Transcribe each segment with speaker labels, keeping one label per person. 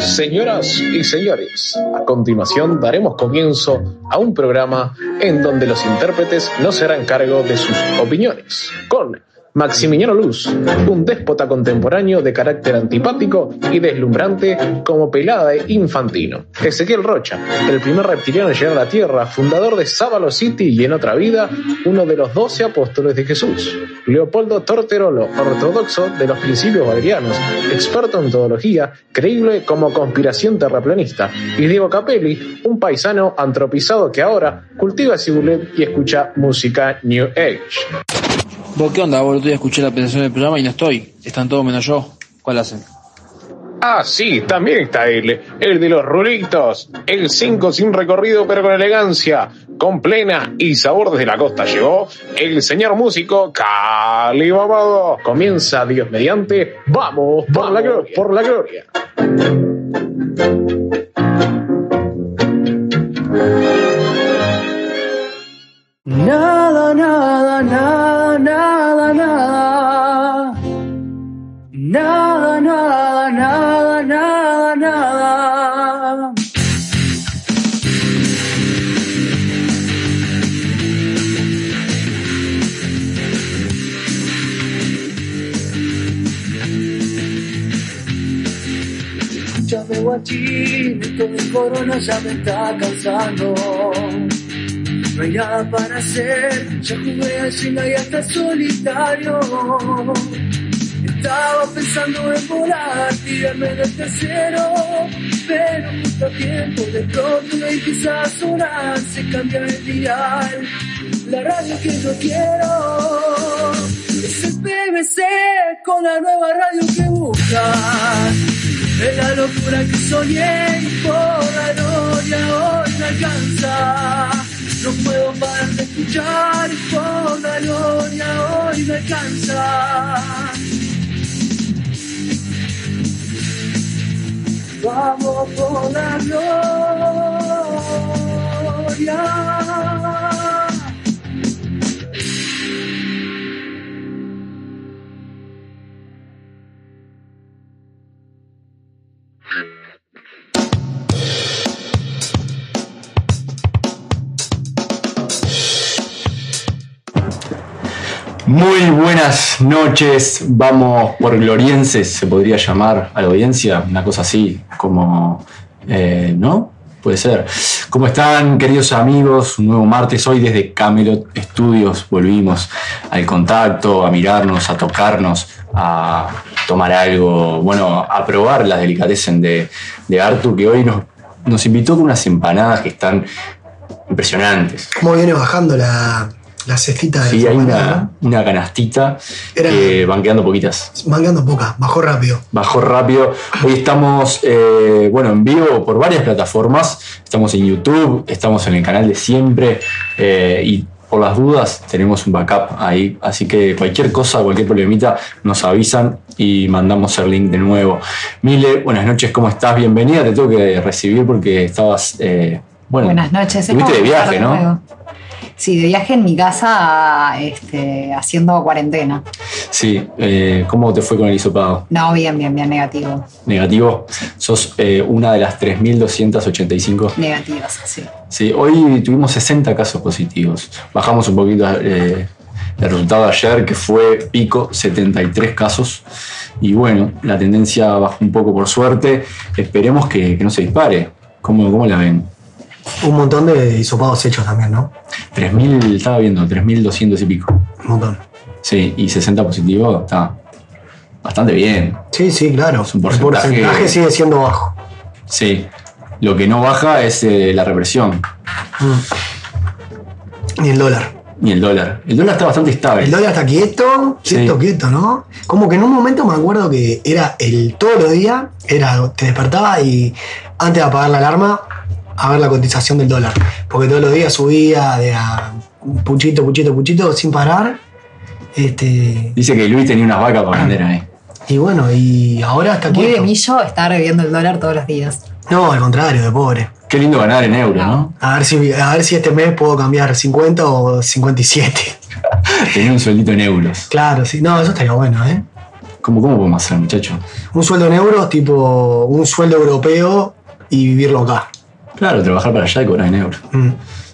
Speaker 1: Señoras y señores, a continuación daremos comienzo a un programa en donde los intérpretes no se harán cargo de sus opiniones, con Maximiliano Luz, un déspota contemporáneo de carácter antipático y deslumbrante como pelada de infantino. Ezequiel Rocha, el primer reptiliano en llegar a la Tierra, fundador de Sábalo City y en otra vida, uno de los doce apóstoles de Jesús. Leopoldo Torterolo, ortodoxo de los principios valerianos, experto en teología, creíble como conspiración terraplanista. Y Diego Capelli, un paisano antropizado que ahora cultiva cibulet y escucha música New Age.
Speaker 2: ¿Vos qué onda? Vos ya escuché la presentación del programa y no estoy. Están todos menos yo. ¿Cuál hacen?
Speaker 1: Ah, sí, también está él, el de los rulitos, el 5 sin recorrido pero con elegancia, con plena y sabor desde la costa llegó el señor músico Cali Mamado. Comienza Dios mediante, vamos, por la gloria, por la gloria.
Speaker 3: Nada, nada, nada, nada, nada. Nada, nada, nada, nada, nada. Si escuchas veo a Jimmy con el corona ya me está cansando. No hay nada para hacer, ya jugué al Jenga y hasta solitario. Estaba pensando en volar, tirarme del tercero, pero justo a tiempo de pronto y quizás sonar se cambia el dial. La radio que yo quiero es el PBC con la nueva radio que buscas. Es la locura que soñé y por la gloria hoy me alcanza. No puedo parar de escuchar y por la gloria hoy me alcanza. Vamos por la gloria.
Speaker 4: Muy buenas noches, vamos por glorienses, se podría llamar a la audiencia, una cosa así, como, eh, ¿no? Puede ser. ¿Cómo están, queridos amigos? Un nuevo martes, hoy desde Camelot Studios volvimos al contacto, a mirarnos, a tocarnos, a tomar algo, bueno, a probar las delicatessen de, de Artu, que hoy nos, nos invitó con unas empanadas que están impresionantes.
Speaker 5: ¿Cómo viene bajando la, la cestita de
Speaker 4: Sí, hay
Speaker 5: manera,
Speaker 4: una, una canastita
Speaker 5: Era-
Speaker 4: que van quedando poquitas.
Speaker 5: ¿no? Mangando poca, bajó rápido.
Speaker 4: Bajó rápido. Hoy estamos, eh, bueno, en vivo por varias plataformas. Estamos en YouTube, estamos en el canal de siempre eh, y por las dudas tenemos un backup ahí. Así que cualquier cosa, cualquier problemita, nos avisan y mandamos el link de nuevo. Mile, buenas noches, ¿cómo estás? Bienvenida. Te tengo que recibir porque estabas, eh, bueno,
Speaker 6: Buenas noches. Es
Speaker 4: estuviste
Speaker 6: como
Speaker 4: de
Speaker 6: empezar
Speaker 4: viaje, ¿no?
Speaker 6: nuevo. Sí, de viaje en mi casa este, haciendo cuarentena.
Speaker 4: Sí, eh, ¿cómo te fue con el hisopado?
Speaker 6: No, bien, bien, bien, negativo.
Speaker 4: Negativo. Sos eh, una de las 3.285.
Speaker 6: Negativas, sí.
Speaker 4: Sí, hoy tuvimos 60 casos positivos. Bajamos un poquito eh, el resultado de ayer, que fue pico, 73 casos. Y bueno, la tendencia bajó un poco por suerte. Esperemos que, que no se dispare. ¿Cómo, cómo la ven?
Speaker 5: Un montón de hisopados hechos también, ¿no?
Speaker 4: 3.000, estaba viendo, 3.200 y pico.
Speaker 5: Un montón.
Speaker 4: Sí, y 60 positivos, está bastante bien.
Speaker 5: Sí, sí, claro.
Speaker 4: Es un porcentaje-
Speaker 5: El porcentaje sigue siendo bajo.
Speaker 4: Sí, lo que no baja es eh, la represión. Mm.
Speaker 5: Ni el dólar.
Speaker 4: Y el dólar. El dólar está bastante estable.
Speaker 5: El dólar está quieto, quieto,
Speaker 4: Sí.
Speaker 5: quieto, ¿no? Como que en un momento me acuerdo que era el todos los días, era, te despertaba y antes de apagar la alarma, a ver la cotización del dólar. Porque todos los días subía de a puchito, puchito, puchito, sin parar. Este,
Speaker 4: Dice que Luis tenía unas vacas eh. para vender ahí.
Speaker 5: y bueno, y ahora está
Speaker 6: Muy de
Speaker 5: quieto.
Speaker 6: millo estar bebiendo el dólar todos los días.
Speaker 5: No, al contrario, de pobre.
Speaker 4: Qué lindo ganar en euros, ¿no?
Speaker 5: A ver si, a ver si este mes puedo cambiar 50 o 57.
Speaker 4: Tenía un sueldito en euros.
Speaker 5: Claro, sí. No, eso estaría bueno, ¿eh?
Speaker 4: ¿Cómo, cómo podemos hacer, muchacho?
Speaker 5: Un sueldo en euros, tipo un sueldo europeo y vivirlo acá.
Speaker 4: Claro, trabajar para allá y cobrar en euros.
Speaker 5: Mm.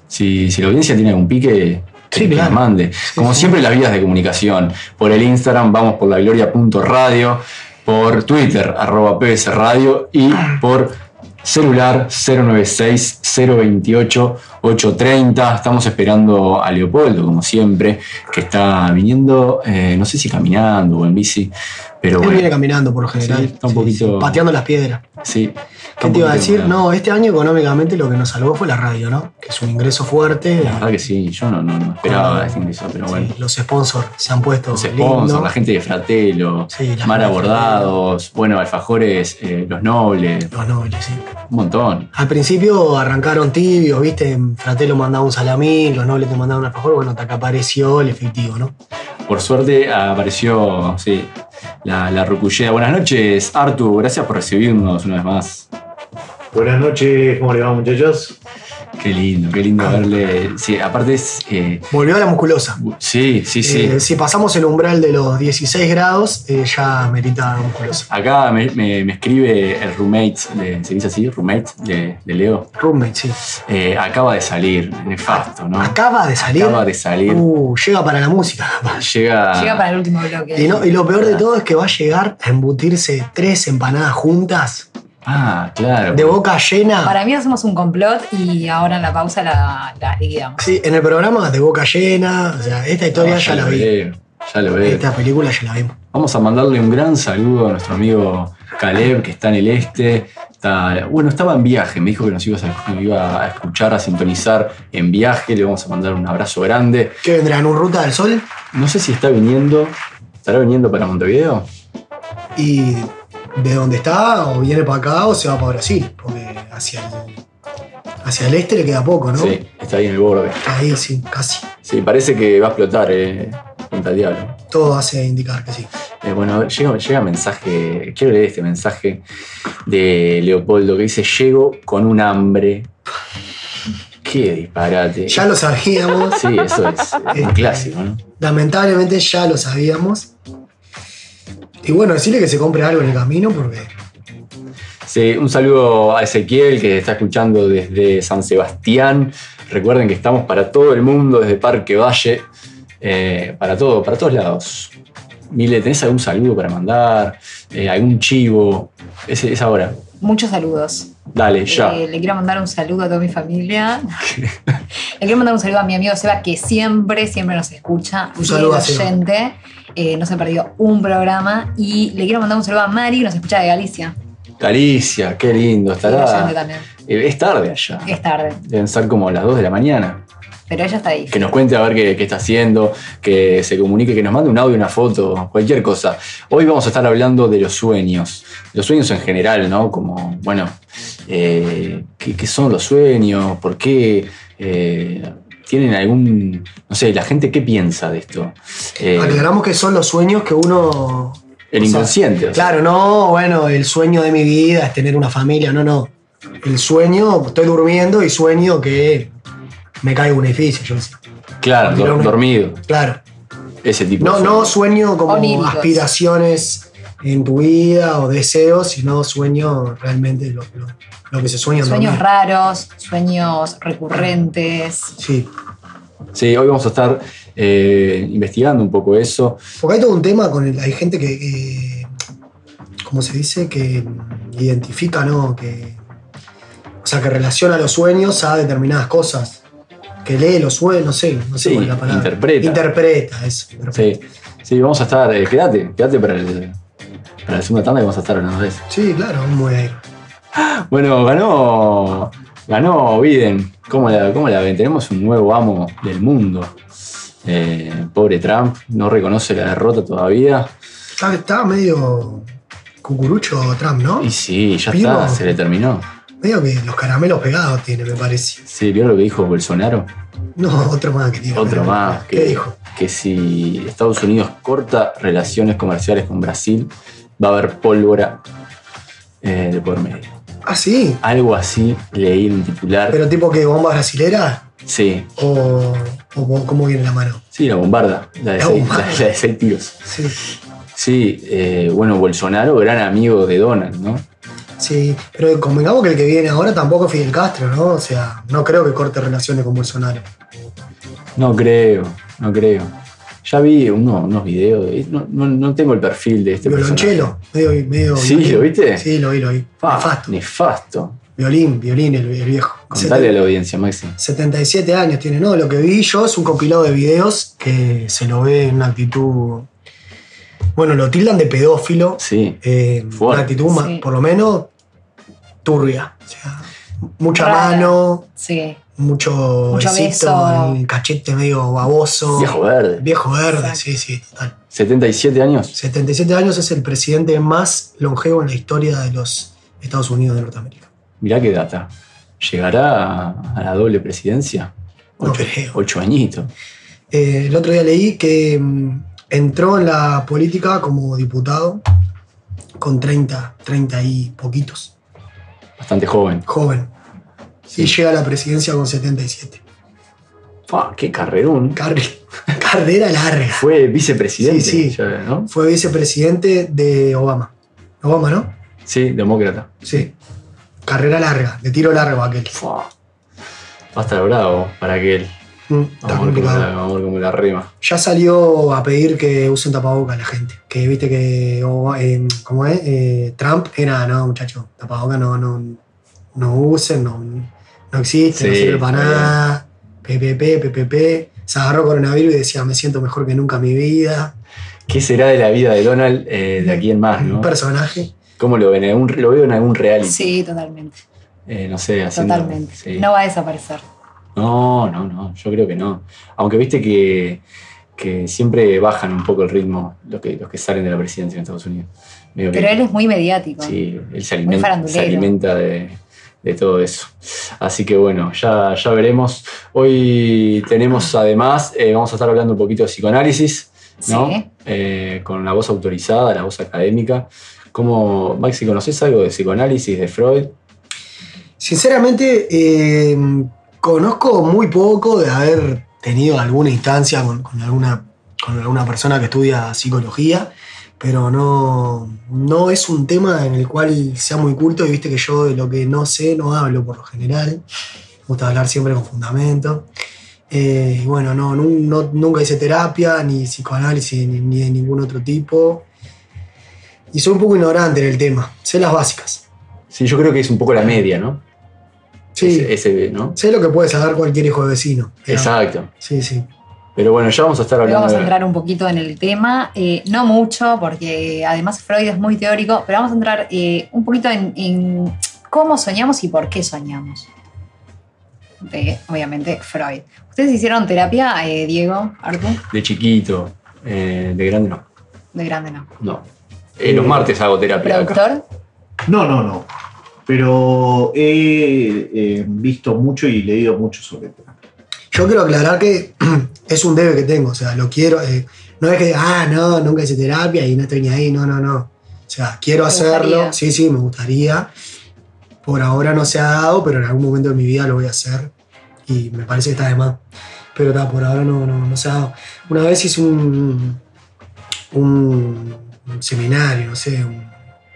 Speaker 4: Si, si la audiencia tiene algún pique, que
Speaker 5: Sí,
Speaker 4: nos
Speaker 5: claro.
Speaker 4: mande. Como siempre, las vías de comunicación. Por el Instagram, vamos por la gloria.radio, por Twitter, arroba PS Radio, y por celular 096-028-830. Estamos esperando a Leopoldo, como siempre, que está viniendo, eh, no sé si caminando o en bici, pero
Speaker 5: Él
Speaker 4: bueno.
Speaker 5: viene caminando por lo general.
Speaker 4: Sí, está un poquito-
Speaker 5: Pateando las piedras.
Speaker 4: Sí.
Speaker 5: ¿Qué te iba a decir? No, este año económicamente lo que nos salvó fue la radio, ¿no? Que es un ingreso fuerte.
Speaker 4: La verdad que sí, yo no, no, no esperaba este ingreso, pero
Speaker 5: Ah. Sí,
Speaker 4: bueno.
Speaker 5: los sponsors se han puesto
Speaker 4: Los sponsors,
Speaker 5: lindos.
Speaker 4: la gente de Fratelo,
Speaker 5: Sí, la
Speaker 4: Mara
Speaker 5: gente de
Speaker 4: Bordados, bueno, Alfajores, eh, Los Nobles,
Speaker 5: Los nobles, sí.
Speaker 4: un montón.
Speaker 5: Al principio arrancaron tibios, ¿viste? Fratelo mandaba un salamín, los nobles te mandaban un alfajor. Bueno, hasta que apareció el efectivo, ¿no?
Speaker 4: Por suerte apareció, sí, la, la Ruculleda. Buenas noches, Artu, gracias por recibirnos una vez más.
Speaker 7: Buenas noches, ¿cómo le va muchachos?
Speaker 4: Qué lindo, qué lindo verle. Sí, aparte es. eh,
Speaker 5: Volvió a la musculosa.
Speaker 4: sí, sí, sí.
Speaker 5: Eh, si pasamos el umbral de los 16 grados, eh, ya merita musculosa.
Speaker 4: Acá me, me- me escribe el roommate, de- ¿se dice así? Roommate de, de Leo.
Speaker 5: Roommate, sí.
Speaker 4: Eh, acaba de salir, nefasto, ¿no?
Speaker 5: Acaba de salir.
Speaker 4: Ah. Acaba de salir.
Speaker 5: Uh, llega para la música.
Speaker 4: Llega.
Speaker 6: Llega para el último bloque.
Speaker 5: Ah. Y, no- y lo peor
Speaker 4: Ah.
Speaker 5: de todo es que va a llegar a embutirse tres empanadas juntas,
Speaker 4: Ah, claro.
Speaker 5: de boca llena.
Speaker 6: Para mí hacemos un complot y ahora en la pausa la, la liquidamos.
Speaker 5: Sí, en el programa de boca llena. O sea, esta historia
Speaker 4: No,
Speaker 5: ya la
Speaker 4: lo
Speaker 5: vi.
Speaker 4: veo, ya lo veo.
Speaker 5: Esta película ya la vimos.
Speaker 4: Vamos a mandarle un gran saludo a nuestro amigo Caleb, que está en el este. Está- bueno, estaba en viaje, me dijo que nos iba a, nos iba a escuchar, a sintonizar en viaje. Le vamos a mandar un abrazo grande.
Speaker 5: ¿Qué vendrán? ¿Un Ruta del Sol?
Speaker 4: No sé si está viniendo. ¿Estará viniendo para Montevideo?
Speaker 5: ¿Y de dónde está? ¿O viene para acá o se va para Brasil? Porque hacia el, hacia el este le queda poco, ¿no?
Speaker 4: Sí, está ahí en el borde.
Speaker 5: Ahí sí, casi.
Speaker 4: Sí, parece que va a explotar, eh. Punta al diablo.
Speaker 5: Todo hace indicar que sí.
Speaker 4: Eh, bueno, a ver, llega, llega mensaje. Quiero leer este mensaje de Leopoldo que dice: Llego con un hambre. Qué disparate.
Speaker 5: Ya lo Este, sabíamos.
Speaker 4: Sí, eso es un clásico, ¿no?
Speaker 5: Lamentablemente ya lo sabíamos. Y bueno, decirle que se compre algo en el camino porque
Speaker 4: Sí, un saludo a Ezequiel que está escuchando desde San Sebastián. Recuerden que estamos para todo el mundo, desde Parque Valle, eh, para todo, para todos lados. Mile, ¿tenés algún saludo para mandar? Eh, ¿Algún chivo? Es, es ahora.
Speaker 6: Muchos saludos.
Speaker 4: Dale, ya.
Speaker 6: Eh, le quiero mandar un saludo a toda mi familia. le quiero mandar un saludo a mi amigo Seba, que siempre, siempre nos escucha.
Speaker 5: Un saludo a
Speaker 6: fiel
Speaker 5: Seba.
Speaker 6: oyente. Eh, no se perdió un programa. Y le quiero mandar un saludo a Mari, que nos escucha de Galicia.
Speaker 4: Galicia, qué lindo.
Speaker 6: Fiel oyente
Speaker 4: Estará.
Speaker 6: también.
Speaker 4: Eh, es tarde allá.
Speaker 6: Es tarde,
Speaker 4: Deben ser como las 2 de la mañana.
Speaker 6: pero ella está ahí.
Speaker 4: que nos cuente a ver qué, qué está haciendo, que se comunique, que nos mande un audio, una foto, cualquier cosa. Hoy vamos a estar hablando de los sueños, los sueños en general, ¿no? Como, bueno, eh, ¿qué, qué son los sueños? ¿Por qué? Eh, ¿Tienen algún, no sé, la gente qué piensa de esto? Eh,
Speaker 5: aclaramos que son los sueños que uno...
Speaker 4: el
Speaker 5: o sea,
Speaker 4: inconsciente. o sea,
Speaker 5: Claro, no, bueno, el sueño de mi vida es tener una familia, no, no. El sueño, estoy durmiendo y sueño que me caigo un edificio, yo qué sé.
Speaker 4: claro,
Speaker 5: Tirar
Speaker 4: dor-
Speaker 5: un-
Speaker 4: dormido,
Speaker 5: Claro.
Speaker 4: ese tipo. de
Speaker 5: No,
Speaker 4: sueños.
Speaker 5: no sueño como
Speaker 6: Oníricos.
Speaker 5: aspiraciones en tu vida o deseos, sino sueño realmente lo, lo- lo que se sueña. en
Speaker 6: Sueños
Speaker 5: dormir.
Speaker 6: raros, sueños recurrentes.
Speaker 5: Sí.
Speaker 4: Sí, hoy vamos a estar eh, investigando un poco eso.
Speaker 5: Porque hay todo un tema con el, hay gente que, que, ¿cómo se dice? Que mm, identifica, ¿no? Que, o sea, que relaciona los sueños a determinadas cosas. Que lee los sueños, no sé, no sé
Speaker 4: Sí,
Speaker 5: cuál es la palabra.
Speaker 4: interpreta.
Speaker 5: Interpreta, eso. perfecto.
Speaker 4: Sí, sí, vamos a estar. eh, quédate, quédate para, el, para la segunda tanda que vamos a estar hablando de eso.
Speaker 5: Sí, claro, muy bien.
Speaker 4: Bueno, ganó. Ganó Biden. ¿Cómo la, cómo la ven? Tenemos un nuevo amo del mundo. Eh, pobre Trump, no reconoce la derrota todavía.
Speaker 5: Está, está medio cucurucho Trump, ¿no?
Speaker 4: Y sí, ya
Speaker 5: Pido.
Speaker 4: está, se le terminó.
Speaker 5: Medio que los caramelos pegados tiene, me parece.
Speaker 4: Sí, ¿vieron lo que dijo Bolsonaro?
Speaker 5: No, otro más que tiene.
Speaker 4: Otro más.
Speaker 5: ¿Qué
Speaker 4: Que,
Speaker 5: dijo?
Speaker 4: que si Estados Unidos corta relaciones comerciales con Brasil, va a haber pólvora eh, de por medio.
Speaker 5: Ah, sí.
Speaker 4: Algo así leí en un titular.
Speaker 5: Pero tipo que bomba brasilera.
Speaker 4: Sí,
Speaker 5: ¿O, o cómo- cómo viene la mano?
Speaker 4: sí, la bombarda. La de,
Speaker 5: La
Speaker 4: seis,
Speaker 5: bombarda.
Speaker 4: la- la de seis tiros.
Speaker 5: Sí,
Speaker 4: Sí, eh, bueno, Bolsonaro, gran amigo de Donald, ¿no?
Speaker 5: sí. Pero convengamos que el que viene ahora tampoco es Fidel Castro, ¿no? O sea, no creo que corte relaciones con Bolsonaro.
Speaker 4: No creo, no creo. Ya vi uno- unos videos, de- no, no- no tengo el perfil de este
Speaker 5: Violonchelo, medio, medio.
Speaker 4: Sí, ¿lo viste?
Speaker 5: Sí, lo vi, lo vi.
Speaker 4: personaje. Ah,
Speaker 5: Nefasto.
Speaker 4: nefasto.
Speaker 5: Violín, violín, el, el viejo.
Speaker 4: Contale a la audiencia, Maxi.
Speaker 5: 77 años tiene, ¿no? Lo que vi yo es un compilado de videos que se lo ve en una actitud. Bueno, lo tildan de pedófilo.
Speaker 4: Sí,
Speaker 5: eh,
Speaker 4: Fuerte.
Speaker 5: una actitud, ma-
Speaker 6: Sí.
Speaker 5: por lo menos, turbia. O sea, mucha
Speaker 6: Rara.
Speaker 5: mano,
Speaker 6: Sí.
Speaker 5: mucho,
Speaker 6: Mucho
Speaker 5: besito,
Speaker 6: beso.
Speaker 5: el cachete medio baboso.
Speaker 4: viejo verde.
Speaker 5: Viejo verde,
Speaker 6: Exacto.
Speaker 5: sí, sí, total.
Speaker 4: 77 años.
Speaker 5: 77 años es el presidente más longevo en la historia de los Estados Unidos de Norteamérica.
Speaker 4: Mirá qué data. ¿Llegará a, a la doble presidencia?
Speaker 5: No
Speaker 4: Ocho,
Speaker 5: creo.
Speaker 4: ocho añitos.
Speaker 5: Eh, el otro día leí que mm, entró en la política como diputado con 30, 30 y poquitos,
Speaker 4: Bastante joven.
Speaker 5: joven, y llega a la presidencia con 77.
Speaker 4: Fa, ¡Qué carrerón!
Speaker 5: Carre- carrera larga.
Speaker 4: Fue vicepresidente,
Speaker 5: Sí, sí.
Speaker 4: ya, ¿no?
Speaker 5: Fue vicepresidente de Obama. Obama, ¿no?
Speaker 4: Sí, demócrata.
Speaker 5: Sí. Carrera larga, de tiro largo aquel.
Speaker 4: Fa. Va a estar bravo para que él.
Speaker 5: Mm, está
Speaker 4: Vamos a ver cómo la-
Speaker 5: complicado.
Speaker 4: vamos a ver cómo la rema.
Speaker 5: Ya salió a pedir que usen tapabocas la gente. Que viste que. Oba- eh, ¿Cómo es? Eh, Trump era, no, muchacho, tapabocas no, no, no usen, no, no existe, no
Speaker 4: Sí,
Speaker 5: sirve para
Speaker 4: está
Speaker 5: nada. PPP, PPP. Se agarró coronavirus y decía, me siento mejor que nunca en mi vida.
Speaker 4: ¿Qué será de la vida de Donald eh, de aquí en más, no?
Speaker 5: Un personaje.
Speaker 4: ¿Cómo lo ven? En un- lo veo en algún reality.
Speaker 6: Sí, totalmente.
Speaker 4: Eh, no sé, haciendo.
Speaker 6: Totalmente.
Speaker 4: sí.
Speaker 6: No va a desaparecer.
Speaker 4: No, no, no, yo creo que no. Aunque viste que, que siempre bajan un poco el ritmo los que, los que salen de la presidencia en Estados Unidos. Medio que-
Speaker 6: Pero él es muy mediático.
Speaker 4: sí, él se
Speaker 6: muy
Speaker 4: alimenta, se
Speaker 6: farandulero.
Speaker 4: alimenta de, de todo eso. Así que bueno, ya, ya veremos. Hoy tenemos además, eh, vamos a estar hablando un poquito de psicoanálisis, ¿no?
Speaker 6: Sí.
Speaker 4: Eh, con la voz autorizada, la voz académica. ¿Cómo, Maxi, conoces algo de psicoanálisis, de Freud?
Speaker 5: Sinceramente, eh, conozco muy poco de haber tenido alguna instancia con, con alguna, con alguna persona que estudia psicología, pero no, no es un tema en el cual sea muy culto y viste que yo de lo que no sé no hablo por lo general. Me gusta hablar siempre con fundamento. Eh, y bueno, no, nu- no- nunca hice terapia, ni psicoanálisis, ni, ni de ningún otro tipo. Y soy un poco ignorante en el tema. Sé las básicas.
Speaker 4: Sí, yo creo que es un poco la media, ¿no?
Speaker 5: Sí.
Speaker 4: Ese- ese, ¿no?
Speaker 5: Sé lo que puede saber cualquier hijo de vecino. digamos.
Speaker 4: Exacto.
Speaker 5: Sí, sí.
Speaker 4: Pero bueno, ya vamos a estar
Speaker 6: Hoy
Speaker 4: hablando.
Speaker 6: vamos a
Speaker 4: de-
Speaker 6: entrar un poquito en el tema, eh, no mucho, porque además Freud es muy teórico, pero vamos a entrar eh, un poquito en, en cómo soñamos y por qué soñamos. De, obviamente, Freud. ¿Ustedes hicieron terapia, eh, Diego, Artu?
Speaker 4: De chiquito, eh, de grande no.
Speaker 6: De grande no.
Speaker 4: No. Eh, los martes hago terapia. acá.
Speaker 6: ¿Productor?
Speaker 7: No, no, no. Pero he eh, visto mucho y leído mucho sobre el tema.
Speaker 5: Yo quiero aclarar que es un debe que tengo, o sea, lo quiero. eh, no es que, ah, no, nunca hice terapia y no estoy ni ahí, no, no, no. O sea, quiero
Speaker 6: Me
Speaker 5: hacerlo,
Speaker 6: gustaría.
Speaker 5: sí, sí, me gustaría. Por ahora no se ha dado, pero en algún momento de mi vida lo voy a hacer y me parece que está de más. Pero ta, por ahora no, no, no se ha dado. Una vez hice un, un, un seminario, no sé, un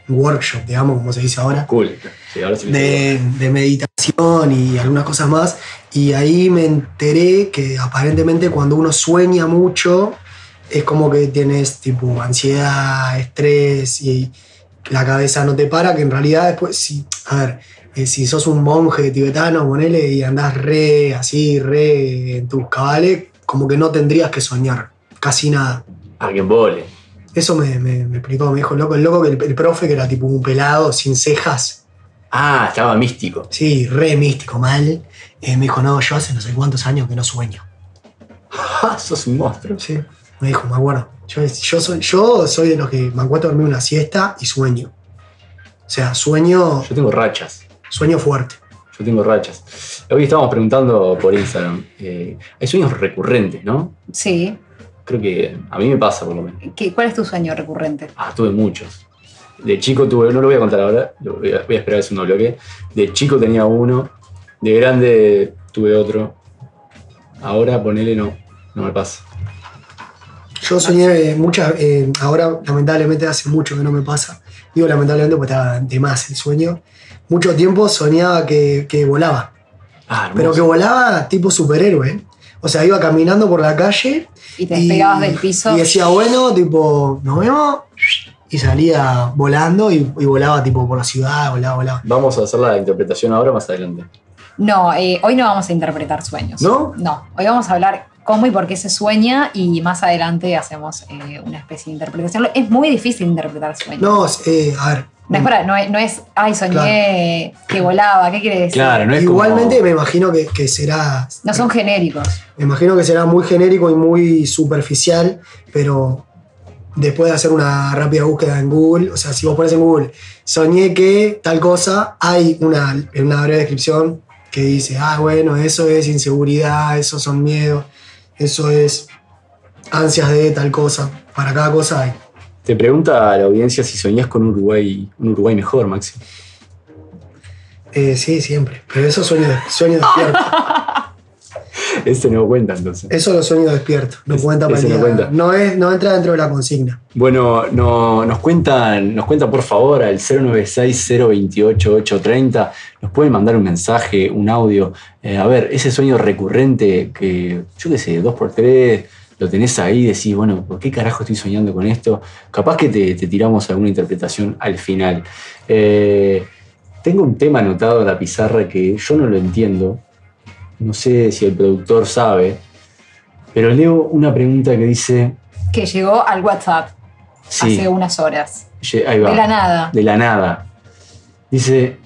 Speaker 5: un workshop, digamos, como se dice ahora.
Speaker 4: Cool. Sí, ahora sí me-
Speaker 5: de, de meditación y algunas cosas más. Y ahí me enteré que aparentemente cuando uno sueña mucho, es como que tienes tipo ansiedad, estrés y la cabeza no te para, que en realidad después, sí, a ver, eh, si sos un monje tibetano, ponele y andás re, así, re en tus cabales, como que no tendrías que soñar, casi nada.
Speaker 4: Ah, que embole.
Speaker 5: Eso me, me- me explicó, me dijo el loco, el loco que el- el profe que era tipo un pelado sin cejas,
Speaker 4: Ah, estaba místico.
Speaker 5: Sí, re místico, mal. Eh, me dijo, no, yo hace no sé cuántos años que no sueño.
Speaker 4: Ah, sos un monstruo.
Speaker 5: Sí. Me dijo, me acuerdo. Yo, yo, soy, yo soy de los que me acuerdo a dormir una siesta y sueño. O sea, sueño,
Speaker 4: Yo tengo rachas.
Speaker 5: sueño fuerte.
Speaker 4: Yo tengo rachas. Hoy estábamos preguntando por Instagram. eh, hay sueños recurrentes, ¿no?
Speaker 6: Sí.
Speaker 4: Creo que a mí me pasa por lo menos.
Speaker 6: ¿Qué- ¿Cuál es tu sueño recurrente?
Speaker 4: Ah, tuve muchos. De chico tuve, no lo voy a contar ahora, lo voy, a, voy a esperar el segundo bloque. De chico tenía uno, de grande tuve otro, Ahora ponele no. No me pasa.
Speaker 5: Yo soñé eh, muchas, eh, ahora lamentablemente hace mucho que no me pasa. Digo lamentablemente porque estaba de más el sueño. Mucho tiempo soñaba que, que volaba,
Speaker 4: Ah, hermoso.
Speaker 5: pero que volaba tipo superhéroe. ¿eh? O sea, iba caminando por la calle
Speaker 6: Y te despegabas del piso.
Speaker 5: y decía, bueno, tipo, nos vemos. Y salía volando y, y volaba tipo por la ciudad, volaba, volaba.
Speaker 4: Vamos a hacer la interpretación ahora más adelante.
Speaker 6: No, eh, hoy no vamos a interpretar sueños.
Speaker 5: ¿No?
Speaker 6: No, hoy vamos a hablar cómo y por qué se sueña y más adelante hacemos eh, una especie de interpretación. Es muy difícil interpretar sueños.
Speaker 5: No, eh, a ver.
Speaker 6: No es, para- no es- no es, ay, soñé que volaba, ¿qué quiere decir?
Speaker 4: Claro, no es como-
Speaker 5: Igualmente me imagino que, que será.
Speaker 6: No son genéricos.
Speaker 5: Me imagino que será muy genérico y muy superficial, pero después de hacer una rápida búsqueda en Google, o sea, si vos pones en Google, soñé que tal cosa, hay una, una breve descripción que dice, ah, bueno, eso es inseguridad, eso son miedos, eso es ansias de tal cosa. Para cada cosa hay.
Speaker 4: Te pregunta a la audiencia si soñás con un Uruguay, un Uruguay mejor, Maxi.
Speaker 5: Eh, sí, siempre. Pero eso sueño, de- sueño despierto.
Speaker 4: Este no cuenta entonces.
Speaker 5: Eso lo sueño despierto. No
Speaker 4: Ese-
Speaker 5: cuenta para
Speaker 4: ese no
Speaker 5: nada.
Speaker 4: cuenta.
Speaker 5: No, es, no entra dentro de la consigna.
Speaker 4: Bueno, no- nos cuentan, nos cuenta por favor al 096-028-830. Nos pueden mandar un mensaje, un audio. Eh, a ver, ese sueño recurrente que, yo qué sé, 2x3, lo tenés ahí, decís, bueno, ¿por qué carajo estoy soñando con esto? Capaz que te, te tiramos alguna interpretación al final. Eh, tengo un tema anotado en la pizarra que yo no lo entiendo. No sé si el productor sabe, pero leo una pregunta que dice.
Speaker 6: Que llegó al WhatsApp
Speaker 4: Sí.
Speaker 6: hace unas horas.
Speaker 4: Ye- ahí va.
Speaker 6: De la nada.
Speaker 4: De la nada. Dice,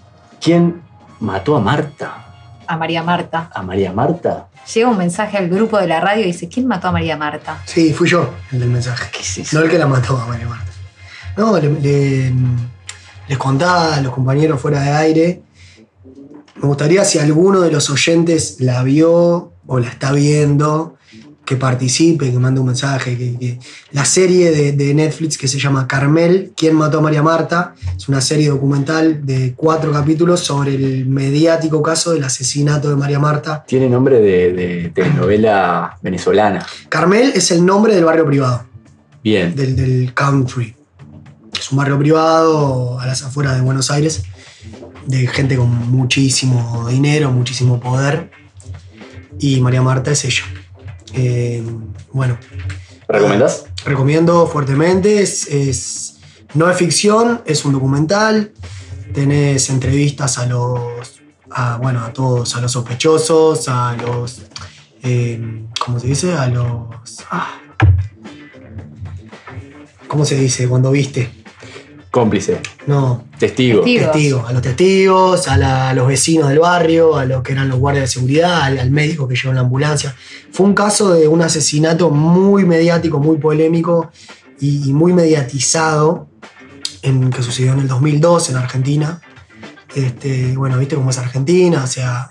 Speaker 4: ¿quién mató a Marta?
Speaker 6: A María Marta.
Speaker 4: ¿A María Marta?
Speaker 6: Llega un mensaje al grupo de la radio y dice, ¿quién mató a María Marta?
Speaker 5: Sí, fui yo el del mensaje.
Speaker 4: ¿Qué es eso?
Speaker 5: No el que la mató a Mario Marta. No, le- le- les contaba a los compañeros fuera de aire. Me gustaría si alguno de los oyentes la vio o la está viendo, que participe, que mande un mensaje. Que, que- La serie de, de Netflix que se llama Carmel, ¿Quién mató a María Marta? Es una serie documental de cuatro capítulos sobre el mediático caso del asesinato de María Marta.
Speaker 4: Tiene nombre de, de telenovela venezolana.
Speaker 5: Carmel es el nombre del barrio privado.
Speaker 4: Bien.
Speaker 5: del, del country. Es un barrio privado a las afueras de Buenos Aires, de gente con muchísimo dinero, muchísimo poder. Y María Marta es ella. Eh, bueno,
Speaker 4: ¿Recomendás?
Speaker 5: recomiendo fuertemente. Es, es- no es ficción, es un documental. Tenés entrevistas a los, a, bueno, a todos, a los sospechosos, a los, eh, ¿cómo se dice? A los, ah. ¿cómo se dice cuando viste?
Speaker 4: Cómplice.
Speaker 5: No,
Speaker 4: Testigo.
Speaker 6: Testigo. Testigos.
Speaker 5: testigos, a los testigos, a, la- a los vecinos del barrio, a los que eran los guardias de seguridad, al, al médico que llevó en la ambulancia. Fue un caso de un asesinato muy mediático, muy polémico y, y muy mediatizado en, que sucedió en el 2002 en Argentina. Este, bueno, viste cómo es Argentina, o sea,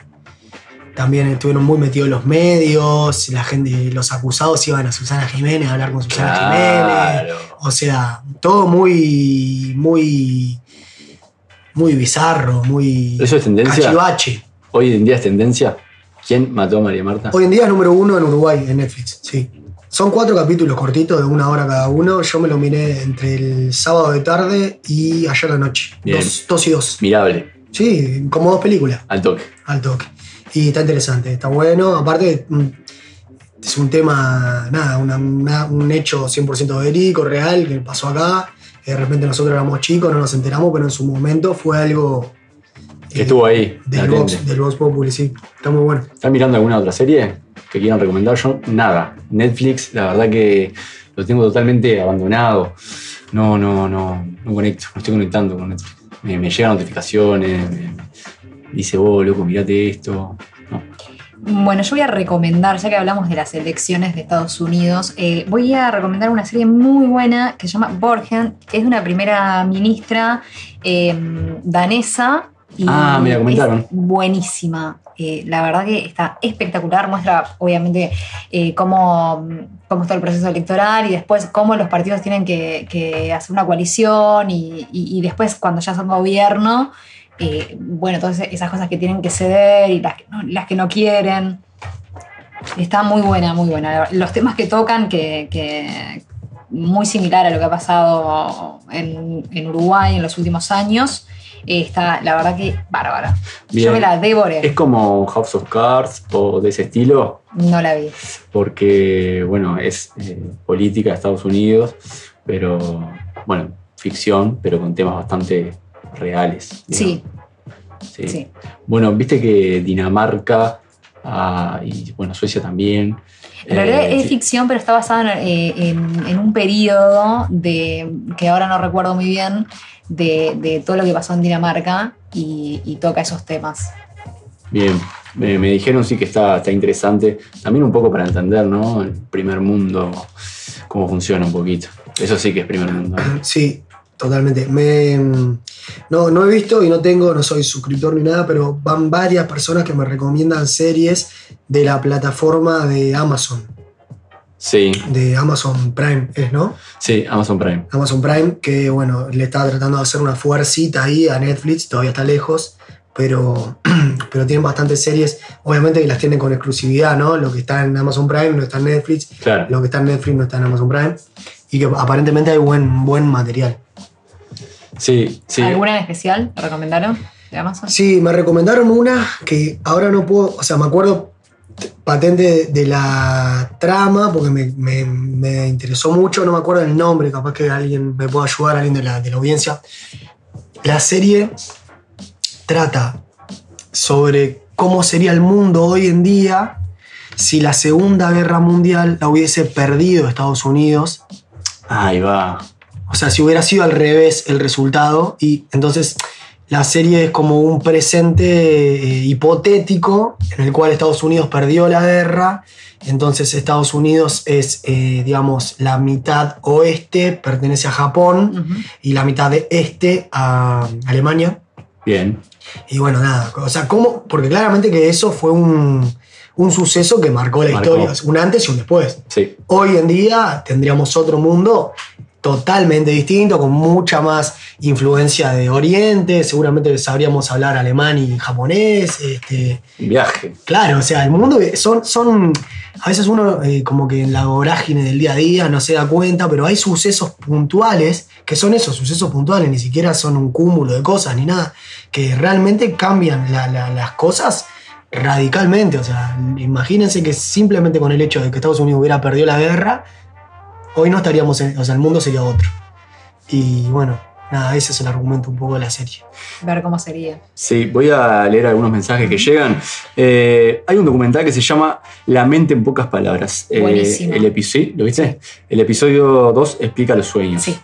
Speaker 5: también estuvieron muy metidos los medios, la gente, los acusados iban a Susana Jiménez a hablar con Susana Jiménez.
Speaker 4: Claro.
Speaker 5: O sea, todo muy, muy, muy bizarro, muy
Speaker 4: ¿Eso es tendencia?
Speaker 5: cachivache.
Speaker 4: Hoy en día es tendencia. ¿Quién mató a María Marta?
Speaker 5: Hoy en día es número uno en Uruguay, en Netflix, sí. Son cuatro capítulos cortitos de una hora cada uno. Yo me lo miré entre el sábado de tarde y ayer de noche.
Speaker 4: Bien.
Speaker 5: Dos, dos y dos.
Speaker 4: Mirable.
Speaker 5: Sí, como dos películas.
Speaker 4: Al toque.
Speaker 5: al toque. Y está interesante, está bueno. Aparte, mm, es un tema, nada, una- una- un hecho 100% verídico, real, que pasó acá. De repente nosotros éramos chicos, no nos enteramos, pero en su momento fue algo.
Speaker 4: Que
Speaker 5: eh,
Speaker 4: estuvo ahí.
Speaker 5: Del
Speaker 4: latente.
Speaker 5: Vox, del Vox Populi, sí. Está muy bueno.
Speaker 4: ¿Están mirando alguna otra serie que quieran recomendar? Yo, nada. Netflix, la verdad que lo tengo totalmente abandonado. No, no, no, no conecto, no estoy conectando con Netflix. Me, me llegan notificaciones, me, me dice, vos, loco, mirate esto. No.
Speaker 6: Bueno, yo voy a recomendar, ya que hablamos de las elecciones de Estados Unidos, eh, voy a recomendar una serie muy buena que se llama Borgen, que es de una primera ministra eh, danesa. Y
Speaker 4: Ah, me la comentaron.
Speaker 6: es buenísima. Eh, la verdad que está espectacular. Muestra, obviamente, eh, cómo, cómo está el proceso electoral y después cómo los partidos tienen que, que hacer una coalición y, y- y después cuando ya son gobierno, eh, bueno, todas esas cosas que tienen que ceder y las que no, las que no quieren. Está muy buena, muy buena. Los temas que tocan, que, que muy similar a lo que ha pasado en, en Uruguay en los últimos años, eh, está, la verdad que bárbara. Yo
Speaker 4: Bien. Eh.
Speaker 6: me la
Speaker 4: Es
Speaker 6: devoré,
Speaker 4: como House of Cards o de ese estilo,
Speaker 6: no la vi.
Speaker 4: porque, bueno, es eh, política de Estados Unidos, pero, bueno, ficción, pero con temas bastante reales.
Speaker 6: Sí,
Speaker 4: digamos. Sí.
Speaker 6: sí.
Speaker 4: Bueno, viste que Dinamarca ah, y, bueno, Suecia también.
Speaker 6: En realidad
Speaker 4: eh,
Speaker 6: es ficción, pero está basada en, eh, en- en un periodo de, que ahora no recuerdo muy bien, de, de todo lo que pasó en Dinamarca y, y toca esos temas.
Speaker 4: Bien, me, me dijeron sí que está, está interesante. También un poco para entender, ¿no? El primer mundo, cómo funciona un poquito. Eso sí que es primer mundo.
Speaker 5: Sí, totalmente. Me, mm, no, no he visto y no tengo, no soy suscriptor ni nada, pero van varias personas que me recomiendan series de la plataforma de Amazon,
Speaker 4: Sí,
Speaker 5: de Amazon Prime, ¿es, no?
Speaker 4: sí, Amazon Prime.
Speaker 5: Amazon Prime, que bueno, le está tratando de hacer una fuercita ahí a Netflix, todavía está lejos, pero, pero tienen bastantes series, obviamente que las tienen con exclusividad, ¿no? Lo que está en Amazon Prime no está en Netflix,
Speaker 4: Claro.
Speaker 5: lo que está en Netflix no está en Amazon Prime, y que aparentemente hay buen, buen material.
Speaker 4: Sí, sí.
Speaker 6: ¿Alguna en especial? ¿La recomendaron? ¿De Amazon?
Speaker 5: Sí, me recomendaron una que ahora no puedo, o sea, me acuerdo t- patente de, de la trama porque me, me- me interesó mucho, no me acuerdo el nombre, capaz que alguien me pueda ayudar, alguien de la, de la audiencia. La serie trata sobre cómo sería el mundo hoy en día si la Segunda Guerra Mundial la hubiese perdido Estados Unidos
Speaker 4: Ahí va.
Speaker 5: o sea, si hubiera sido al revés el resultado, y entonces la serie es como un presente eh, hipotético en el cual Estados Unidos perdió la guerra, entonces Estados Unidos es, eh, digamos, la mitad oeste pertenece a Japón
Speaker 6: Ujú.
Speaker 5: y la mitad de este a Alemania.
Speaker 4: Bien.
Speaker 5: Y bueno, nada, o sea, ¿cómo? Porque claramente que eso fue un, un suceso que marcó la
Speaker 4: Marcó.
Speaker 5: historia, es un antes y un después.
Speaker 4: Sí,
Speaker 5: Hoy en día tendríamos otro mundo totalmente distinto, con mucha más influencia de Oriente, seguramente sabríamos hablar alemán y japonés. Este,
Speaker 4: un viaje.
Speaker 5: claro, o sea, el mundo son, son a veces uno eh, como que en la vorágine del día a día no se da cuenta, pero hay sucesos puntuales, que son esos sucesos puntuales, ni siquiera son un cúmulo de cosas ni nada, que realmente cambian la- la- las cosas radicalmente. O sea, imagínense que simplemente con el hecho de que Estados Unidos hubiera perdido la guerra, hoy no estaríamos en, o sea, el mundo sería otro. Y bueno, nada, ese es el argumento un poco de la serie.
Speaker 6: Ver cómo sería.
Speaker 4: Sí, voy a leer algunos mensajes que llegan. Eh, hay un documental que se llama La mente en pocas palabras. Eh,
Speaker 6: Buenísimo.
Speaker 4: el epi- ¿sí? ¿Lo viste? El episodio 2 explica los sueños.
Speaker 6: Sí.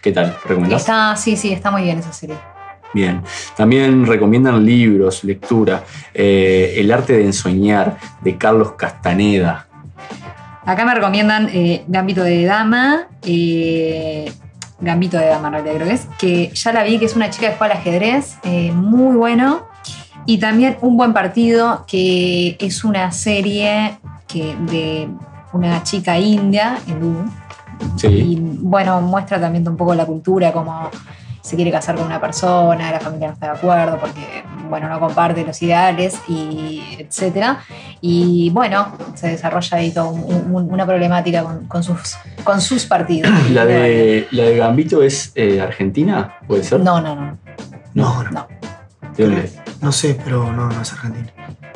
Speaker 4: ¿Qué tal? ¿Recomendás?
Speaker 6: Está, sí, sí, está muy bien esa serie.
Speaker 4: Bien. También recomiendan libros, lectura, eh, El arte de ensoñar de Carlos Castaneda.
Speaker 6: Acá me recomiendan eh, Gambito de Dama, eh, Gambito de Dama en realidad creo que es, que ya la vi, que es una chica que juega al ajedrez, eh, muy bueno. Y también Un Buen Partido, que es una serie que, de una chica india, hindú,
Speaker 4: Sí.
Speaker 6: y bueno, muestra también un poco la cultura, cómo se quiere casar con una persona, la familia no está de acuerdo porque, bueno, no comparte los ideales y etcétera. Y bueno, se desarrolla ahí toda una problemática con, con sus, con sus partidos.
Speaker 4: La de, la de Gambito es eh, Argentina, ¿puede ser?
Speaker 6: No, no, no.
Speaker 5: No, no,
Speaker 4: ¿De dónde es?
Speaker 5: no sé, pero no, no es argentina.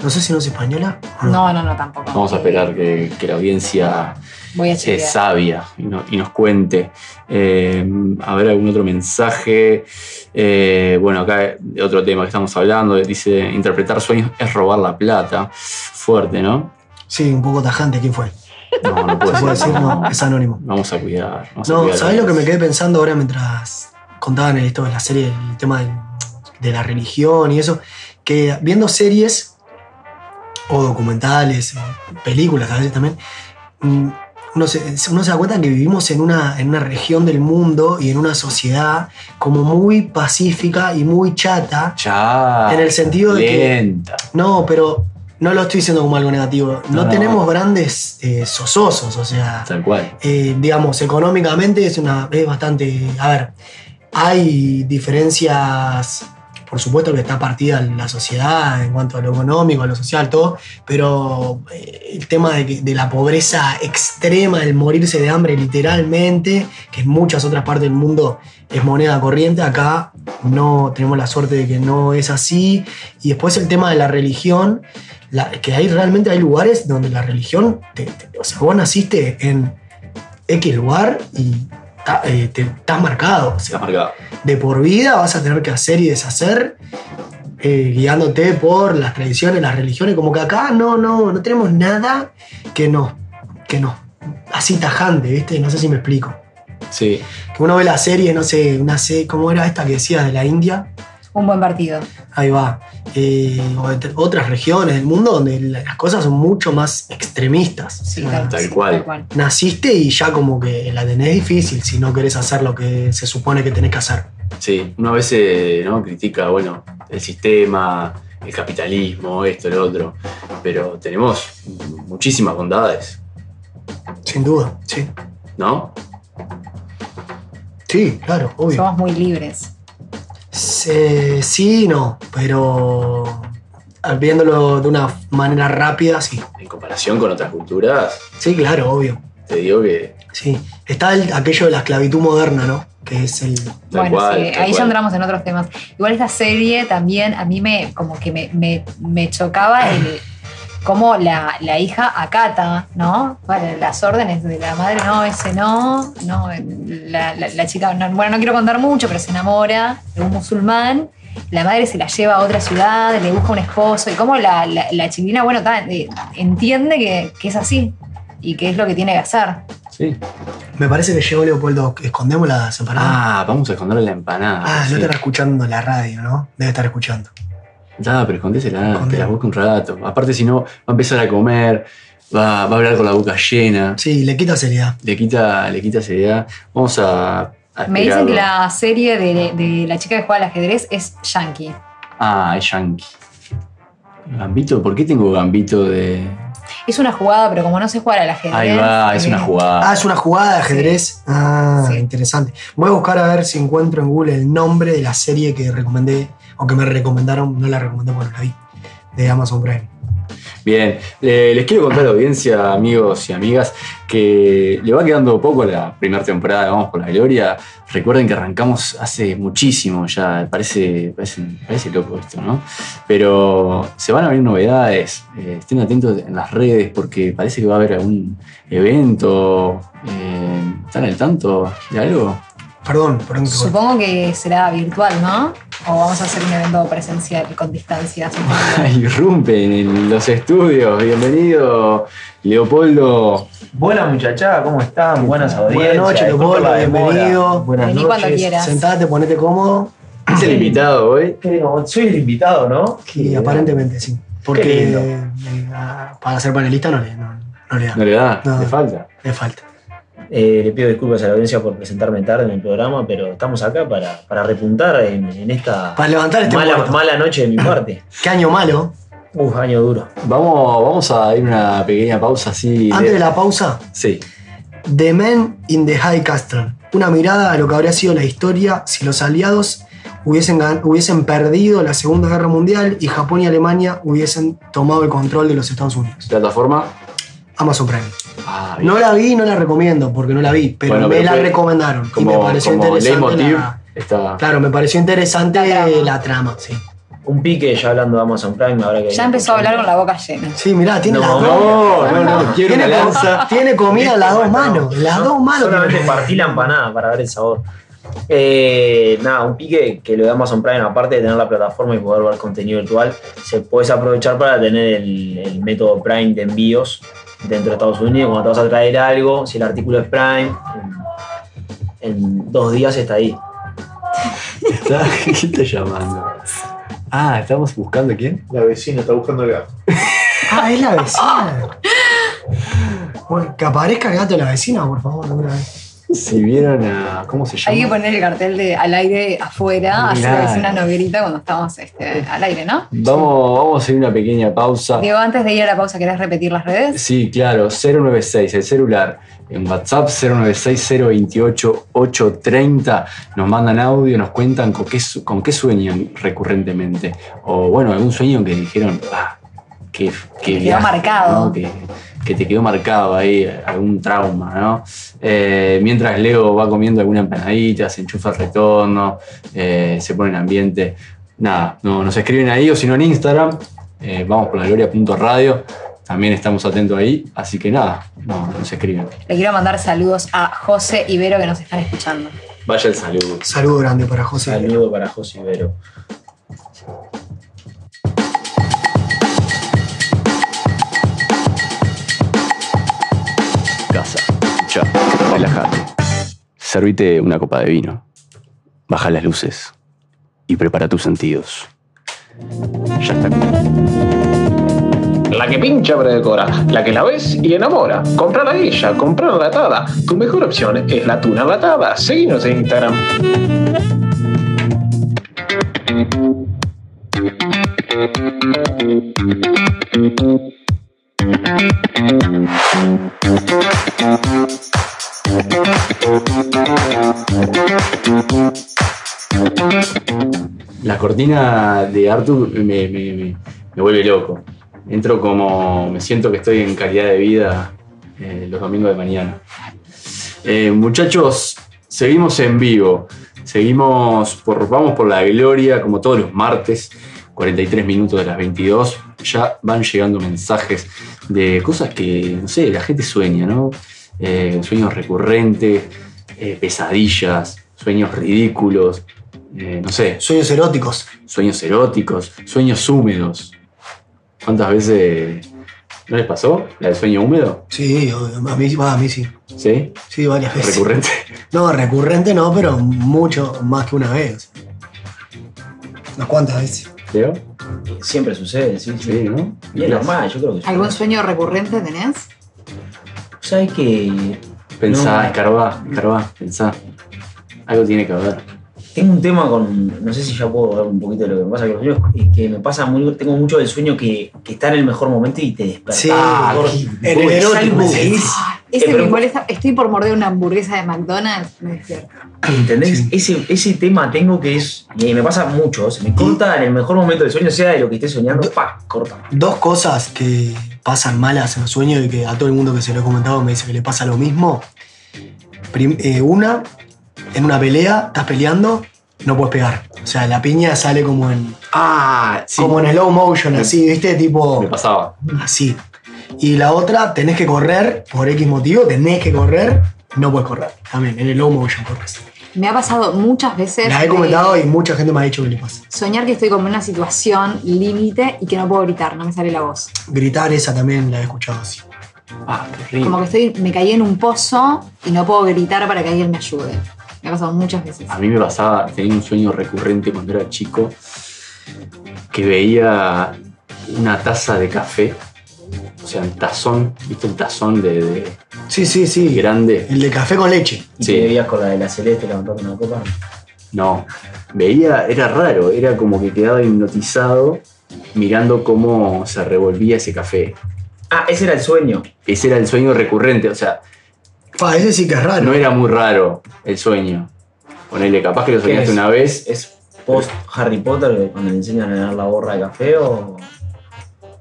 Speaker 5: No sé si no es española. o
Speaker 6: No, no, no, tampoco.
Speaker 4: Vamos a esperar que, que la audiencia
Speaker 6: Voy a
Speaker 4: sea
Speaker 6: chequear.
Speaker 4: sabia y, no- y nos cuente. Eh, a ver, algún otro mensaje. Eh, bueno, acá otro tema que estamos hablando. eh, Dice, interpretar sueños es robar la plata. Fuerte, ¿no?
Speaker 5: Sí, un poco tajante, ¿quién fue?
Speaker 4: No, no
Speaker 5: Se puede
Speaker 4: puede ser.
Speaker 5: decir,
Speaker 4: no.
Speaker 5: no, es anónimo.
Speaker 4: Vamos a cuidar. vamos a
Speaker 5: No,
Speaker 4: cuidar
Speaker 5: ¿sabés
Speaker 4: la
Speaker 5: lo que
Speaker 4: vida.
Speaker 5: me quedé pensando ahora mientras contaban esto de la serie, el tema del- de la religión y eso? Que viendo series o documentales, o películas a veces también, mm, uno se, uno se da cuenta que vivimos en una, en una región del mundo y en una sociedad como muy pacífica y muy chata.
Speaker 4: Ya.
Speaker 5: En el sentido de que-
Speaker 4: lenta.
Speaker 5: No, pero no lo estoy diciendo como algo negativo. No,
Speaker 4: No, no.
Speaker 5: tenemos grandes eh, sososos, o sea...
Speaker 4: Tal cual.
Speaker 5: eh, digamos, económicamente es una es bastante. A ver, hay diferencias por supuesto que está partida la sociedad en cuanto a lo económico, a lo social, todo, pero eh, el tema de, que- de la pobreza extrema, el morirse de hambre literalmente, que en muchas otras partes del mundo es moneda corriente, acá no tenemos la suerte de que no es así. Y después el tema de la religión, la- que ahí realmente hay lugares donde la religión, te- te- o sea, vos naciste en X lugar y ta- eh, te estás marcado. o sea,
Speaker 4: Se ha marcado.
Speaker 5: de por vida vas a tener que hacer y deshacer, eh, guiándote por las tradiciones, las religiones, como que acá no, no, no tenemos nada que nos, que nos, así tajante, ¿viste? No sé si me explico.
Speaker 4: Sí.
Speaker 5: Que uno ve la serie, no sé, una serie, ¿cómo era esta que decías de la India?
Speaker 6: Un buen partido.
Speaker 5: Ahí va. Eh, o de t- otras regiones del mundo donde la- las cosas son mucho más extremistas.
Speaker 6: Sí,
Speaker 5: O sea,
Speaker 4: tal
Speaker 6: sí,
Speaker 4: cual.
Speaker 5: Naciste y ya como que la tenés difícil si no querés hacer lo que se supone que tenés que hacer.
Speaker 4: Sí, uno a veces ¿no? critica, bueno, el sistema, el capitalismo, esto, lo otro, pero tenemos muchísimas bondades,
Speaker 5: Sin duda, sí.
Speaker 4: ¿no?
Speaker 5: Sí, claro, obvio.
Speaker 6: Somos muy libres.
Speaker 5: Se- sí, y no, pero ah, viéndolo de una manera rápida, sí.
Speaker 4: En comparación con otras culturas,
Speaker 5: Sí, claro, obvio.
Speaker 4: te digo que
Speaker 5: Sí. Está el- aquello de la esclavitud moderna, ¿no? Que es el.
Speaker 4: Tal
Speaker 6: bueno,
Speaker 4: cual,
Speaker 6: sí,
Speaker 4: tal
Speaker 6: ahí
Speaker 4: cual.
Speaker 6: ya entramos en otros temas. Igual esta serie también a mí me como que me, me- me chocaba el cómo la, la hija acata, ¿no? Vale, las órdenes de la madre, no, ese no, no, la, la- la chica, no, bueno, no quiero contar mucho, pero se enamora de un musulmán. La madre se la lleva a otra ciudad, le busca un esposo, y cómo la, la, la chiquilina, bueno, ta, eh, entiende que, que es así y que es lo que tiene que hacer.
Speaker 4: Sí.
Speaker 5: Me parece que llegó Leopoldo. Escondemos las empanadas.
Speaker 4: Ah, vamos a esconder la empanada.
Speaker 5: Ah, no
Speaker 4: sí.
Speaker 5: estará escuchando la radio, ¿no? Debe estar escuchando.
Speaker 4: Nada, pero escondésela,
Speaker 5: Escondé.
Speaker 4: te la busca un rato. Aparte, si no, va a empezar a comer, va, va a hablar con la boca llena,
Speaker 5: Sí, le quita seriedad.
Speaker 4: le quita, le quita seriedad. Vamos a. a
Speaker 6: Me dicen que
Speaker 4: esperarlo.
Speaker 6: la serie de, de la chica que juega al ajedrez es Yankee.
Speaker 4: Ah, es yankee. Gambito, ¿por qué tengo gambito de.?
Speaker 6: Es una jugada, pero como no sé jugar al ajedrez.
Speaker 4: Ahí va, es
Speaker 6: eh,
Speaker 4: una jugada.
Speaker 5: Ah, es una jugada de ajedrez. Ah,
Speaker 6: Sí.
Speaker 5: interesante. Voy a buscar a ver si encuentro en Google el nombre de la serie que recomendé, o que me recomendaron, no la recomendé porque no la vi, de Amazon Prime.
Speaker 4: Bien, le- les quiero contar a la audiencia, amigos y amigas, que le va quedando poco a la primera temporada, de vamos por la gloria. Recuerden que arrancamos hace muchísimo ya, parece, parece, parece loco esto, ¿no? Pero se van a abrir novedades, eh, estén atentos en las redes porque parece que va a haber algún evento. eh, ¿Están al tanto de algo?
Speaker 5: Perdón, perdón que corté.
Speaker 6: Supongo que será virtual, ¿no? O vamos a hacer un evento presencial con distancia. supongo.
Speaker 4: Irrumpe en los estudios. Bienvenido, Leopoldo.
Speaker 8: Buenas muchachada, ¿cómo están? Buenas audiencias.
Speaker 5: noches,
Speaker 8: Disculpa
Speaker 5: Leopoldo,
Speaker 8: la demora.
Speaker 5: bienvenido.
Speaker 8: Buenas
Speaker 6: Vení
Speaker 8: noches.
Speaker 6: cuando quieras.
Speaker 5: Sentate, ponete cómodo.
Speaker 4: Es el invitado hoy.
Speaker 8: Pero Soy el invitado, ¿no?
Speaker 5: Y aparentemente sí. Porque
Speaker 8: lindo.
Speaker 5: eh, a- para ser panelista no le, no, no le da.
Speaker 4: No le da,
Speaker 5: No.
Speaker 4: le falta.
Speaker 5: Le falta.
Speaker 8: Eh, le pido disculpas a la audiencia por presentarme tarde en el programa, pero estamos acá para, para repuntar en, en esta
Speaker 5: Para levantar este
Speaker 8: mala,
Speaker 5: muerto.
Speaker 8: mala noche de mi parte.
Speaker 5: Qué año malo.
Speaker 8: Uf, año duro.
Speaker 4: Vamos, vamos a ir una pequeña pausa así.
Speaker 5: Antes de Ah, la pausa,
Speaker 4: Sí,
Speaker 5: The Men in the High Castle. Una mirada a lo que habría sido la historia si los aliados hubiesen, gan- hubiesen perdido la Segunda Guerra Mundial y Japón y Alemania hubiesen tomado el control de los Estados Unidos.
Speaker 4: plataforma.
Speaker 5: Amazon Prime.
Speaker 4: Ah, bien.
Speaker 5: No la vi, no la recomiendo porque no la vi, pero
Speaker 4: Bueno,
Speaker 5: me
Speaker 4: pero
Speaker 5: la
Speaker 4: fue-
Speaker 5: recomendaron. y me
Speaker 4: como
Speaker 5: pareció
Speaker 4: como
Speaker 5: interesante.
Speaker 4: leitmotiv
Speaker 5: la-
Speaker 4: está.
Speaker 5: claro, me pareció interesante
Speaker 6: La
Speaker 5: la trama,
Speaker 6: trama.
Speaker 5: sí.
Speaker 8: Un pique ya hablando de Amazon Prime, ahora que.
Speaker 6: ya empezó a hablar con la boca llena.
Speaker 5: Sí, mirá, tiene
Speaker 8: No,
Speaker 5: las dos.
Speaker 4: No, no, no, quiero
Speaker 5: tiene,
Speaker 4: una
Speaker 5: co-
Speaker 4: lanza.
Speaker 5: tiene comida en las dos
Speaker 8: No,
Speaker 5: manos. en Las
Speaker 8: no,
Speaker 5: dos manos.
Speaker 8: Solamente
Speaker 5: tiene-
Speaker 8: partí la empanada para ver el sabor. Eh, nada, un pique que lo de Amazon Prime, aparte de tener la plataforma y poder ver contenido virtual, se puedes aprovechar para tener el, el método Prime de envíos dentro de Estados Unidos. Cuando te vas a traer algo, si el artículo es Prime, en, en dos días está ahí.
Speaker 4: Está, ¿Quién está llamando? Ah, estamos buscando quién.
Speaker 9: La vecina está buscando el gato.
Speaker 5: Ah, es la vecina. Bueno, que aparezca el gato de la vecina, por favor, de una vez.
Speaker 4: Si vieron a. ¿Cómo se llama?
Speaker 6: Hay que poner el cartel de al aire afuera, así
Speaker 4: Claro.
Speaker 6: es una novelita cuando estamos este, al aire, ¿no?
Speaker 4: Vamos, vamos a hacer una pequeña pausa.
Speaker 6: Diego, antes de ir a la pausa, ¿querés repetir las redes?
Speaker 4: Sí, claro, 096, el celular. en WhatsApp 096028830. Nos mandan audio, nos cuentan con qué, su- con qué sueñan recurrentemente. O bueno, algún sueño que dijeron, ah, que, que
Speaker 6: quedó marcado.
Speaker 4: ¿no? Que, que te quedó marcado ahí, algún trauma, ¿no? Eh, mientras Leo va comiendo alguna empanadita, se enchufa el retorno, eh, se pone en ambiente. Nada, no, nos escriben ahí o si no en Instagram, eh, vamos por la gloria.radio. También estamos atentos ahí, así que nada, no, nos escriben.
Speaker 6: Le quiero mandar saludos a José y Vero que nos están escuchando.
Speaker 4: Vaya el saludo.
Speaker 5: Saludo grande para José.
Speaker 8: Saludo para José Ibero.
Speaker 4: Casa, escucha, relájate. Servite una copa de vino. Baja las luces y prepara tus sentidos. Ya está
Speaker 1: La que pincha pero decora, la que la ves y enamora. Comprar a ella, comprar enlatada. Tu mejor opción es la tuna enlatada. Seguinos en Instagram.
Speaker 4: La cortina de Arthur me, me- me- me vuelve loco. Entro como. Me siento que estoy en calidad de vida eh, los domingos de mañana. Eh, muchachos, seguimos en vivo. Seguimos por. Vamos por la gloria, como todos los martes. 43 minutos de las 22. Ya van llegando mensajes de cosas que, no sé, la gente sueña, ¿no? Eh, sueños recurrentes, eh, pesadillas, sueños ridículos. eh, no sé,
Speaker 5: Sueños eróticos.
Speaker 4: sueños eróticos, sueños húmedos. ¿Cuántas veces no les pasó? ¿La del sueño húmedo?
Speaker 5: Sí, obvio, a mí, va, a mí sí.
Speaker 4: ¿Sí?
Speaker 5: Sí, varias veces.
Speaker 4: Recurrente.
Speaker 5: No, recurrente no, pero mucho más que una vez. Unas cuantas veces.
Speaker 4: ¿Leo?
Speaker 8: Siempre sucede, sí,
Speaker 4: Sí,
Speaker 8: sí.
Speaker 4: ¿no?
Speaker 8: Y es normal, yo creo que
Speaker 6: ¿Algún sueño recurrente tenés?
Speaker 8: ¿Sabes que
Speaker 4: Pensá,
Speaker 8: No.
Speaker 4: escarbá, escarbá, pensá. Algo tiene que haber.
Speaker 8: Tengo un tema con. No sé si ya puedo hablar un poquito de lo que me pasa con los sueños. Es que me pasa muy. Tengo mucho del sueño que, que está en el mejor momento y te despertás.
Speaker 5: Sí,
Speaker 4: Ah,
Speaker 8: mejor.
Speaker 5: en el
Speaker 8: Uy,
Speaker 5: erótico.
Speaker 8: salgo,
Speaker 5: sí.
Speaker 6: Ah, Ese
Speaker 8: Eh,
Speaker 6: que
Speaker 8: pero-
Speaker 6: molesta, estoy por morder una hamburguesa de McDonald's, me despierto.
Speaker 8: ¿Entendés?
Speaker 5: Sí.
Speaker 8: Ese, ese tema tengo que es. Y me pasa mucho. Se me corta en el mejor momento del sueño, sea de lo que esté soñando, pa, corta.
Speaker 5: Dos cosas que pasan malas en los sueños y que a todo el mundo que se lo he comentado me dice que le pasa lo mismo. Prim- eh, una, en una pelea, estás peleando, no puedes pegar. O sea, la piña sale como en,
Speaker 4: Ah, sí.
Speaker 5: como en slow motion,
Speaker 4: Me-
Speaker 5: así, ¿viste? Tipo.
Speaker 4: Me pasaba.
Speaker 5: así. Y la otra, tenés que correr por X motivo, tenés que correr, no puedes correr. También, en el low motion corres.
Speaker 6: Me ha pasado muchas veces.
Speaker 5: La he
Speaker 6: de
Speaker 5: comentado y mucha gente me ha dicho que le pasa.
Speaker 6: Soñar que estoy como en una situación límite y que no puedo gritar, no me sale la voz.
Speaker 5: Gritar esa también la he escuchado así.
Speaker 4: Ah, qué
Speaker 6: Como
Speaker 4: rico.
Speaker 6: que estoy, me caí en un pozo y no puedo gritar para que alguien me ayude. Me ha pasado muchas veces.
Speaker 4: A mí me pasaba, tenía un sueño recurrente cuando era chico, que veía una taza de café, o sea, el tazón, ¿viste el tazón de, de-
Speaker 5: Sí, sí, sí.
Speaker 4: grande?
Speaker 5: El de café con leche.
Speaker 8: Y
Speaker 4: Sí.
Speaker 8: te veías con la de la celeste levantando una copa.
Speaker 4: No, veía, era raro, era como que quedaba hipnotizado mirando cómo se revolvía ese café.
Speaker 8: Ah, ese era el sueño.
Speaker 4: Ese era el sueño recurrente, o sea,
Speaker 5: Pa, ese sí que es raro.
Speaker 4: no era muy raro el sueño. Ponele, capaz que lo
Speaker 8: ¿Qué
Speaker 4: soñaste
Speaker 8: es?
Speaker 4: una vez.
Speaker 8: ¿Es post Harry Potter cuando le enseñan a ganar la borra de café o.?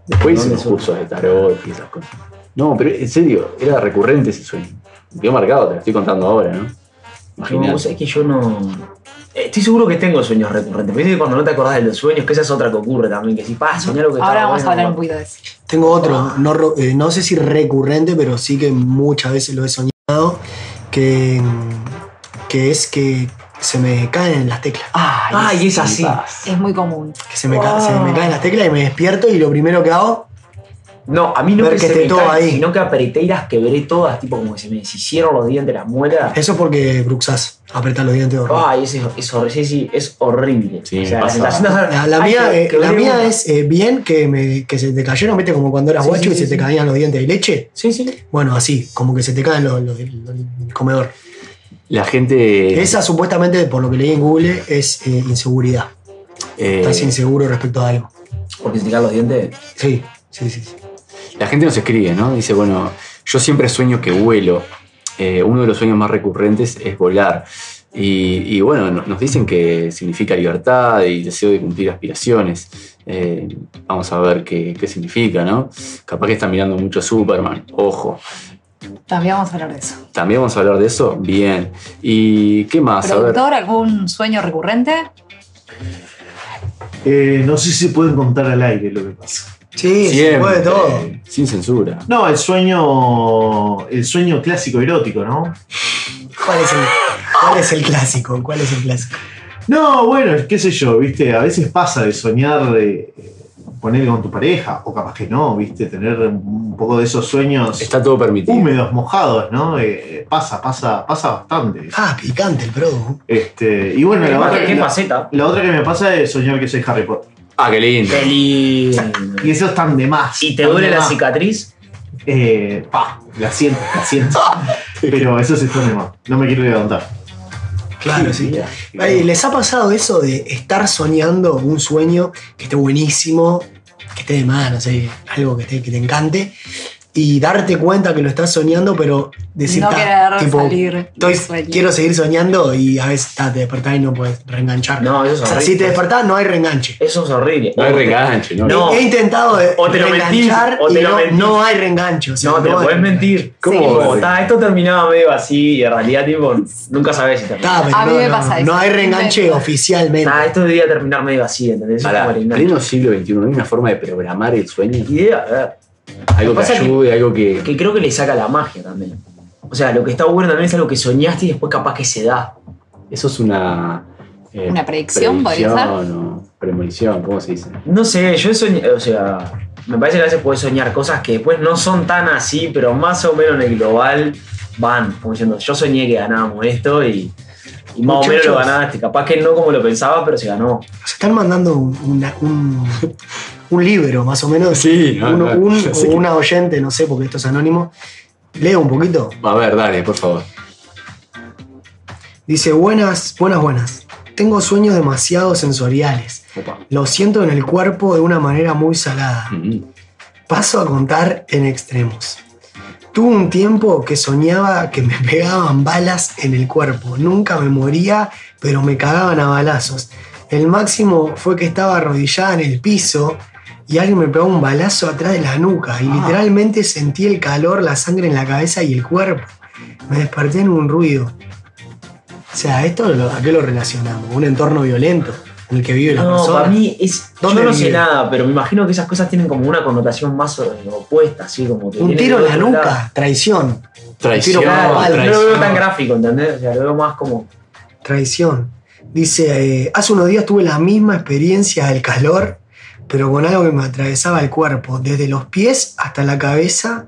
Speaker 4: Después
Speaker 8: ¿Dónde
Speaker 4: hicimos
Speaker 8: surge?
Speaker 4: cursos de tarot y esas cosas. No, pero en serio, era recurrente ese sueño. Me Quedó marcado, te lo estoy contando ahora, ¿no?
Speaker 8: No,
Speaker 4: Imagínate.
Speaker 8: vos sabés que yo no. eh, Estoy seguro que tengo sueños recurrentes. Viste que cuando no te acordás de los sueños, que esa es otra que ocurre también, que si pasa, soñé algo que
Speaker 6: Ahora
Speaker 8: estaba
Speaker 6: vamos
Speaker 8: pues
Speaker 6: a
Speaker 8: bueno,
Speaker 6: hablar un
Speaker 8: bueno.
Speaker 6: poquito de eso.
Speaker 5: Tengo otro, no, ro- eh, no sé si recurrente, pero sí que muchas veces lo he soñado, que, que es que se me caen las teclas.
Speaker 8: Ay, es así.
Speaker 6: Es muy común.
Speaker 5: Que se me, ca- se me caen las teclas y me despierto y lo primero que hago
Speaker 8: No, a mí no
Speaker 5: Ver
Speaker 8: que
Speaker 5: que
Speaker 8: se
Speaker 5: esté
Speaker 8: me
Speaker 5: todo
Speaker 8: caen,
Speaker 5: ahí.
Speaker 8: sino que apreté y las quebré todas, tipo como que se me deshicieron los dientes, las muelas.
Speaker 5: Eso porque bruxas, apretar los dientes de hormiga.
Speaker 8: Ay, es, es horrible. Sí, sí, es horrible.
Speaker 4: Sí,
Speaker 8: o
Speaker 4: me
Speaker 8: sea,
Speaker 4: pasa.
Speaker 8: la sensación de hacer-
Speaker 5: La, la
Speaker 8: ay,
Speaker 5: mía,
Speaker 8: que-
Speaker 5: eh,
Speaker 8: que
Speaker 5: la
Speaker 8: abrió
Speaker 5: mía
Speaker 8: una.
Speaker 5: es eh, bien que, me, que se te cayeron, viste, como cuando eras
Speaker 8: Sí,
Speaker 5: guacho
Speaker 8: sí,
Speaker 5: y
Speaker 8: sí,
Speaker 5: se te
Speaker 8: sí.
Speaker 5: caían los dientes de leche.
Speaker 8: Sí, sí.
Speaker 5: Bueno, así, como que se te caen los, los del los del comedor.
Speaker 4: La gente.
Speaker 5: Esa supuestamente, por lo que leí en Google, es eh, inseguridad.
Speaker 4: eh,
Speaker 5: Estás inseguro respecto a algo.
Speaker 8: Porque si te caen los dientes.
Speaker 5: Sí, sí, sí. sí.
Speaker 4: La gente nos escribe, ¿no? Dice, bueno, yo siempre sueño que vuelo. eh, uno de los sueños más recurrentes es volar. Y, y bueno, no- nos dicen que significa libertad y deseo de cumplir aspiraciones. Eh, vamos a ver qué, qué significa, ¿no? Capaz que están mirando mucho Superman, ojo.
Speaker 6: También vamos a hablar de eso.
Speaker 4: También vamos a hablar de eso, bien. ¿Y qué más? A ver.
Speaker 6: ¿Productor, algún sueño recurrente?
Speaker 7: Eh, no sé si pueden contar al aire lo que pasa.
Speaker 5: Sí, se
Speaker 4: Siempre, eh,
Speaker 5: puede todo.
Speaker 4: Sin censura.
Speaker 7: No, el sueño. El sueño clásico erótico, ¿no?
Speaker 5: ¿Cuál es el, cuál es el clásico? ¿Cuál es el clásico?
Speaker 7: No, bueno, qué sé yo, viste, a veces pasa de soñar de poner con tu pareja, o capaz que no, viste, tener un poco de esos sueños
Speaker 4: Está todo permitido.
Speaker 7: húmedos, mojados, ¿no? Eh, eh, pasa, pasa, pasa bastante.
Speaker 5: Ah, picante el pro.
Speaker 7: Este, y bueno,
Speaker 8: Qué
Speaker 7: la
Speaker 8: pa-
Speaker 7: otra,
Speaker 8: qué
Speaker 7: la-
Speaker 8: maceta.
Speaker 7: la otra que me pasa es soñar que soy Harry Potter.
Speaker 4: Ah, qué lindo.
Speaker 8: Qué lindo.
Speaker 7: Y eso es tan de más.
Speaker 8: ¿Y te
Speaker 7: tan
Speaker 8: duele
Speaker 7: de
Speaker 8: la
Speaker 7: más.
Speaker 8: cicatriz?
Speaker 7: Eh, pa, la siento, la siento. Pero eso sí está de más. No me quiero levantar.
Speaker 5: Claro, sí. Ay, ¿Les ha pasado eso de estar soñando un sueño que esté buenísimo, que esté de más, no sé, algo que te, que te encante, y darte cuenta que lo estás soñando, pero decir,
Speaker 6: no
Speaker 5: "Ta,
Speaker 6: querer
Speaker 5: tipo,
Speaker 6: salir del
Speaker 5: estoy-
Speaker 6: sueño.
Speaker 5: quiero seguir soñando y a veces ta, te despertás y no puedes reenganchar.
Speaker 8: No, eso es
Speaker 5: o sea,
Speaker 8: horrible.
Speaker 5: si te despertás, no hay reenganche.
Speaker 8: Eso es horrible.
Speaker 4: No hay
Speaker 8: O te-
Speaker 4: reganche, ¿no?
Speaker 8: No.
Speaker 5: He intentado de-
Speaker 8: O te lo
Speaker 5: reenganchar
Speaker 8: mentís, o te
Speaker 5: y
Speaker 8: lo
Speaker 5: no,
Speaker 8: mentís.
Speaker 5: no hay reenganche. o sea,
Speaker 8: No, te lo
Speaker 5: hay
Speaker 8: podés
Speaker 5: reenganche.
Speaker 8: mentir.
Speaker 4: ¿Cómo?
Speaker 8: Como, "Ta, esto terminaba medio así y en realidad, tipo, nunca sabes si terminaba.
Speaker 5: Ta, pero
Speaker 6: A mí
Speaker 5: no,
Speaker 6: me
Speaker 5: no,
Speaker 6: pasa
Speaker 5: no,
Speaker 6: eso.
Speaker 5: no hay reenganche
Speaker 6: Me-
Speaker 5: oficialmente.
Speaker 8: "Ta, esto debía terminar medio así, ¿entendés? Es
Speaker 4: Pará,
Speaker 8: como el enganche.
Speaker 4: pleno siglo XXI, ¿no hay una forma de programar el sueño?
Speaker 8: Idea, a ver.
Speaker 4: Algo que
Speaker 8: Pasa que-
Speaker 4: ayude, algo que...
Speaker 8: que creo que le saca la magia también. O sea, lo que está bueno también es algo que soñaste y después capaz que se da.
Speaker 4: Eso es una... eh,
Speaker 6: Una predicción, podría
Speaker 4: predicción o premonición, ¿cómo se dice?
Speaker 8: No sé, yo he soñado, o sea, me parece que a veces puedes soñar cosas que después no son tan así, pero más o menos en el global van, como diciendo, yo soñé que ganábamos esto y, y más o menos lo
Speaker 5: Muchachos.
Speaker 8: ganaste. Capaz que no como lo pensaba, pero se ganó.
Speaker 5: Nos están mandando un, una- un, un libro, más o menos.
Speaker 4: Sí, no,
Speaker 5: Uno-
Speaker 4: no,
Speaker 5: un-
Speaker 4: yo sé
Speaker 5: o
Speaker 4: que-
Speaker 5: una oyente, no sé, porque esto es anónimo. Leo un poquito.
Speaker 4: A ver, dale, por favor.
Speaker 5: Dice, buenas, buenas, buenas. Tengo sueños demasiado sensoriales.
Speaker 4: Opa.
Speaker 5: Lo siento en el cuerpo de una manera muy salada.
Speaker 4: Mm.
Speaker 5: Paso a contar en extremos. Tuve un tiempo que soñaba que me pegaban balas en el cuerpo. Nunca me moría, pero me cagaban a balazos. El máximo fue que estaba arrodillada en el piso y alguien me pegó un balazo atrás de la nuca. Y
Speaker 8: Ah.
Speaker 5: literalmente sentí el calor, la sangre en la cabeza y el cuerpo. Me desperté en un ruido. O sea, ¿esto lo- a qué lo relacionamos? Un entorno violento en el que vive la
Speaker 8: No,
Speaker 5: persona.
Speaker 8: para mí es. No,
Speaker 5: Yo
Speaker 8: no,
Speaker 5: le
Speaker 8: lo
Speaker 5: digo.
Speaker 8: sé nada, pero me imagino que esas cosas tienen como una connotación más eh, opuesta, así como que.
Speaker 5: un
Speaker 8: tiene
Speaker 5: tiro en
Speaker 8: que
Speaker 5: la
Speaker 8: ver con
Speaker 5: nuca, traición,
Speaker 4: Traición,
Speaker 5: Claro,
Speaker 8: Claro, no lo
Speaker 4: traición.
Speaker 8: veo tan gráfico, ¿entendés? O sea, lo veo más como.
Speaker 5: traición. Dice, eh, hace unos días tuve la misma experiencia del calor, pero con algo que me atravesaba el cuerpo, desde los pies hasta la cabeza,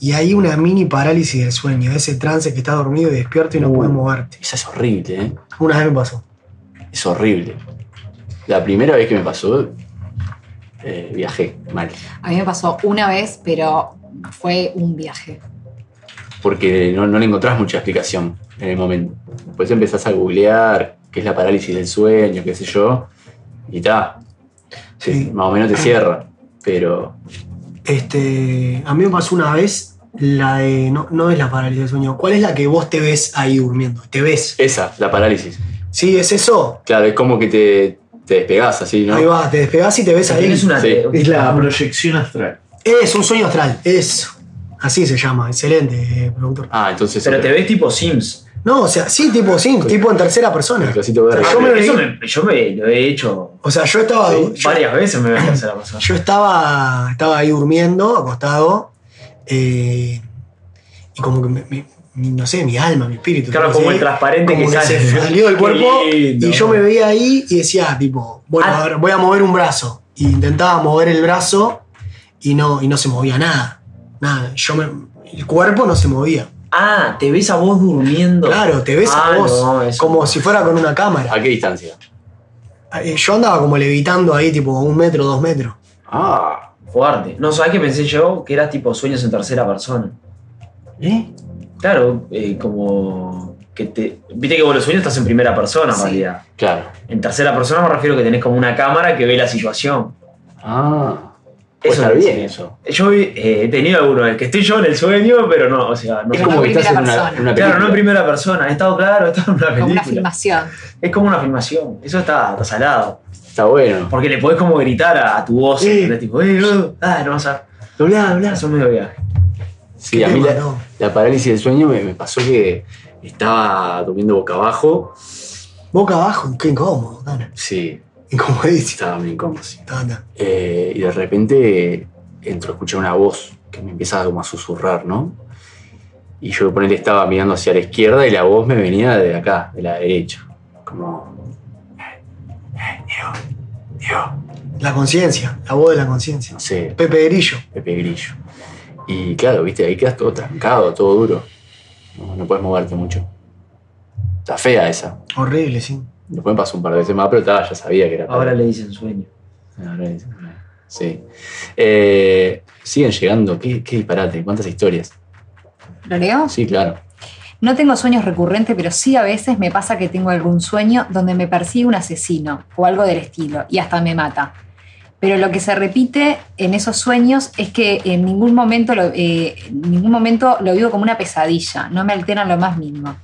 Speaker 5: y ahí una mini parálisis del sueño, ese trance que está dormido y despierto y no
Speaker 4: Uh.
Speaker 5: puedes moverte.
Speaker 4: Esa es horrible, ¿eh?
Speaker 5: Una vez me pasó.
Speaker 4: Es horrible. La primera vez que me pasó, eh, viajé mal.
Speaker 6: A mí me pasó una vez, pero fue un viaje.
Speaker 4: porque no, no le encontrás mucha explicación en el momento. Después empezás a googlear qué es la parálisis del sueño, qué sé yo, y ta.
Speaker 5: Sí.
Speaker 4: Más o menos te cierra, pero
Speaker 5: Este, a mí me pasó una vez la de, no, no es la parálisis del sueño, ¿cuál es la que vos te ves ahí durmiendo? ¿Te ves?
Speaker 4: esa, la parálisis.
Speaker 5: Sí, es eso.
Speaker 4: Claro, es como que te, te despegás así, ¿no?
Speaker 5: Ahí vas, te despegás y te ves ahí.
Speaker 8: Tienes una.
Speaker 4: Sí.
Speaker 7: Es la proyección astral.
Speaker 5: Es un sueño astral, eso. Así se llama, excelente, eh, productor.
Speaker 4: Ah, entonces...
Speaker 8: Pero te ves tipo Sims.
Speaker 5: No, o sea, sí, tipo, sí, tipo en tercera persona.
Speaker 4: El cosito verde.
Speaker 5: O sea, yo me lo
Speaker 8: Ah, Eso
Speaker 5: leí-
Speaker 8: me- yo me lo he hecho
Speaker 5: O sea, yo estaba. yo,
Speaker 8: varias veces me voy a hacer la persona.
Speaker 5: yo estaba. Estaba ahí durmiendo, acostado. eh, y como que me- me- mi- no sé, mi alma, mi espíritu.
Speaker 8: Claro,
Speaker 5: no
Speaker 8: como
Speaker 5: sé,
Speaker 8: el transparente
Speaker 5: como
Speaker 8: que sale.
Speaker 5: se salió del
Speaker 8: Qué
Speaker 5: cuerpo.
Speaker 8: lindo.
Speaker 5: Y yo me veía ahí y decía, tipo, bueno,
Speaker 8: Ah.
Speaker 5: a ver, voy a mover un brazo. Y intentaba mover el brazo y no, y no se movía nada. Nada. Yo me, el cuerpo no se movía.
Speaker 8: Ah, te ves a vos durmiendo.
Speaker 5: Claro, te ves
Speaker 8: Ah,
Speaker 5: a vos
Speaker 8: no, eso
Speaker 5: como
Speaker 8: no.
Speaker 5: si fuera con una cámara.
Speaker 4: ¿A qué distancia?
Speaker 5: Eh, Yo andaba como levitando ahí, tipo a un metro, dos metros.
Speaker 4: Ah,
Speaker 8: Fuerte. No, ¿sabes qué pensé yo? Que eras tipo sueños en tercera persona.
Speaker 5: ¿Eh?
Speaker 8: Claro, eh, como que te. Viste que vos los sueños estás en primera persona, en
Speaker 6: Sí.
Speaker 8: realidad.
Speaker 4: claro.
Speaker 8: En tercera persona me refiero que tenés como una cámara que ve la situación.
Speaker 4: Ah, Puede
Speaker 8: Eso
Speaker 4: estar
Speaker 8: es-
Speaker 4: bien eso.
Speaker 8: Yo eh, he tenido alguno, el que estoy yo en el sueño, pero no, o sea, no
Speaker 4: Es
Speaker 8: sé.
Speaker 4: como que
Speaker 6: primera
Speaker 4: estás en una,
Speaker 6: persona.
Speaker 4: en una
Speaker 8: Claro, no en
Speaker 4: película.
Speaker 8: primera persona, he estado claro, he estado en una película.
Speaker 6: Como una filmación.
Speaker 8: Es como una filmación, eso está, está salado.
Speaker 4: Está bueno.
Speaker 8: Porque le podés como gritar a, a tu voz,
Speaker 7: Eh.
Speaker 8: ¿entendés? tipo, eh, oh, ah, no vas a.
Speaker 7: Doblá,
Speaker 8: Hablar, son medio viaje.
Speaker 4: Sí, a mí
Speaker 5: tema,
Speaker 4: la,
Speaker 5: no?
Speaker 4: la parálisis del sueño me, me pasó que estaba durmiendo boca abajo.
Speaker 5: Boca abajo, qué incómodo, Dana.
Speaker 4: Sí,
Speaker 5: Incomodísimo.
Speaker 4: estaba muy incómodo. sí.
Speaker 5: Dana.
Speaker 4: Eh, y de repente entro a escuchar una voz que me empieza como a susurrar, ¿no? Y yo ponele estaba mirando hacia la izquierda y la voz me venía de acá, de la derecha. Como,
Speaker 5: La conciencia, la voz de la conciencia.
Speaker 4: no sé,
Speaker 5: Pepe Grillo.
Speaker 4: Pepe Grillo. Y claro, viste, ahí quedas todo trancado, todo duro. No, no puedes moverte mucho. Está fea esa.
Speaker 5: Horrible, sí.
Speaker 4: Después me pasó un par de veces más, pero estaba, ya sabía que era
Speaker 8: Ahora le dicen sueño.
Speaker 4: Ahora es- Sí. Eh, siguen llegando. ¿Qué, qué disparate, cuántas historias.
Speaker 6: ¿Lo leo?
Speaker 4: Sí, claro.
Speaker 6: No tengo sueños recurrentes, pero sí a veces me pasa que tengo algún sueño donde me persigue un asesino o algo del estilo y hasta me mata. Pero lo que se repite en esos sueños es que en ningún momento lo, eh, en ningún momento lo vivo como una pesadilla, no me altera lo más mínimo.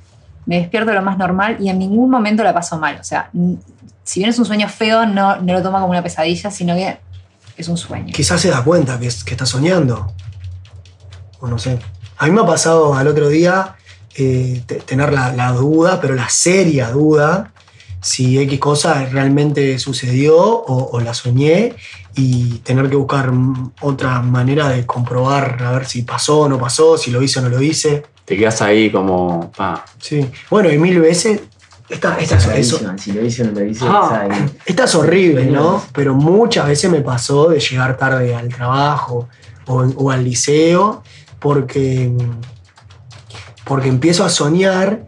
Speaker 6: Me despierto lo más normal y en ningún momento la paso mal. O sea, n- si bien es un sueño feo, no, no lo toma como una pesadilla, sino que es un sueño.
Speaker 5: Quizás se da cuenta que, es- que está soñando. O no sé. A mí me ha pasado al otro día eh, te- tener la, la duda, pero la seria duda, si X cosa realmente sucedió o, o la soñé y tener que buscar mm, otra manera de comprobar a ver si pasó o no pasó, si lo hice o no lo hice.
Speaker 4: Te quedas ahí como. pa.
Speaker 5: Sí. Bueno, y mil veces. Esta, esta,
Speaker 8: Esa es
Speaker 5: eso-
Speaker 8: rarísima, Si lo dicen, lo dicen.
Speaker 5: Ah.
Speaker 8: esa es-
Speaker 5: Esta es horrible, ¿no? Pero muchas veces me pasó de llegar tarde al trabajo o, o al liceo porque, porque empiezo a soñar.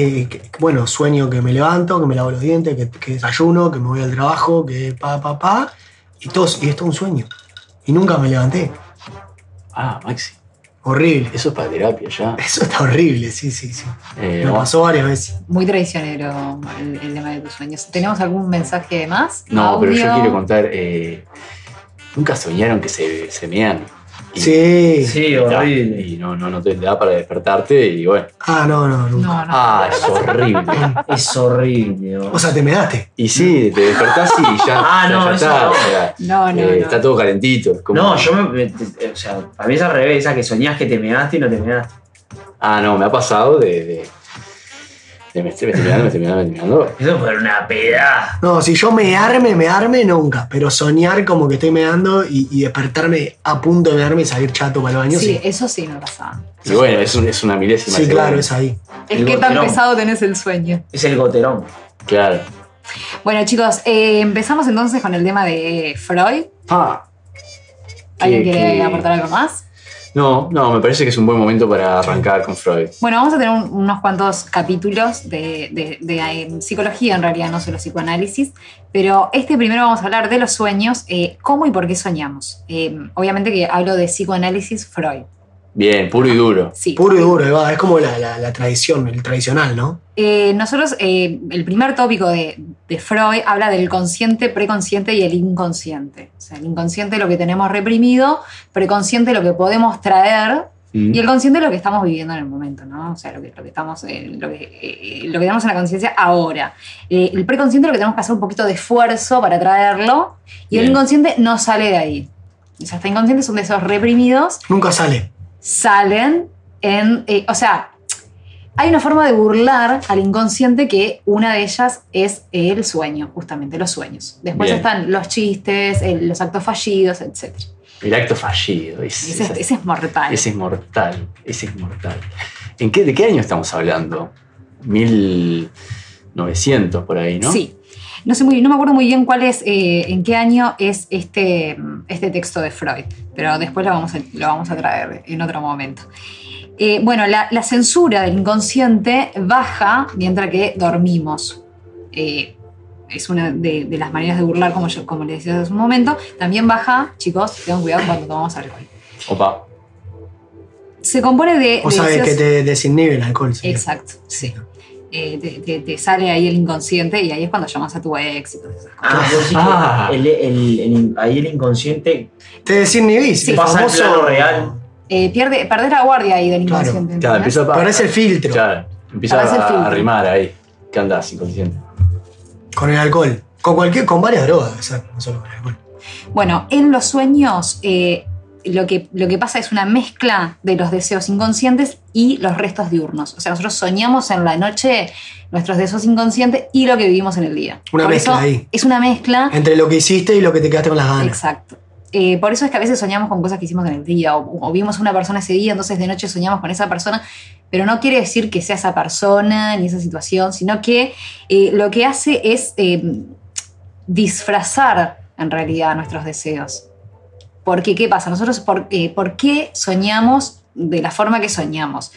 Speaker 5: eh, que- bueno, sueño que me levanto, que me lavo los dientes, que, que desayuno, que me voy al trabajo, que pa, pa, pa. Y, todo, y es todo un sueño. Y nunca me levanté.
Speaker 4: Ah, Maxi.
Speaker 5: Horrible.
Speaker 4: Eso es para terapia ya.
Speaker 5: Eso está horrible, sí, sí, sí.
Speaker 4: Eh,
Speaker 5: Me
Speaker 4: vamos-
Speaker 5: pasó varias veces.
Speaker 6: Muy traicionero el, el tema de tus sueños. ¿Tenemos algún mensaje más?
Speaker 4: no, pero yo
Speaker 6: Audio.
Speaker 4: quiero contar. eh, Nunca soñaron que se, se mean. Y-
Speaker 5: Sí.
Speaker 8: Sí,
Speaker 4: y ta,
Speaker 8: horrible.
Speaker 4: Y no, no, no te da para despertarte y bueno.
Speaker 5: Ah, no, no, nunca.
Speaker 6: No, no.
Speaker 4: Ah, es horrible.
Speaker 8: Es horrible. boludo.
Speaker 5: O sea, te me daste.
Speaker 4: Y sí, te despertás y ya,
Speaker 8: Ah,
Speaker 4: ya-
Speaker 8: no, eso
Speaker 4: ya está.
Speaker 8: no.
Speaker 4: o sea,
Speaker 6: No, no,
Speaker 4: eh,
Speaker 6: no.
Speaker 4: Está todo calentito. es como-
Speaker 8: No, yo me, me- te- O sea, a mí es al revés, esa que soñás que te measte y no te measte.
Speaker 4: Ah, no, me ha pasado de. de, de me estoy me estoy mirando, me estoy mirando, me estoy mirando.
Speaker 8: Eso fue una peda.
Speaker 5: No, si yo me arme, me arme nunca, pero soñar como que estoy meando y, y despertarme a punto de mearme y salir chato para el baño,
Speaker 6: Sí,
Speaker 5: sí.
Speaker 6: eso sí me pasaba.
Speaker 4: Y bueno, es, un- es una milésima.
Speaker 5: Sí,
Speaker 4: de
Speaker 5: claro, es
Speaker 4: segundo.
Speaker 5: ahí.
Speaker 6: Es
Speaker 8: El
Speaker 6: que tan
Speaker 8: goterón.
Speaker 6: pesado tenés el sueño.
Speaker 8: Es el goterón.
Speaker 4: Claro.
Speaker 6: Bueno, chicos, eh, empezamos entonces con el tema de Freud.
Speaker 4: Ah.
Speaker 6: ¿Alguien
Speaker 4: Que-
Speaker 6: quiere
Speaker 4: que-
Speaker 6: aportar algo más?
Speaker 4: No, no, me parece que es un buen momento para arrancar con Freud.
Speaker 6: Bueno, vamos a tener un- unos cuantos capítulos de, de- de, eh, psicología, en realidad, no solo psicoanálisis, pero este primero vamos a hablar de los sueños, eh, cómo y por qué soñamos. Eh, obviamente que hablo de psicoanálisis Freud.
Speaker 4: Bien, puro y duro.
Speaker 6: Sí.
Speaker 5: Puro y duro, ahí va. es como la, la- la tradición, el tradicional, ¿no?
Speaker 6: Eh, nosotros, eh, el primer tópico de, de Freud habla del consciente, preconsciente y el inconsciente. O sea, el inconsciente es lo que tenemos reprimido, preconsciente es lo que podemos traer
Speaker 4: Mm.
Speaker 6: y el consciente es lo que estamos viviendo en el momento, ¿no? O sea, lo que, lo que estamos, eh, lo, que, eh, lo que tenemos en la conciencia ahora. Eh, el preconsciente es lo que tenemos que hacer un poquito de esfuerzo para traerlo y el
Speaker 4: Bien.
Speaker 6: inconsciente no sale de ahí. O sea, está inconsciente, son de esos reprimidos
Speaker 5: Nunca sale.
Speaker 6: salen en. eh, o sea, hay una forma de burlar al inconsciente que una de ellas es el sueño, justamente, los sueños. Después
Speaker 4: Bien.
Speaker 6: están los chistes, el- los actos fallidos, etc.
Speaker 4: El acto fallido. es-
Speaker 6: Ese,
Speaker 4: es-
Speaker 6: ese es mortal.
Speaker 4: ese es mortal. Ese es mortal. ¿En qué, ¿De qué año estamos hablando? 1900 por ahí, ¿no?
Speaker 6: Sí. No, sé muy, no me acuerdo muy bien cuál es, eh, en qué año es este, mm, este texto de Freud, pero después lo vamos a, lo vamos a traer en otro momento. Eh, bueno, la, la censura del inconsciente baja mientras que dormimos. Eh, es una de, de las maneras de burlar, como, yo, como les decía hace un momento. También baja, chicos, tengan cuidado cuando tomamos alcohol.
Speaker 4: Opa.
Speaker 6: Se compone de...
Speaker 5: O
Speaker 6: de
Speaker 5: sabes
Speaker 6: deseos-
Speaker 5: que te desinhibe el alcohol. sí.
Speaker 6: Exacto, sí. eh, te, te- te sale ahí el inconsciente y ahí es cuando llamas a tu ex. y todas esas cosas.
Speaker 8: Ah, vos decís que
Speaker 4: Ah.
Speaker 8: el- el- el- ahí el inconsciente
Speaker 5: Te desinhibís.
Speaker 6: Sí.
Speaker 5: el
Speaker 8: pasa al
Speaker 5: famoso-
Speaker 8: plano real.
Speaker 6: Eh, pierde, perdés la guardia ahí del
Speaker 5: Claro,
Speaker 6: inconsciente.
Speaker 4: Claro,
Speaker 6: ¿entendés?
Speaker 4: empieza a
Speaker 5: Parece el filtro
Speaker 4: Claro, empieza
Speaker 6: Parece el
Speaker 4: a,
Speaker 6: filtro.
Speaker 4: a rimar ahí. ¿Qué andás, inconsciente?
Speaker 5: con el alcohol. Con cualquier, con varias drogas, exacto, no solo con el alcohol.
Speaker 6: Bueno, en los sueños eh, lo, que, lo que pasa es una mezcla de los deseos inconscientes y los restos diurnos. O sea, nosotros soñamos en la noche nuestros deseos inconscientes y lo que vivimos en el día.
Speaker 5: Una mezcla ahí.
Speaker 6: Es una mezcla.
Speaker 5: Entre lo que hiciste y lo que te quedaste con las ganas.
Speaker 6: Exacto. Eh, por eso es que a veces soñamos con cosas que hicimos en el día o, o vimos a una persona ese día, entonces de noche soñamos con esa persona, pero no quiere decir que sea esa persona ni esa situación, sino que eh, lo que hace es eh, disfrazar en realidad nuestros deseos. Porque, ¿qué pasa? Nosotros, ¿por, eh, ¿por qué soñamos de la forma que soñamos?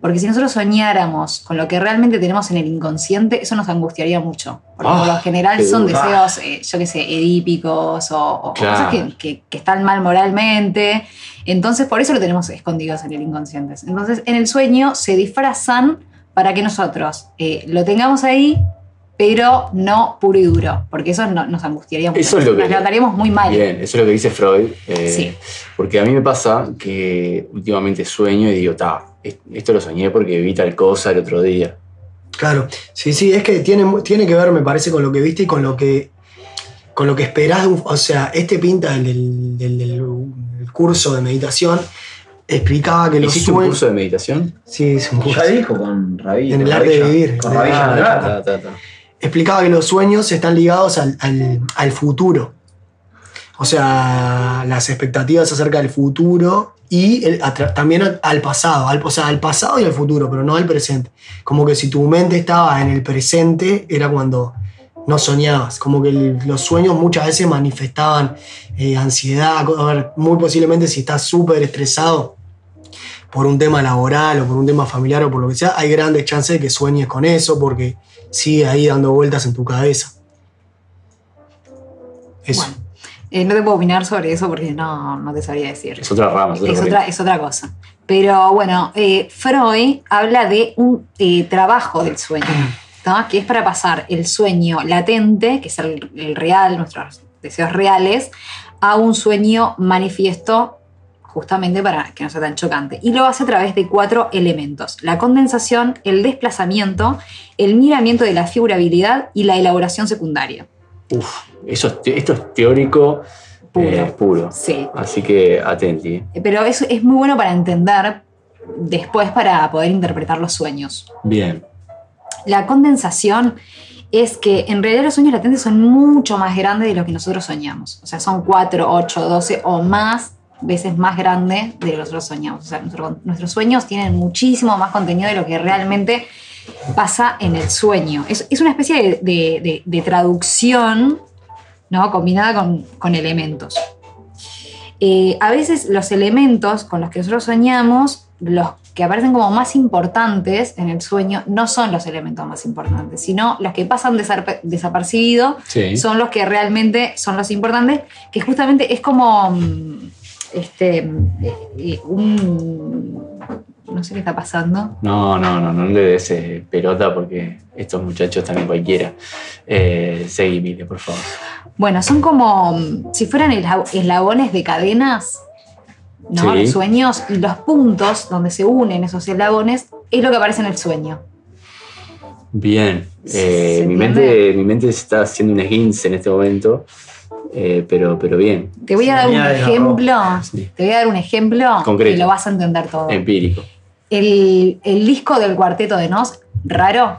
Speaker 6: Porque si nosotros soñáramos con lo que realmente tenemos en el inconsciente, eso nos angustiaría mucho. Porque por
Speaker 4: Ah,
Speaker 6: lo general
Speaker 4: qué
Speaker 6: son
Speaker 4: duro.
Speaker 6: deseos, eh, yo qué sé, edípicos o, o
Speaker 4: Claro.
Speaker 6: cosas que, que- que están mal moralmente. Entonces, por eso lo tenemos escondidos en el inconsciente. Entonces, en el sueño se disfrazan para que nosotros eh, lo tengamos ahí, pero no puro y duro, porque eso no- nos angustiaría mucho.
Speaker 4: Eso es lo que-
Speaker 6: Nos levantaríamos muy mal.
Speaker 4: Bien, eso es lo que dice Freud. eh,
Speaker 6: Sí.
Speaker 4: Porque a mí me pasa que últimamente sueño y digo, ta, es- esto lo soñé porque vi tal cosa el otro día.
Speaker 5: Claro, sí, sí, es que tiene, mu- tiene que ver, me parece, con lo que viste y con lo que con lo que esperás. de un- o sea, este pinta el del, del- del- del curso de meditación explicaba que los
Speaker 4: ¿Hiciste un
Speaker 5: sueños-
Speaker 4: curso de meditación?
Speaker 5: Sí, es un curso.
Speaker 8: Ya dijo con Rabí.
Speaker 5: En
Speaker 8: con
Speaker 5: el arte
Speaker 8: Rabilla.
Speaker 5: de vivir.
Speaker 8: Con Rabí
Speaker 5: Ah,
Speaker 4: ta, ta, ta.
Speaker 5: explicaba que los sueños están ligados al, al- al futuro. O sea, las expectativas acerca del futuro y el- atra- también al, al pasado, al, o sea, al pasado y al futuro, pero no al presente. Como que si tu mente estaba en el presente era cuando no soñabas. Como que el- los sueños muchas veces manifestaban eh, ansiedad. co- A ver, muy posiblemente si estás súper estresado por un tema laboral o por un tema familiar o por lo que sea, hay grandes chances de que sueñes con eso porque sigue ahí dando vueltas en tu cabeza. Eso.
Speaker 6: Bueno, eh, no te puedo opinar sobre eso porque no, no te sabría decir.
Speaker 4: Es otra rama, es otra
Speaker 6: Es
Speaker 4: corriente.
Speaker 6: otra, es otra cosa. Pero bueno, eh, Freud habla de un eh, trabajo del sueño, ¿no? que es para pasar el sueño latente, que es el, el real, nuestros deseos reales, a un sueño manifiesto justamente para que no sea tan chocante. Y lo hace a través de cuatro elementos. La condensación, el desplazamiento, el miramiento de la figurabilidad y la elaboración secundaria.
Speaker 4: Eso es te- esto es teórico
Speaker 6: Puro.
Speaker 4: eh, puro.
Speaker 6: Sí,
Speaker 4: Así que atenti.
Speaker 6: pero eso es muy bueno para entender después para poder interpretar los sueños.
Speaker 4: Bien.
Speaker 6: La condensación es que en realidad los sueños latentes son mucho más grandes de lo que nosotros soñamos. O sea, son 4, 8, 12 o más veces más grande de lo que nosotros soñamos. O sea, nuestro- nuestros sueños tienen muchísimo más contenido de lo que realmente pasa en el sueño. Es, es una especie de, de- de- de traducción ¿no? combinada con, con elementos. Eh, a veces los elementos con los que nosotros soñamos, los que aparecen como más importantes en el sueño, no son los elementos más importantes, sino los que pasan desarpe- desapercibidos
Speaker 4: Sí.
Speaker 6: son los que realmente son los importantes, que justamente es como mm, este, mm, eh, eh, un... No sé qué está pasando.
Speaker 4: No, no, no, no le des eh, pelota porque estos muchachos también cualquiera. Eh, seguí, Mile, por favor.
Speaker 6: Bueno, son como mm, si fueran esla- eslabones de cadenas, ¿no?
Speaker 4: Sí.
Speaker 6: Los sueños y los puntos donde se unen esos eslabones es lo que aparece en el sueño.
Speaker 4: Bien.
Speaker 6: ¿Se-
Speaker 4: Eh,
Speaker 6: se
Speaker 4: mi, mente, mi mente se está haciendo un esguince en este momento, eh, pero, pero bien,
Speaker 6: Te voy a dar un
Speaker 8: Señal de la
Speaker 6: ejemplo.
Speaker 4: Sí.
Speaker 6: Te voy a dar un ejemplo
Speaker 4: Concreto.
Speaker 6: que lo vas a entender todo.
Speaker 4: empírico.
Speaker 6: El, el disco del cuarteto de Nos, raro,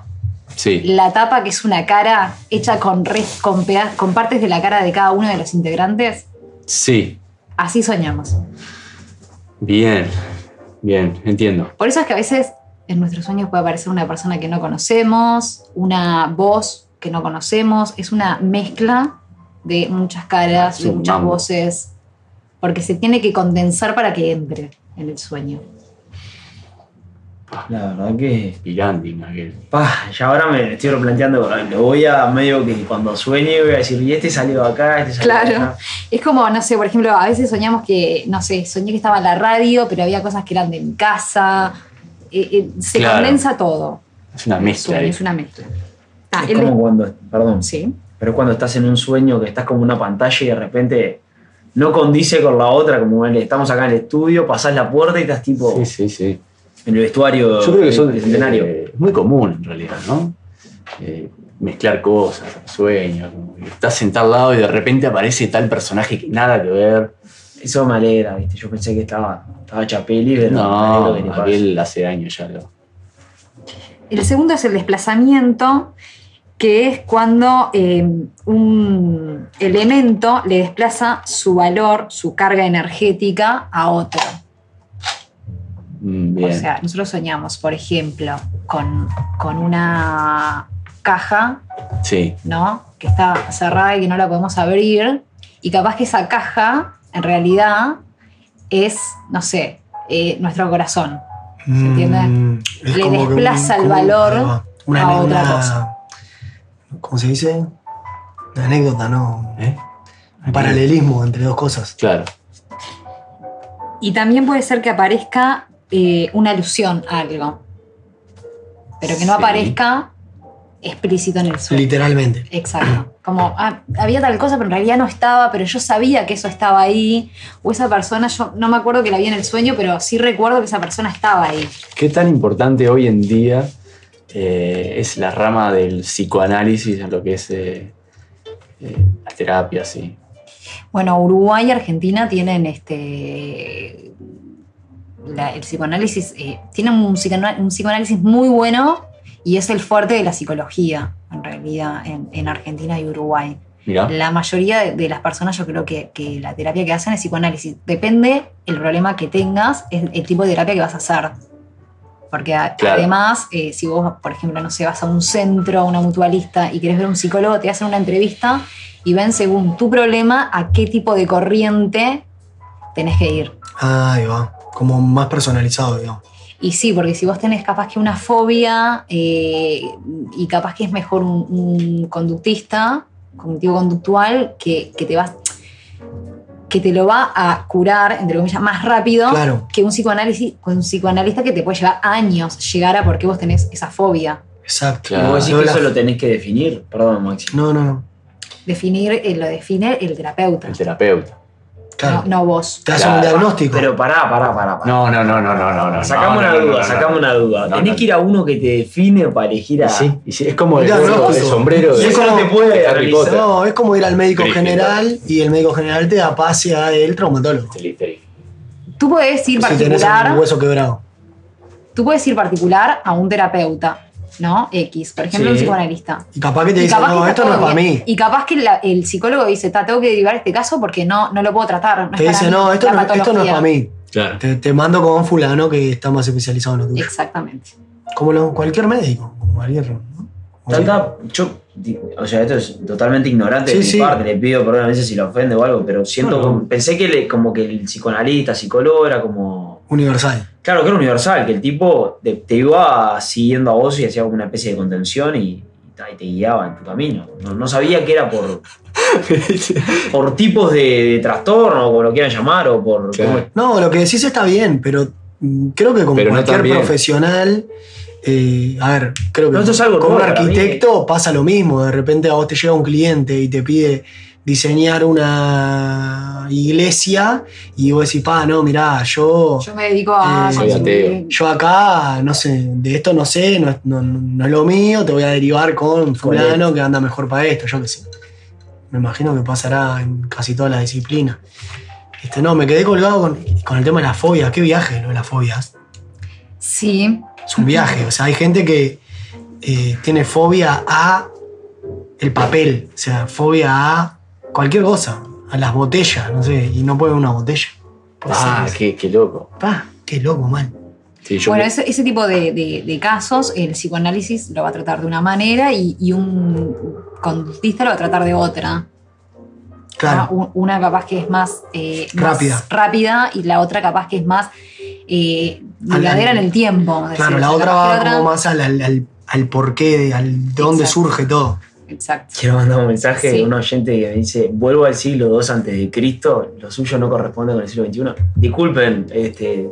Speaker 4: Sí.
Speaker 6: la tapa que es una cara hecha con, res- con, peda- con partes de la cara de cada uno de los integrantes,
Speaker 4: Sí.
Speaker 6: así soñamos.
Speaker 4: Bien. Bien, entiendo.
Speaker 6: Por eso es que a veces en nuestros sueños puede aparecer una persona que no conocemos, una voz que no conocemos, es una mezcla de muchas caras,
Speaker 4: Es
Speaker 6: de
Speaker 4: un
Speaker 6: muchas
Speaker 4: mambo.
Speaker 6: voces, porque se tiene que condensar para que entre en el sueño.
Speaker 8: La verdad que.
Speaker 4: Piranding aquel.
Speaker 8: Pa, ya ahora me estoy replanteando. Lo voy a medio que cuando sueñe voy a decir, y este salió acá, este salió
Speaker 6: Claro.
Speaker 8: acá.
Speaker 6: Es como, no sé, por ejemplo, a veces soñamos que, no sé, soñé que estaba en la radio, pero había cosas que eran de mi casa. Eh, eh, se
Speaker 4: Claro.
Speaker 6: condensa todo.
Speaker 4: Es una mezcla.
Speaker 6: sueño,
Speaker 4: ahí.
Speaker 6: es una mezcla. Ah,
Speaker 8: es
Speaker 6: él
Speaker 8: como cuando, perdón,
Speaker 6: des- sí.
Speaker 8: pero es cuando estás en un sueño que estás como una pantalla y de repente no condice con la otra, como el- estamos acá en el estudio, pasás la puerta y estás tipo
Speaker 4: Sí, sí, sí.
Speaker 8: en el vestuario
Speaker 4: Yo creo que son
Speaker 8: del escenario.
Speaker 4: eh, muy común en realidad, ¿no? Eh, mezclar cosas, sueños. como que Estás sentado al lado y de repente aparece tal personaje que nada que ver.
Speaker 8: Eso me alegra, ¿viste? Yo pensé que estaba, estaba Chapelli, pero me
Speaker 4: No,
Speaker 8: alegro que le pase.
Speaker 4: Gabriel hace años ya lo.
Speaker 6: El segundo es el desplazamiento, que es cuando eh, un elemento le desplaza su valor, su carga energética a otro.
Speaker 4: Mm, Bien.
Speaker 6: O sea, nosotros soñamos, por ejemplo, con, con una caja,
Speaker 4: sí.
Speaker 6: ¿no? Que está cerrada y que no la podemos abrir. Y capaz que esa caja, en realidad, es, no sé, eh, nuestro corazón.
Speaker 5: ¿Se
Speaker 6: entiende?
Speaker 5: Mm,
Speaker 6: Le desplaza el valor a otra cosa.
Speaker 5: ¿Cómo se dice? Una anécdota, ¿no?
Speaker 4: ¿Eh?
Speaker 5: Un paralelismo entre dos cosas.
Speaker 4: Claro.
Speaker 6: Y también puede ser que aparezca eh, una alusión a algo. Pero que no
Speaker 4: Sí.
Speaker 6: aparezca explícito en el sueño.
Speaker 5: Literalmente.
Speaker 6: Exacto. Como ah, había tal cosa, pero en realidad no estaba, pero yo sabía que eso estaba ahí. O esa persona, yo no me acuerdo que la vi en el sueño, pero sí recuerdo que esa persona estaba ahí.
Speaker 4: ¿Qué tan importante hoy en día eh, es la rama del psicoanálisis en lo que es eh, eh, la terapia? Sí.
Speaker 6: Bueno, Uruguay y Argentina tienen este. la- el psicoanálisis. eh, tienen un, psicoana- un psicoanálisis muy bueno y es el fuerte de la psicología, en realidad, en, en Argentina y Uruguay.
Speaker 4: Mirá.
Speaker 6: La mayoría de, de las personas, yo creo que, que la terapia que hacen es psicoanálisis. Depende el problema que tengas, es el tipo de terapia que vas a hacer. Porque a-
Speaker 4: Claro.
Speaker 6: además, eh, si vos, por ejemplo, no sé, vas a un centro, a una mutualista y querés ver a un psicólogo, te hacen una entrevista y ven según tu problema a qué tipo de corriente tenés que ir.
Speaker 5: Ahí va. Como más personalizado, digamos.
Speaker 6: Y sí, porque si vos tenés capaz que una fobia eh, y capaz que es mejor un, un conductista, cognitivo conductual, que, que te vas que te lo va a curar, entre comillas, más rápido
Speaker 5: Claro.
Speaker 6: que un psicoanálisis, con un psicoanalista que te puede llevar años llegar a por qué vos tenés esa fobia.
Speaker 5: Exacto.
Speaker 4: Claro.
Speaker 8: Y vos decís
Speaker 5: Yo
Speaker 8: que
Speaker 5: la-
Speaker 8: eso lo tenés que definir, perdón, Maxi.
Speaker 5: No, no, no.
Speaker 6: Definir, eh, lo define el terapeuta,
Speaker 4: El terapeuta.
Speaker 5: Claro.
Speaker 6: no, no vos.
Speaker 5: Te hacen
Speaker 4: Claro.
Speaker 5: un diagnóstico.
Speaker 8: Pero pará, pará, pará. pará.
Speaker 4: No, no, no, no, no, no. no
Speaker 8: sacame
Speaker 4: no,
Speaker 8: una
Speaker 4: no, no,
Speaker 8: duda,
Speaker 4: no, no.
Speaker 8: sacame una duda.
Speaker 4: No,
Speaker 8: tenés
Speaker 4: no.
Speaker 8: que ir a uno que te define para elegir a.
Speaker 4: Y sí, y sí, es como el,
Speaker 5: Mirá,
Speaker 4: gordo
Speaker 5: no,
Speaker 4: del
Speaker 5: eso.
Speaker 4: sombrero de,
Speaker 5: Y eso no te
Speaker 8: puede
Speaker 4: de Harry
Speaker 8: analizar.
Speaker 4: Potter.
Speaker 5: no, es como ir al médico
Speaker 4: Griffin.
Speaker 5: general y el médico general te da pase a el traumatólogo.
Speaker 4: El Listerine.
Speaker 6: Tú podés ir
Speaker 5: Si tenés
Speaker 6: particular.
Speaker 5: un hueso quebrado.
Speaker 6: Tú puedes ir particular a un terapeuta, ¿no? X, por ejemplo, un
Speaker 8: Sí.
Speaker 6: psicoanalista.
Speaker 5: Y capaz que te
Speaker 6: Y
Speaker 5: dicen,
Speaker 6: capaz que
Speaker 5: no,
Speaker 6: está
Speaker 5: esto no es
Speaker 6: todo
Speaker 5: para
Speaker 6: bien.
Speaker 5: mí.
Speaker 6: Y capaz que la- el psicólogo dice, "Ta, tengo que derivar este caso porque no, no lo puedo tratar. No es
Speaker 5: Te
Speaker 6: para
Speaker 5: dicen,
Speaker 6: mí,
Speaker 5: no, esto
Speaker 6: la
Speaker 5: no, esto no es
Speaker 6: patología".
Speaker 5: para mí.
Speaker 4: Claro.
Speaker 5: Te, te mando con un fulano que está más especializado en lo tuyo.
Speaker 6: Exactamente.
Speaker 5: Como lo- cualquier médico, como cualquier. ¿no? Como
Speaker 8: Tanta, yo, di- o sea, esto es totalmente ignorante de
Speaker 5: Sí,
Speaker 8: mi
Speaker 5: sí.
Speaker 8: parte, le pido perdón a veces si lo ofende o algo, pero
Speaker 5: No,
Speaker 8: siento,
Speaker 5: no.
Speaker 8: como- pensé que le- como que el psicoanalista, psicólogo era como...
Speaker 5: Universal.
Speaker 8: Claro, que era universal, que el tipo te, te iba siguiendo a vos y hacía como una especie de contención y, y te guiaba en tu camino. No, no sabía que era por, por tipos de, de trastorno, o como lo quieran llamar, o por...
Speaker 4: Claro.
Speaker 8: cómo-
Speaker 5: No, lo que decís está bien, pero mm, creo que como
Speaker 4: Pero no
Speaker 5: cualquier
Speaker 4: tan bien.
Speaker 5: profesional. eh, a ver, creo que
Speaker 8: No, esto es algo
Speaker 5: como un
Speaker 8: nuevo para mí.
Speaker 5: arquitecto pasa lo mismo. De repente a vos te llega un cliente y te pide diseñar una iglesia y vos decís, pa, no, mirá, yo,
Speaker 6: Yo me dedico a
Speaker 5: Eh,
Speaker 4: soy ateo.
Speaker 6: consumir.
Speaker 5: yo acá, no sé, de esto no sé, no, es- no- no es lo mío, te voy a derivar con fulano que anda mejor para esto, yo qué sé. Me imagino que pasará en casi todas las disciplinas. Este, no, me quedé colgado con, con el tema de las fobias. Qué viaje, lo de las fobias.
Speaker 6: Sí.
Speaker 5: Es un viaje. O sea, hay gente que eh, tiene fobia a el papel. O sea, fobia a cualquier cosa. A las botellas, no sé. Y no puede ver una botella. Puede
Speaker 4: Ah,
Speaker 5: ser.
Speaker 4: qué, qué loco.
Speaker 5: Pa, qué loco, man.
Speaker 4: Sí, yo
Speaker 6: Bueno,
Speaker 4: me-
Speaker 6: ese, ese tipo de, de- de casos, el psicoanálisis lo va a tratar de una manera y, y un conductista lo va a tratar de otra.
Speaker 5: Claro.
Speaker 6: ¿no? Un- Una capaz que es más, eh, más
Speaker 5: Rápida.
Speaker 6: rápida y la otra capaz que es más eh,
Speaker 5: Al-
Speaker 6: duradera en el tiempo.
Speaker 5: Claro,
Speaker 6: decir,
Speaker 5: la
Speaker 6: o sea,
Speaker 5: otra
Speaker 6: capaz que
Speaker 5: va
Speaker 6: la otra-
Speaker 5: como más al, al, al- al porqué, de- al de dónde
Speaker 6: Exacto.
Speaker 5: surge todo.
Speaker 6: Exacto.
Speaker 8: Quiero mandar un mensaje
Speaker 6: Sí.
Speaker 8: de un oyente que me dice, vuelvo al siglo II antes de Cristo, lo suyo no corresponde con el siglo XXI. Disculpen, este,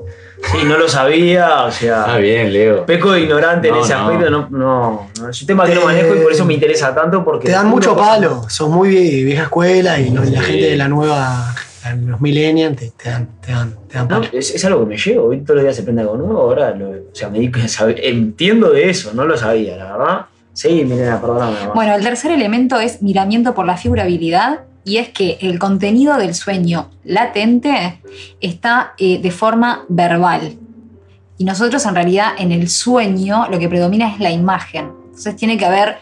Speaker 8: sí, no lo sabía, o sea,
Speaker 4: Ah, bien, Leo.
Speaker 8: peco de ignorante en
Speaker 4: No,
Speaker 8: ese
Speaker 4: no.
Speaker 8: aspecto, no, no, no, es un tema que no
Speaker 5: Te-
Speaker 8: manejo y por eso me interesa tanto porque...
Speaker 5: Te dan mucho
Speaker 8: uno-
Speaker 5: palo, sos muy vie- vieja escuela y los- la
Speaker 4: Sí.
Speaker 5: gente de la nueva, la- los millennials te, te dan, te dan, te dan
Speaker 8: No,
Speaker 5: palo.
Speaker 8: es, es algo que me llevo, hoy todos los días se prende algo nuevo, ahora lo, o sea, me di cuenta, sab- entiendo de eso, no lo sabía, la verdad. Sí, Milena, perdóname. mamá.
Speaker 6: Bueno, el tercer elemento es miramiento por la figurabilidad y es que el contenido del sueño latente está eh, de forma verbal. Y nosotros en realidad en el sueño lo que predomina es la imagen. Entonces tiene que haber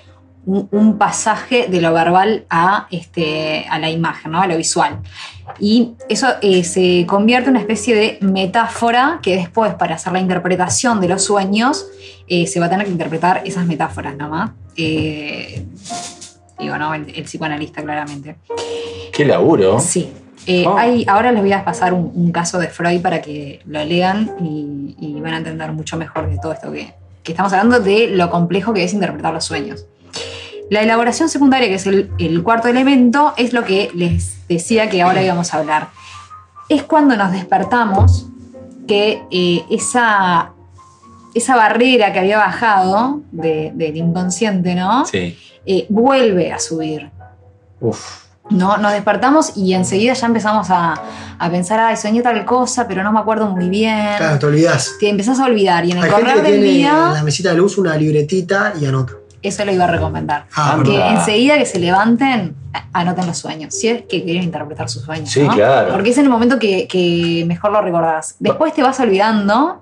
Speaker 6: un, un pasaje de lo verbal a, este, a la imagen, ¿no? a lo visual. Y eso eh, se convierte en una especie de metáfora que después para hacer la interpretación de los sueños eh, se va a tener que interpretar esas metáforas nomás. Eh, digo, ¿no? El, el psicoanalista, claramente.
Speaker 4: Qué laburo.
Speaker 6: Sí. Eh,
Speaker 4: Oh.
Speaker 6: hay- ahora les voy a pasar un, un caso de Freud para que lo lean y, y van a entender mucho mejor de todo esto que, que estamos hablando de lo complejo que es interpretar los sueños. La elaboración secundaria, que es el, el cuarto elemento, es lo que les decía que ahora íbamos a hablar. Es cuando nos despertamos que eh, esa, esa barrera que había bajado de- del inconsciente, ¿no?
Speaker 4: Sí.
Speaker 6: Eh, vuelve a subir.
Speaker 4: Uf.
Speaker 6: No, nos despertamos y enseguida ya empezamos a, a pensar, ay, soñé tal cosa, pero no me acuerdo muy bien.
Speaker 5: Claro, te olvidás.
Speaker 6: Te empezás a olvidar y en el
Speaker 5: Hay gente que
Speaker 6: correr del
Speaker 5: tiene en
Speaker 6: día,
Speaker 5: la mesita de luz una libretita y anota.
Speaker 6: eso lo iba a recomendar.
Speaker 5: Ah,
Speaker 6: Que
Speaker 4: Ah.
Speaker 6: enseguida que se levanten, a- anoten los sueños, si es que quieren interpretar sus sueños.
Speaker 4: Sí,
Speaker 6: ¿no?
Speaker 4: claro.
Speaker 6: Porque es en el momento que, que mejor lo recordás. Después te vas olvidando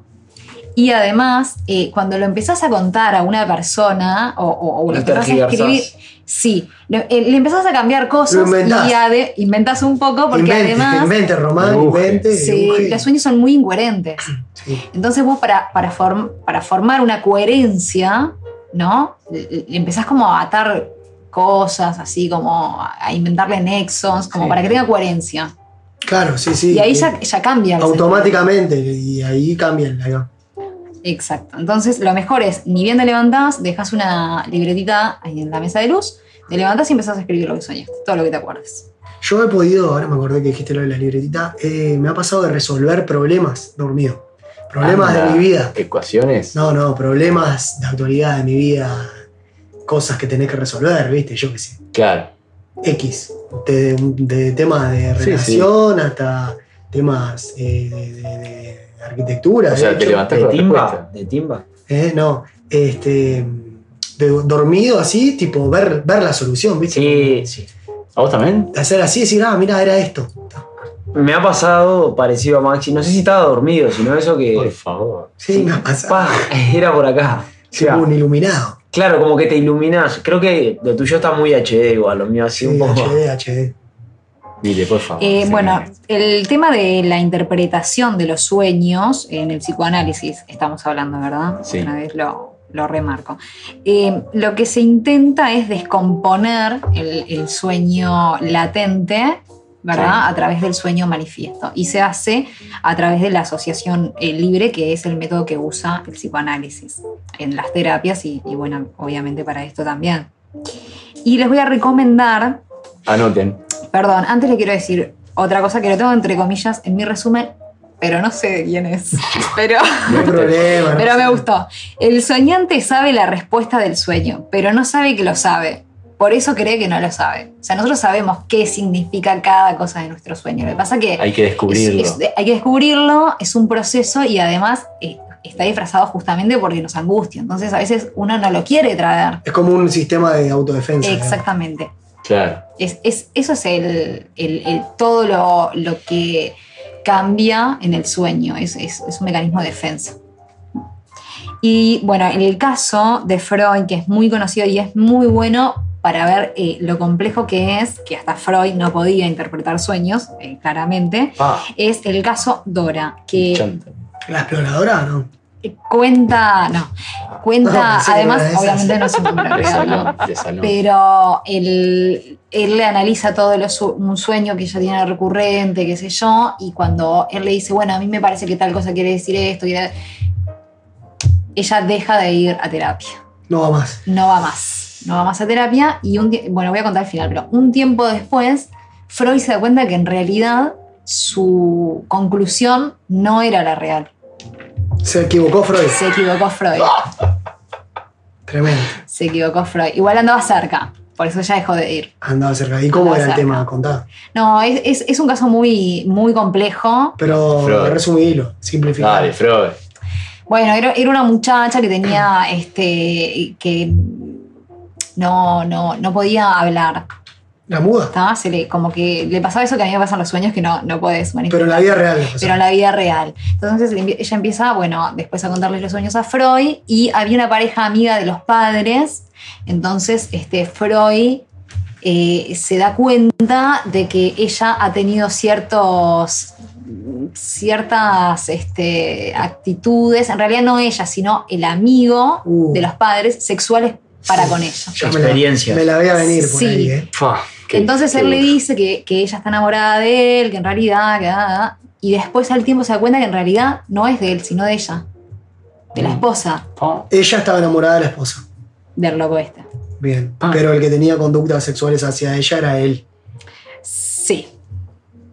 Speaker 6: y además, eh, cuando lo empezás a contar a una persona o, o- o lo
Speaker 8: Lo
Speaker 6: empezás a
Speaker 8: tergiversás.
Speaker 6: escribir, sí, lo- eh, le, empezás a cambiar cosas
Speaker 5: Lo inventás.
Speaker 6: y ade- inventás un poco porque
Speaker 5: invente,
Speaker 6: además...
Speaker 5: invente, Román,
Speaker 4: dibuje.
Speaker 5: invente.
Speaker 6: Sí,
Speaker 5: dibuje.
Speaker 6: los sueños son muy incoherentes.
Speaker 5: Sí.
Speaker 6: Entonces vos para, para, form- para formar una coherencia, ¿no? Le- le empezás como a atar cosas, así como a inventarle nexos, como
Speaker 4: Sí.
Speaker 6: para que tenga coherencia.
Speaker 5: Claro, sí, sí. Eh,
Speaker 6: y ahí ya, ya cambia. el
Speaker 5: Automáticamente, y ahí cambian. ahí va.
Speaker 6: sentido. Exacto. Entonces lo mejor es, ni bien te levantás, dejas una libretita ahí en la mesa de luz, te levantás y empezás a escribir lo que soñaste, todo lo que te acuerdes.
Speaker 5: Yo he podido, ahora me acordé que dijiste lo de la libretita, eh, me ha pasado de resolver problemas dormido. Problemas
Speaker 4: Anda.
Speaker 5: de mi vida.
Speaker 4: Ecuaciones.
Speaker 5: No, no, problemas de actualidad de mi vida. Cosas que tenés que resolver, ¿viste? Yo qué sé.
Speaker 4: Claro.
Speaker 5: X. De, de temas de
Speaker 4: Sí, sí.
Speaker 5: relación hasta temas eh, de, de- de arquitectura.
Speaker 4: O sea,
Speaker 5: de
Speaker 4: te
Speaker 5: hecho.
Speaker 4: levantás
Speaker 8: ¿De
Speaker 4: con la
Speaker 8: timba?
Speaker 4: respuesta.
Speaker 8: ¿De timba?
Speaker 5: Eh, no, este. de- dormido así, tipo, ver, ver la solución, ¿viste?
Speaker 8: Sí, sí.
Speaker 4: ¿A vos también?
Speaker 5: Hacer así, decir, ah, mira, era esto.
Speaker 8: Me ha pasado parecido a Maxi, no sé si estaba dormido, sino eso
Speaker 4: Por
Speaker 8: que
Speaker 4: favor.
Speaker 5: Sí, me ha pasado. ah.
Speaker 8: pa, era por acá. O
Speaker 5: Tipo
Speaker 8: sea,
Speaker 5: un iluminado.
Speaker 8: claro, como que te iluminas. Creo que lo tuyo está muy HD igual, lo mío así
Speaker 5: Sí,
Speaker 8: un poco.
Speaker 5: HD, HD.
Speaker 4: Dile, por favor.
Speaker 6: Eh,
Speaker 4: Sí.
Speaker 6: Bueno, el tema de la interpretación de los sueños en el psicoanálisis, estamos hablando, ¿verdad?
Speaker 4: Sí.
Speaker 6: Otra vez lo, lo remarco. Eh, lo que se intenta es descomponer el, el sueño latente, ¿verdad? A través del sueño manifiesto. Y se hace a través de la asociación eh, libre, que es el método que usa el psicoanálisis en las terapias y, y bueno, obviamente para esto también. Y les voy a recomendar
Speaker 4: Anoten.
Speaker 6: Perdón, antes le quiero decir otra cosa que lo tengo entre comillas en mi resumen, pero no sé de quién es. Pero,
Speaker 5: No hay problema. ¿no?
Speaker 6: pero me gustó. El soñante sabe la respuesta del sueño, pero no sabe que lo sabe. Por eso cree que no lo sabe. O sea, nosotros sabemos qué significa cada cosa de nuestro sueño. Lo que pasa que
Speaker 4: Hay que descubrirlo.
Speaker 6: es- es- hay que descubrirlo, es un proceso y además eh, está disfrazado justamente porque nos angustia. Entonces, a veces uno no lo quiere traer.
Speaker 5: Es como un sistema de autodefensa. ¿no?
Speaker 6: Exactamente.
Speaker 4: Claro.
Speaker 6: Es, es- eso es el, el- el- todo lo, lo que cambia en el sueño, es, es- es un mecanismo de defensa. Y bueno, en el caso de Freud, que es muy conocido y es muy bueno para ver eh, lo complejo que es, que hasta Freud no podía interpretar sueños, eh, claramente,
Speaker 4: Ah,
Speaker 6: es el caso Dora, que
Speaker 4: chanta.
Speaker 5: La exploradora, ¿no?
Speaker 6: cuenta, no,
Speaker 5: No,
Speaker 6: cuenta,
Speaker 5: pensé que era
Speaker 6: además,
Speaker 5: de esas.
Speaker 6: obviamente no es un
Speaker 4: De
Speaker 6: programa, ¿no?
Speaker 4: salón. De salón.
Speaker 6: Pero él, él le analiza todo lo su- un sueño que ella tiene recurrente, qué sé yo, y cuando él le dice, bueno, a mí me parece que tal cosa quiere decir esto, y ella deja de ir a terapia,
Speaker 5: No va más.
Speaker 6: no va más. no va más a terapia y un tie- bueno, voy a contar el final, pero un tiempo después Freud se da cuenta que en realidad su conclusión no era la real.
Speaker 5: Se equivocó Freud.
Speaker 6: Se equivocó Freud.
Speaker 5: Tremendo.
Speaker 6: Se equivocó Freud. Igual andaba cerca, por eso ya dejó de ir.
Speaker 5: Andaba cerca. ¿Y cómo
Speaker 6: Andaba
Speaker 5: era el
Speaker 6: cerca.
Speaker 5: tema? Contá.
Speaker 6: No, es, es- es un caso muy, muy complejo.
Speaker 5: Pero
Speaker 4: Freud.
Speaker 5: resumidilo, simplificado.
Speaker 4: Dale, Freud.
Speaker 6: Bueno, era, era una muchacha que tenía este. que no, no, no podía hablar.
Speaker 5: La muda.
Speaker 6: Estaba, se le, como que le pasaba eso que a mí me pasan los sueños que no, no puedes manifestar.
Speaker 5: Pero en la vida real. le pasó.
Speaker 6: pero en la vida real. Entonces le empie- ella empieza, bueno, después a contarles los sueños a Freud y había una pareja amiga de los padres. Entonces, este, Freud eh, se da cuenta de que ella ha tenido ciertos ciertas este, actitudes, en realidad no ella, sino el amigo
Speaker 5: Uh.
Speaker 6: de los padres sexuales para con ella.
Speaker 5: Ya me la-
Speaker 8: Experiencias.
Speaker 5: Me la veía venir por
Speaker 6: Sí.
Speaker 5: ahí, ¿eh?
Speaker 4: Qué-
Speaker 6: Entonces
Speaker 4: qué
Speaker 6: él le
Speaker 4: duro.
Speaker 6: dice que, que ella está enamorada de él, que en realidad, que, ah, ah, y después al tiempo se da cuenta que en realidad no es de él, sino de ella, de
Speaker 5: Mm.
Speaker 6: la esposa
Speaker 4: Pa,
Speaker 5: Ella estaba enamorada de la esposa.
Speaker 6: del loco este.
Speaker 5: Bien.
Speaker 4: Ah.
Speaker 5: Pero el que tenía conductas sexuales hacia ella era él.
Speaker 6: Sí,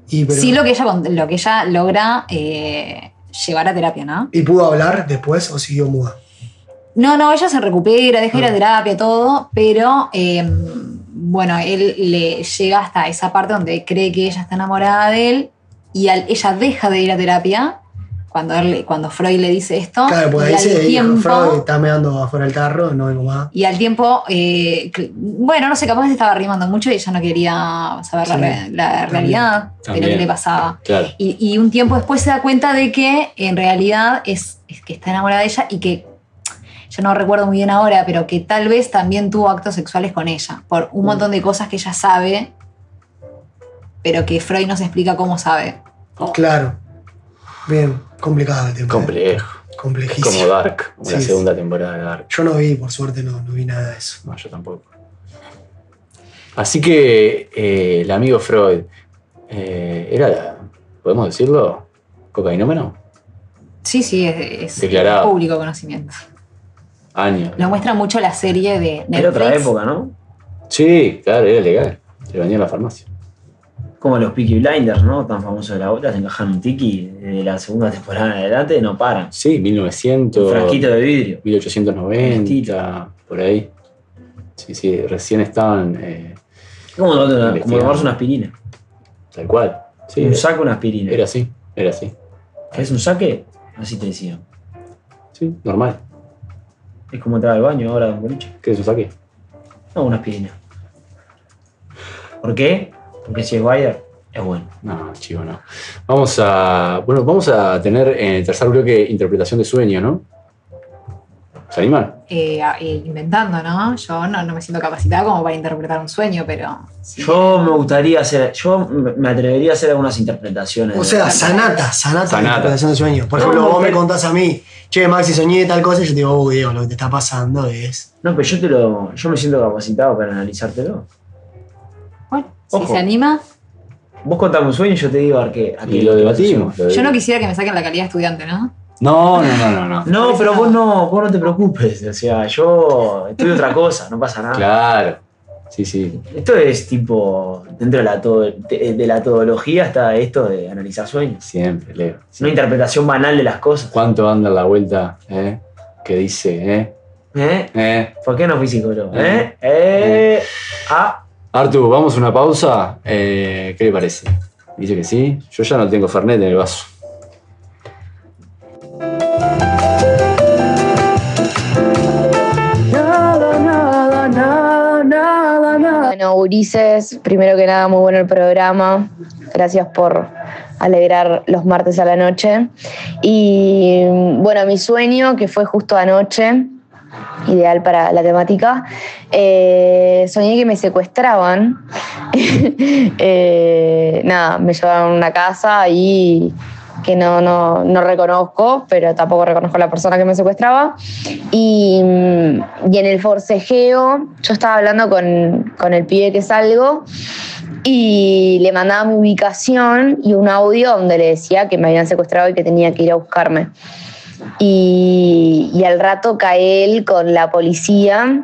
Speaker 5: Y, pero-
Speaker 6: sí lo que ella, con- lo que ella logra eh, llevar a terapia, ¿no?
Speaker 5: ¿Y pudo hablar después o siguió muda?
Speaker 6: No, no, ella se recupera, deja ir a
Speaker 5: Ah.
Speaker 6: terapia, todo, pero eh, bueno, él le llega hasta esa parte donde cree que ella está enamorada de él y al- ella deja de ir a terapia. Cuando, él- cuando Freud le dice esto,
Speaker 5: Claro, pues
Speaker 6: y
Speaker 5: ahí
Speaker 6: al
Speaker 5: se dijo,
Speaker 6: tiempo-
Speaker 5: Freud está meando afuera del carro, no vengo más.
Speaker 6: Y al tiempo, eh, cl- bueno, no sé, capaz se estaba rimando mucho y ella no quería saber la,
Speaker 5: Sí,
Speaker 6: re- la realidad de lo
Speaker 4: También.
Speaker 6: que le pasaba.
Speaker 4: Claro.
Speaker 6: Y, y un tiempo después se da cuenta de que en realidad es, es que está enamorada de ella y que, yo no recuerdo muy bien ahora, pero que tal vez también tuvo actos sexuales con ella, por un montón de cosas que ella sabe, pero que Freud no se explica cómo sabe.
Speaker 5: Claro. Bien, complicado el tema. ¿eh?
Speaker 4: Complejo. Como
Speaker 5: Complejísimo.
Speaker 4: Dark. Como la
Speaker 5: Sí,
Speaker 4: segunda temporada de Dark.
Speaker 5: Yo no vi, por suerte, no, no vi nada de eso.
Speaker 4: No, yo tampoco. Así que eh, el amigo Freud eh, era, la- podemos decirlo, cocainómeno.
Speaker 6: Sí, sí, es, es
Speaker 4: Declarado.
Speaker 6: público conocimiento.
Speaker 4: Años.
Speaker 6: Lo muestra mucho la serie de Netflix.
Speaker 8: Era otra época, ¿no?
Speaker 4: Sí, claro, era legal. Le vendía en la farmacia.
Speaker 8: Como los Peaky Blinders, ¿no? Tan famosos de la otra, se encajaron un tiki eh, de la segunda temporada en adelante, no paran.
Speaker 4: Sí,
Speaker 8: Un
Speaker 4: 1900.
Speaker 8: frasquito de vidrio. Vestido.
Speaker 4: 1890, por ahí. Sí, sí, recién estaban eh,
Speaker 8: Es Como, tomarte una- como
Speaker 4: Investigando.
Speaker 8: tomarse una aspirina.
Speaker 4: tal cual. Sí,
Speaker 8: un
Speaker 4: era-
Speaker 8: saque, una aspirina.
Speaker 4: era así, era así.
Speaker 8: ¿Es un saque? Así te decían.
Speaker 4: Sí, normal.
Speaker 8: Es como entrar al baño ahora de un boliche.
Speaker 4: ¿Qué es un saque?
Speaker 8: No, una aspirina. ¿Por qué? Porque si es Bayer, es bueno.
Speaker 4: No, chivo, no. Vamos a. Bueno, vamos a tener en el tercer bloque interpretación de sueño, ¿no? ¿Se animan?
Speaker 6: eh, a- eh, inventando, ¿no? Yo no, no me siento capacitada como para interpretar un sueño, pero. sí.
Speaker 8: Yo me gustaría hacer, yo me me atrevería a hacer algunas interpretaciones.
Speaker 5: O
Speaker 8: de-
Speaker 5: sea, sanata, sanata, de
Speaker 4: Sanata.
Speaker 5: interpretación de sueños. Por
Speaker 8: Eh, No,
Speaker 5: ejemplo,
Speaker 8: no,
Speaker 5: vos me
Speaker 8: pero-
Speaker 5: contás a mí, che, Maxi, soñé tal cosa, y yo te digo, oh, Diego, lo que te está pasando es.
Speaker 8: no, pero yo te lo, yo me siento capacitado para analizártelo.
Speaker 6: Bueno, si
Speaker 8: Ojo.
Speaker 6: se anima.
Speaker 8: Vos contame un sueño y yo te digo a qué. a qué
Speaker 4: Y lo debatimos. lo
Speaker 8: Eh,
Speaker 6: Yo no
Speaker 4: debatimos.
Speaker 6: quisiera que me saquen la calidad de estudiante, ¿no?
Speaker 4: No, no, no, no, no.
Speaker 8: No, pero vos no, vos no te preocupes. O sea, yo estudio otra cosa, no pasa
Speaker 4: Ah.
Speaker 8: nada.
Speaker 4: Claro. Sí, sí.
Speaker 8: Esto es tipo, dentro de la, to- de de la todología está esto de analizar sueños.
Speaker 4: Siempre, Leo.
Speaker 8: Una
Speaker 4: siempre.
Speaker 8: interpretación banal de las cosas.
Speaker 4: ¿Cuánto anda la vuelta, eh? Que dice, eh?
Speaker 8: ¿Eh?
Speaker 4: ¿Eh?
Speaker 8: ¿Por qué no fui psicólogo? ¿Eh? ¿Eh?
Speaker 4: Mm.
Speaker 8: Ah,
Speaker 4: Artu, vamos a una pausa. Eh, ¿Qué le parece? Dice que sí. Yo ya no tengo Fernet en el vaso.
Speaker 9: Bueno, Ulises, primero que nada, muy bueno el programa. Gracias por alegrar los martes a la noche. Y bueno, mi sueño, que fue justo anoche, ideal para la temática, eh, soñé que me secuestraban. Eh, nada, me llevaron a una casa y que no, no, no reconozco, pero tampoco reconozco a la persona que me secuestraba. Y, mm, y en el forcejeo, yo estaba hablando con, con el pibe que salgo y le mandaba mi ubicación y un audio donde le decía que me habían secuestrado y que tenía que ir a buscarme. Y, y al rato cae él con la policía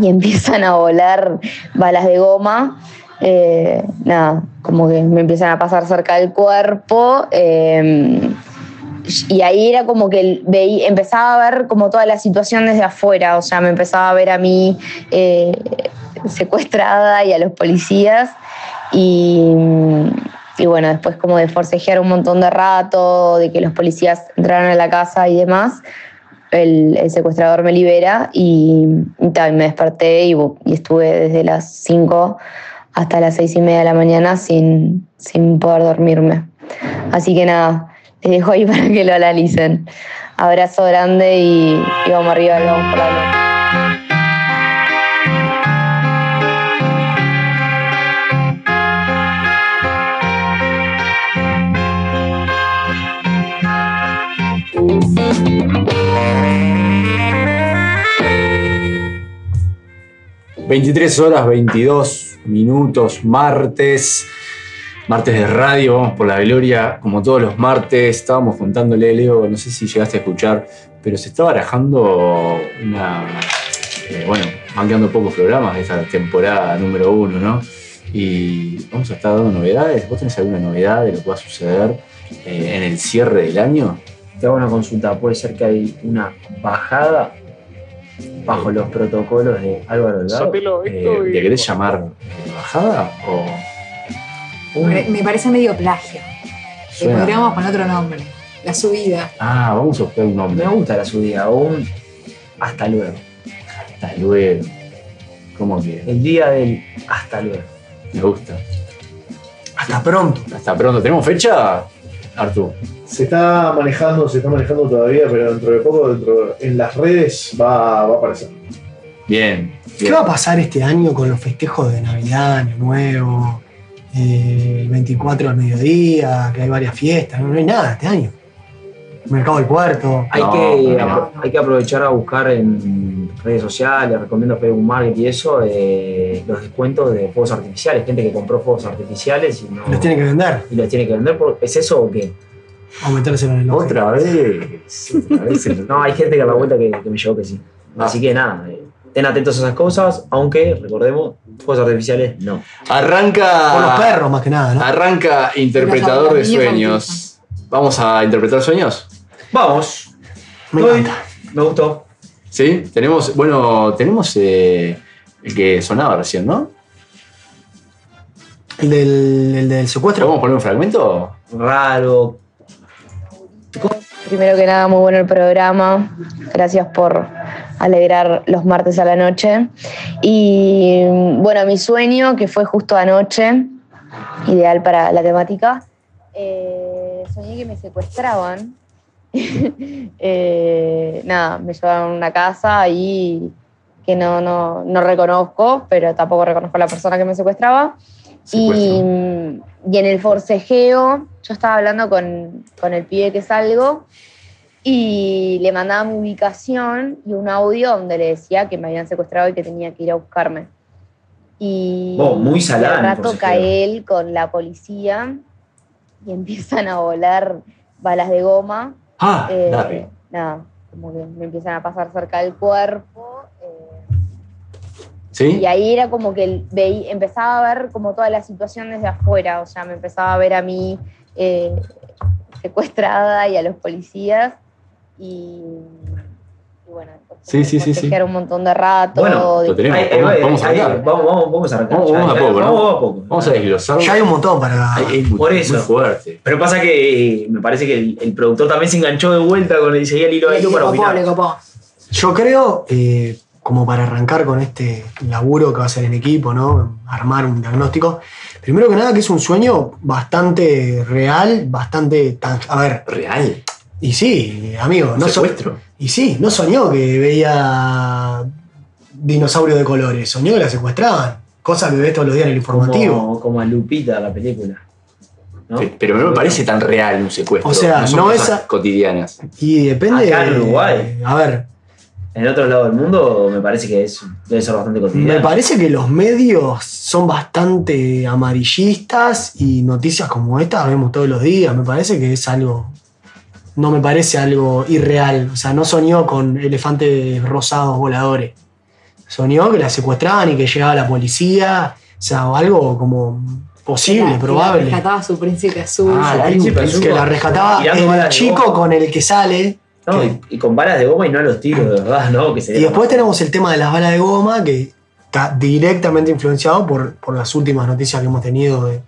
Speaker 9: y empiezan a volar balas de goma. eh, nada, como que me empiezan a pasar cerca del cuerpo. eh, y ahí era como que veí, empezaba a ver como toda la situación desde afuera, o sea, me empezaba a ver a mí eh, secuestrada y a los policías. Y, y bueno, después como de forcejear un montón de rato, de que los policías entraron a la casa y demás, el, el secuestrador me libera y, y ta, y me desperté y, bu- y estuve desde las 5 hasta las 6 y media de la mañana sin, sin poder dormirme. Así que nada, les dejo ahí para que lo analicen. Abrazo grande y, y vamos arriba, y vamos por la noche.
Speaker 4: Bien. 23 horas 22 minutos, martes. Martes de radio, vamos por la gloria, como todos los martes. Estábamos contándole, Leo, no sé si llegaste a escuchar, pero se está barajando una. eh, bueno, van quedando pocos programas de esta temporada número uno, ¿no? Y vamos a estar dando novedades. ¿Vos tenés alguna novedad de lo que va a suceder eh, en el cierre del año?
Speaker 8: Te hago una consulta, puede ser que hay una bajada bajo los protocolos de Álvaro Delgado.
Speaker 1: Sopelo
Speaker 4: Eh,
Speaker 1: esto y-
Speaker 4: ¿Le querés llamar eh, bajada o.?
Speaker 6: Me me parece medio plagio. Le
Speaker 4: suena?
Speaker 6: podríamos poner otro nombre. La subida.
Speaker 4: Ah, vamos a buscar un nombre.
Speaker 8: Me gusta la subida, o un hasta luego.
Speaker 4: Hasta luego. ¿Cómo que?
Speaker 8: El día del hasta luego.
Speaker 4: Me gusta.
Speaker 5: Hasta pronto.
Speaker 4: Hasta pronto. ¿Tenemos fecha, Artu?
Speaker 7: Se está manejando, se está manejando todavía, pero dentro de poco, dentro, en las redes va, va a aparecer.
Speaker 4: Bien.
Speaker 5: ¿Qué
Speaker 4: bien.
Speaker 5: va a pasar este año con los festejos de Navidad, Año Nuevo, eh, el 24 al mediodía, que hay varias fiestas? No, no hay nada este año. Mercado del Puerto.
Speaker 8: Hay,
Speaker 4: No,
Speaker 8: que,
Speaker 4: no,
Speaker 6: no.
Speaker 8: hay que aprovechar a buscar en redes sociales, recomiendo Facebook Market y eso, eh, los descuentos de fuegos artificiales, gente que compró fuegos artificiales y, no,
Speaker 5: Los tienen que vender
Speaker 8: y los tiene que vender. por- ¿Es eso o qué?
Speaker 5: o metérselo en el ojo.
Speaker 4: Otra vez. Otra vez Ah. el-
Speaker 8: No, hay gente que a la vuelta que, que me llegó que sí. Así que nada, eh, estén atentos a esas cosas, aunque recordemos, fuegos artificiales no. Ah.
Speaker 4: Arranca.
Speaker 5: Por los perros, más que nada, ¿no?
Speaker 4: Arranca interpretador de
Speaker 6: Los niños
Speaker 4: sueños. ¿Vamos a interpretar sueños?
Speaker 8: Vamos,
Speaker 5: Me
Speaker 8: Estoy-
Speaker 5: encanta.
Speaker 8: me gustó.
Speaker 4: ¿Sí? Tenemos. Bueno, tenemos eh, el que sonaba recién, ¿no?
Speaker 5: El del, el del
Speaker 4: ¿Podemos
Speaker 5: secuestro.
Speaker 4: poner un fragmento?
Speaker 8: Raro,
Speaker 9: Primero que nada, muy bueno el programa. Gracias por alegrar los martes a la noche. Y bueno, mi sueño, que fue justo anoche, ideal para la temática, eh, soñé que me secuestraban. Eh, nada, me llevaron a una casa y que no, no, no reconozco, pero tampoco reconozco a la persona que me secuestraba. Y,
Speaker 4: Secuestro.
Speaker 9: y en el forcejeo, yo estaba hablando con, con el pibe que salgo y le mandaba mi ubicación y un audio donde le decía que me habían secuestrado y que tenía que ir a buscarme. Y
Speaker 8: Vos, muy
Speaker 9: y
Speaker 8: salada
Speaker 9: al
Speaker 8: en el
Speaker 9: rato
Speaker 8: forcejeo.
Speaker 9: cae él con la policía y empiezan a volar balas de goma.
Speaker 4: Ah,
Speaker 9: Eh,
Speaker 4: Larry.
Speaker 9: nada, como que me empiezan a pasar cerca del cuerpo. eh,
Speaker 4: ¿Sí?
Speaker 9: y ahí era como que veí, empezaba a ver como toda la situación desde afuera, o sea, me empezaba a ver a mí eh, secuestrada y a los policías. Y, y bueno, después
Speaker 4: Sí, sí, sí,
Speaker 9: me
Speaker 4: sí.
Speaker 9: forcejearon un montón de rato.
Speaker 8: Bueno,
Speaker 9: de-
Speaker 4: lo tenemos.
Speaker 8: Ahí- ahí
Speaker 4: Vamos-
Speaker 8: va,
Speaker 4: vamos a
Speaker 8: ahí-
Speaker 4: hablar.
Speaker 8: Vamos, vamos, vamos a arrancar.
Speaker 4: Vamos- vamos
Speaker 8: Ya,
Speaker 4: a
Speaker 8: ya,
Speaker 4: poco, ¿no?
Speaker 8: Vamos a poco.
Speaker 4: Vamos a desglosarlo.
Speaker 5: Ya hay un montón para.
Speaker 4: Ay, es muy-
Speaker 8: Por eso.
Speaker 4: muy fuerte.
Speaker 8: Pero pasa que eh, me parece que el, el productor también se enganchó de vuelta con el seguía el hilo de hilo para opinar.
Speaker 5: Yo creo, eh, como para arrancar con este laburo que va a ser en equipo, ¿no? Armar un diagnóstico. Primero que nada, que es un sueño bastante real, bastante. tan- A ver,
Speaker 4: Real.
Speaker 5: y sí, amigo,
Speaker 4: No
Speaker 5: no so-
Speaker 4: secuestro.
Speaker 5: Y sí, no soñó que veía dinosaurios de colores, soñó que la secuestraban. Cosa que ves todos los días en el informativo.
Speaker 8: Como, como a Lupita la película. ¿no?
Speaker 4: Pe- Pero no me parece tan real un secuestro.
Speaker 5: O sea,
Speaker 4: son
Speaker 5: no
Speaker 4: cosas
Speaker 5: esa-
Speaker 4: cotidianas.
Speaker 5: Y depende.
Speaker 8: Acá en
Speaker 5: de-
Speaker 8: Uruguay.
Speaker 5: a ver,
Speaker 8: En otros lados del mundo me parece que es, debe ser bastante
Speaker 5: Me
Speaker 8: cotidiano.
Speaker 5: parece que los medios son bastante amarillistas y noticias como esta las vemos todos los días. Me parece que es algo. No me parece algo irreal. O sea, no soñó con elefantes rosados voladores. soñó que la secuestraban y que llegaba la policía, o sea, algo como posible,
Speaker 6: Que la-
Speaker 5: probable.
Speaker 6: Que la rescataba su príncipe azul.
Speaker 5: Ah,
Speaker 6: su
Speaker 5: la
Speaker 6: príncipe.
Speaker 8: príncipe azul.
Speaker 5: que la rescataba
Speaker 8: Tirando balas
Speaker 5: el
Speaker 8: de
Speaker 5: chico
Speaker 8: goma.
Speaker 5: con el que sale.
Speaker 8: No, y, y con balas de goma y no a los tiros, de verdad, ¿no? Que sería
Speaker 5: Y después tenemos el tema de las balas de goma, que está directamente influenciado por, por las últimas noticias que hemos tenido de,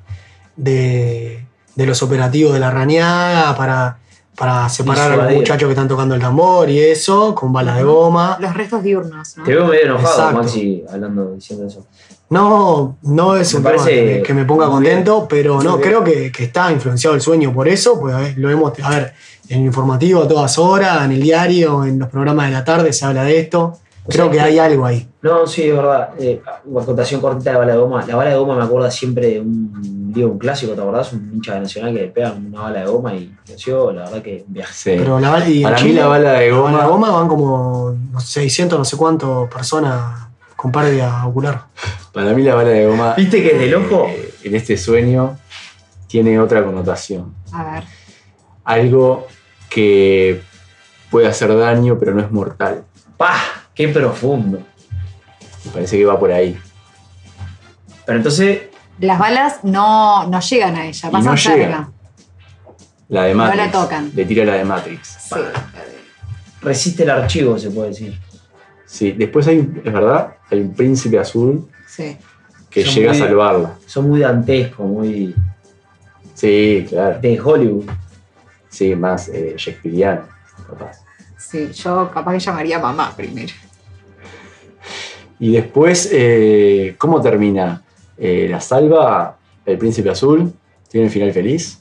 Speaker 5: de- de los operativos de la rañaga para, para separar a los
Speaker 8: Disuadir.
Speaker 5: muchachos que están tocando el tambor y eso, con balas de goma.
Speaker 6: Los restos diurnos, ¿no?
Speaker 8: Te veo medio enojado,
Speaker 5: Exacto.
Speaker 8: Maxi, hablando, diciendo eso.
Speaker 5: No, no es
Speaker 8: Me
Speaker 5: un tema
Speaker 8: parece
Speaker 5: que me, que me ponga
Speaker 8: muy bien.
Speaker 5: contento, pero no,
Speaker 8: Muy bien.
Speaker 5: creo que, que está influenciado el sueño por eso, pues a ver, lo hemos, a ver, en el informativo a todas horas, en el diario, en los programas de la tarde se habla de esto. Creo
Speaker 8: sea, eh,
Speaker 5: que hay algo ahí.
Speaker 8: No, sí, es verdad. Eh, una acotación cortita de la bala de goma. La bala de goma me acuerda siempre de un digo, un clásico, ¿te acordás? Un hincha de nacional que le pegan una bala de goma y nació, la verdad que un viaje.
Speaker 4: Sí.
Speaker 5: Pero la, bala- y en
Speaker 4: Para mí
Speaker 5: Chile-
Speaker 4: la bala de
Speaker 5: Con la
Speaker 4: goma.
Speaker 5: goma van como no sé, 600, no sé cuánto personas con pérdida ocular.
Speaker 4: Para mí la bala de goma.
Speaker 8: ¿Viste que es del ojo?
Speaker 4: eh, en este sueño tiene otra connotación.
Speaker 6: A ver.
Speaker 4: Algo que puede hacer daño, pero no es mortal.
Speaker 8: ¡Pah! ¡Qué profundo!
Speaker 4: Me parece que va por ahí.
Speaker 8: Pero entonces,
Speaker 6: Las balas no, no llegan a ella,
Speaker 4: Y
Speaker 6: pasan
Speaker 4: no
Speaker 6: cerca.
Speaker 4: llegan. La de Matrix.
Speaker 6: la tocan.
Speaker 4: Le tira la de Matrix.
Speaker 6: Sí.
Speaker 8: resiste el archivo, se puede decir.
Speaker 4: Sí, después hay, un- es verdad, hay un príncipe azul
Speaker 6: sí.
Speaker 4: que
Speaker 8: Son
Speaker 4: llega a
Speaker 8: muy-
Speaker 4: salvarla.
Speaker 8: Son muy dantescos, muy
Speaker 4: Sí, claro.
Speaker 8: de Hollywood.
Speaker 4: Sí, más eh, shakespeariano, capaz.
Speaker 6: Sí, yo capaz que llamaría mamá primero.
Speaker 4: Y después, eh, ¿cómo termina? Eh, la salva el príncipe azul, tiene un final feliz.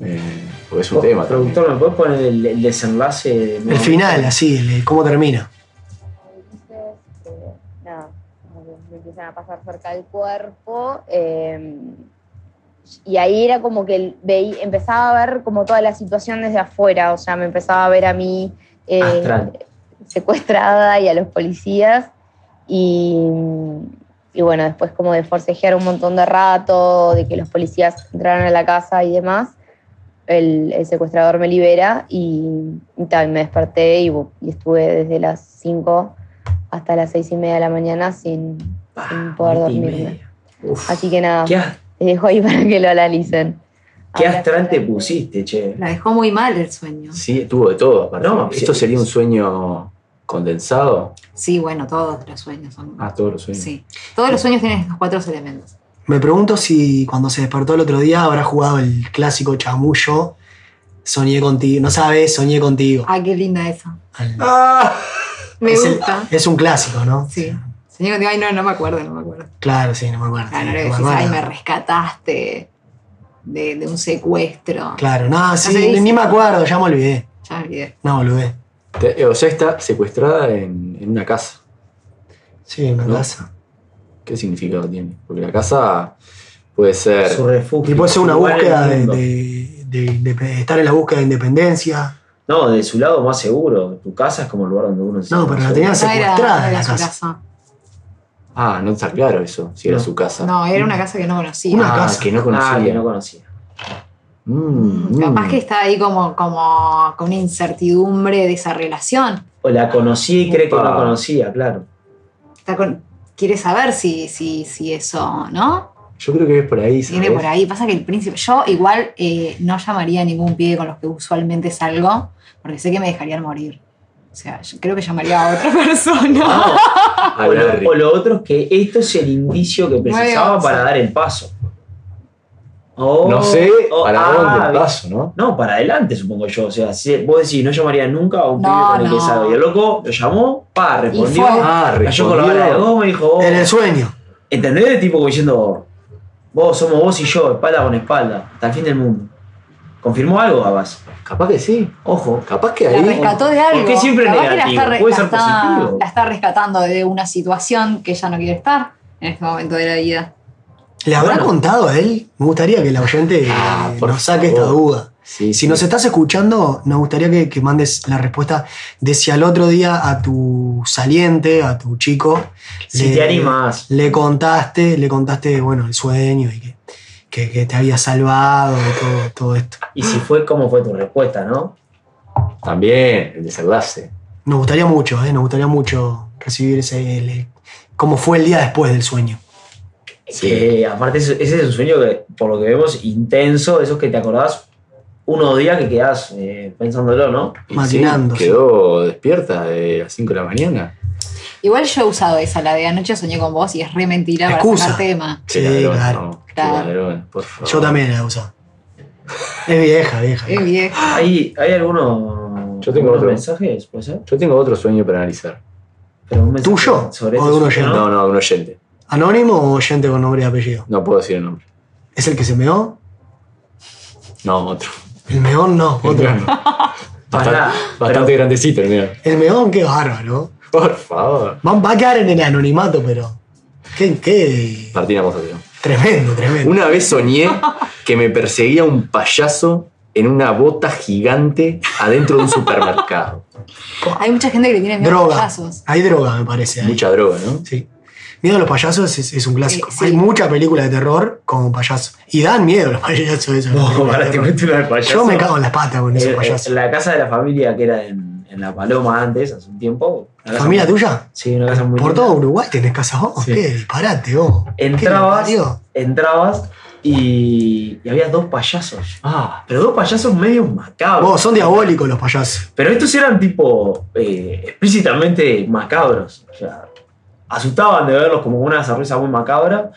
Speaker 4: Eh, porque es un tema. también.
Speaker 8: Oh, Productor, ¿me puedes poner el, el desenlace? de-
Speaker 5: El final, así, el- cómo termina.
Speaker 9: Entonces, eh, nada, como que me empiezan a pasar cerca del cuerpo. eh, y ahí era como que veí, empezaba a ver como toda la situación desde afuera, o sea, me empezaba a ver a mí eh,
Speaker 8: Astral.
Speaker 9: secuestrada y a los policías. Y, y bueno, después como de forcejear un montón de rato, de que los policías entraran a la casa y demás, el, el secuestrador me libera y, y tal, me desperté y, bu- y estuve desde las 5 hasta las 6 y media de la mañana sin,
Speaker 5: Ah,
Speaker 9: sin poder
Speaker 8: Siete y
Speaker 9: dormirme.
Speaker 8: media. Uf.
Speaker 9: Así que nada,
Speaker 8: ¿Qué, as-
Speaker 9: les dejo ahí para que lo analicen.
Speaker 8: qué
Speaker 9: Ahora
Speaker 8: astral te
Speaker 9: solamente-
Speaker 8: pusiste, che?
Speaker 6: La dejó muy mal el sueño.
Speaker 4: Sí, tuvo de todo. aparte.
Speaker 8: No,
Speaker 4: ¿Esto
Speaker 8: sí.
Speaker 4: sería un sueño condensado?
Speaker 6: Sí, bueno, todos los sueños son.
Speaker 4: Ah, todos los sueños.
Speaker 6: Sí. Todos los sueños tienen estos cuatro elementos.
Speaker 5: Me pregunto si cuando se despertó el otro día habrá jugado el clásico chamullo. Soñé contigo, no sabes, soñé contigo.
Speaker 6: Ah, qué linda esa. Ah, Me
Speaker 5: es, el-
Speaker 6: gusta.
Speaker 5: es un clásico, ¿no?
Speaker 6: Sí. Señor contigo, ay, no, no me acuerdo, no me acuerdo.
Speaker 5: Claro, sí, no me acuerdo.
Speaker 6: Ah, no le
Speaker 5: No me
Speaker 6: decís,
Speaker 5: acuerdo.
Speaker 6: ay, me rescataste de, de un secuestro.
Speaker 5: Claro, no, sí,
Speaker 6: se dice.
Speaker 5: ni me acuerdo, ya me olvidé.
Speaker 6: Ya me olvidé.
Speaker 5: No, olvidé.
Speaker 4: Te- eh, O sea, está secuestrada en, en una casa.
Speaker 5: Sí, me
Speaker 4: ¿No?
Speaker 5: pasa.
Speaker 4: ¿Qué significado tiene? Porque la casa puede ser.
Speaker 8: Su refugio.
Speaker 5: Y puede ser una
Speaker 8: su lugar en el
Speaker 5: búsqueda de,
Speaker 8: mundo.
Speaker 5: de- de- de estar en la búsqueda de independencia.
Speaker 8: No, de su lado más seguro. Tu casa es como el lugar donde uno se
Speaker 5: No, pero la tenía
Speaker 6: No era,
Speaker 5: secuestrada
Speaker 6: no
Speaker 5: en
Speaker 6: era
Speaker 5: la
Speaker 6: su
Speaker 5: casa.
Speaker 6: casa.
Speaker 4: Ah, no está claro eso, si era
Speaker 8: No.
Speaker 4: su casa.
Speaker 6: No, era una casa que no conocía.
Speaker 5: Una
Speaker 4: Ah,
Speaker 5: casa.
Speaker 4: que no
Speaker 8: Ah, que
Speaker 4: conocía.
Speaker 8: no conocía.
Speaker 4: Mm,
Speaker 6: Capaz
Speaker 4: mm.
Speaker 6: que está ahí como, como con incertidumbre de esa relación.
Speaker 8: O la conocía y cree que
Speaker 4: Upa.
Speaker 8: no conocía, claro.
Speaker 6: Está con- quiere saber si, si, si eso, ¿no?
Speaker 4: Yo creo que es por ahí.
Speaker 6: Viene
Speaker 4: ¿sabes?
Speaker 6: por ahí. Pasa que el príncipe. Yo igual eh, no llamaría a ningún pibe con los que usualmente salgo, porque sé que me dejarían morir. O sea, yo creo que llamaría a otra persona.
Speaker 8: Ah,
Speaker 4: A
Speaker 8: o,
Speaker 4: Larry.
Speaker 8: lo, o lo otro es que esto es el indicio que precisaba
Speaker 6: once.
Speaker 8: para dar el paso. O-
Speaker 4: No sé
Speaker 8: o-
Speaker 4: para
Speaker 8: ah,
Speaker 4: dónde el
Speaker 8: vi-
Speaker 4: paso, ¿no?
Speaker 8: No, para adelante, supongo yo. O sea, si vos decís, no llamaría nunca a un
Speaker 6: No,
Speaker 8: pibe con el
Speaker 6: no.
Speaker 8: que salgo. Y el loco lo llamó, pa, respondió.
Speaker 6: fue.
Speaker 4: Ah,
Speaker 8: Cayó con la
Speaker 4: respondió.
Speaker 8: bala de goma y dijo, oh,
Speaker 5: En el sueño.
Speaker 8: ¿entendés? Tipo como diciendo, vos somos vos y yo, espalda con espalda, hasta el fin del mundo. ¿Confirmó algo, Abbas?
Speaker 4: Capaz que sí.
Speaker 8: Ojo.
Speaker 4: Capaz que
Speaker 6: La
Speaker 4: ahí.
Speaker 6: rescató de
Speaker 8: ¿Por
Speaker 6: algo.
Speaker 8: qué siempre
Speaker 6: Capaz que
Speaker 8: negativo?
Speaker 6: La está, re-
Speaker 8: Puede
Speaker 6: la
Speaker 8: ser
Speaker 6: está-
Speaker 8: positivo.
Speaker 6: la está rescatando de una situación que ella no quiere estar en este momento de la vida.
Speaker 5: ¿Le habrá
Speaker 8: Bueno.
Speaker 5: contado a él? Me gustaría que el oyente eh,
Speaker 4: Ah, por
Speaker 5: nos saque esta
Speaker 4: favor.
Speaker 5: duda.
Speaker 4: Sí,
Speaker 5: Si
Speaker 4: sí.
Speaker 5: nos estás escuchando, nos gustaría que, que mandes la respuesta de si al otro día a tu saliente, a tu chico,
Speaker 8: Si te animas.
Speaker 5: le contaste, le contaste, bueno, el sueño y que, que- que te había salvado y todo, todo esto.
Speaker 8: Y si fue, ¿cómo fue tu respuesta, no?
Speaker 4: También, el desenlace.
Speaker 5: Nos gustaría mucho, eh, nos gustaría mucho recibir ese, el- el- cómo fue el día después del sueño.
Speaker 4: Sí.
Speaker 8: Que, aparte, ese ese es un sueño que, por lo que vemos, intenso, esos que te acordás unos días que quedás eh, pensándolo, ¿no?
Speaker 4: Y
Speaker 5: Maquinando, sí.
Speaker 4: quedó despierta de las 5 de la mañana.
Speaker 10: Igual yo he usado esa, la de anoche soñé con vos y es re mentira
Speaker 5: Excusa.
Speaker 10: para sacar tema.
Speaker 5: Sí,
Speaker 4: Qué ladrón,
Speaker 5: claro,
Speaker 4: no, qué
Speaker 10: claro.
Speaker 4: ladrón, por favor.
Speaker 5: Yo también la he usado. Es vieja, vieja.
Speaker 10: Es viejo.
Speaker 8: ¿Hay, hay algunos,
Speaker 4: Yo tengo
Speaker 8: algunos
Speaker 4: otro.
Speaker 8: mensajes, puede ser?
Speaker 4: Yo tengo otro sueño para analizar.
Speaker 8: Pero un mensaje
Speaker 5: ¿Tuyo?
Speaker 8: sobre
Speaker 5: ¿O
Speaker 8: este
Speaker 5: de un
Speaker 8: sueño,
Speaker 5: oyente?
Speaker 4: No, no, un oyente.
Speaker 5: ¿Anónimo o oyente con nombre y apellido?
Speaker 4: No puedo decir el nombre.
Speaker 5: ¿Es el que se meó?
Speaker 4: No, otro.
Speaker 5: El meón no, otro.
Speaker 8: Pará,
Speaker 4: Bastante, bastante grandecito el mío.
Speaker 5: El meón, qué bárbaro.
Speaker 4: Por favor.
Speaker 5: Va va a quedar en el anonimato, pero. Qué, qué
Speaker 4: Martina Mozatino.
Speaker 5: tremendo, tremendo.
Speaker 4: Una vez soñé que me perseguía un payaso en una bota gigante adentro de un supermercado.
Speaker 10: Hay mucha gente que le tiene miedo a los
Speaker 5: droga.
Speaker 10: payasos.
Speaker 5: Hay droga, me parece. ahí.
Speaker 4: Mucha droga, ¿no?
Speaker 5: Sí. Miedo a los payasos es, es un clásico.
Speaker 10: Eh, sí.
Speaker 5: Hay mucha película de terror con payasos. Y dan miedo los payasos. esos.
Speaker 8: No, pará, te meto una de payaso.
Speaker 5: Yo me cago en las patas con esos
Speaker 8: Eh,
Speaker 5: payasos.
Speaker 8: En la casa de la familia que era en, en La Paloma antes, hace un tiempo. una casa
Speaker 5: ¿Familia
Speaker 8: muy-
Speaker 5: tuya?
Speaker 8: Sí, una casa muy
Speaker 5: Por
Speaker 8: linda.
Speaker 5: todo Uruguay tenés casa vos.
Speaker 8: Sí.
Speaker 5: Qué disparate vos. ¿Qué lo
Speaker 8: Entrabas,
Speaker 5: parió?
Speaker 8: entrabas y, y había dos payasos.
Speaker 4: Ah,
Speaker 8: Pero dos payasos medios macabros.
Speaker 5: Vos, son diabólicos los payasos.
Speaker 8: Pero estos eran tipo eh, explícitamente macabros. O sea, asustaban de verlos como una sonrisa muy macabra.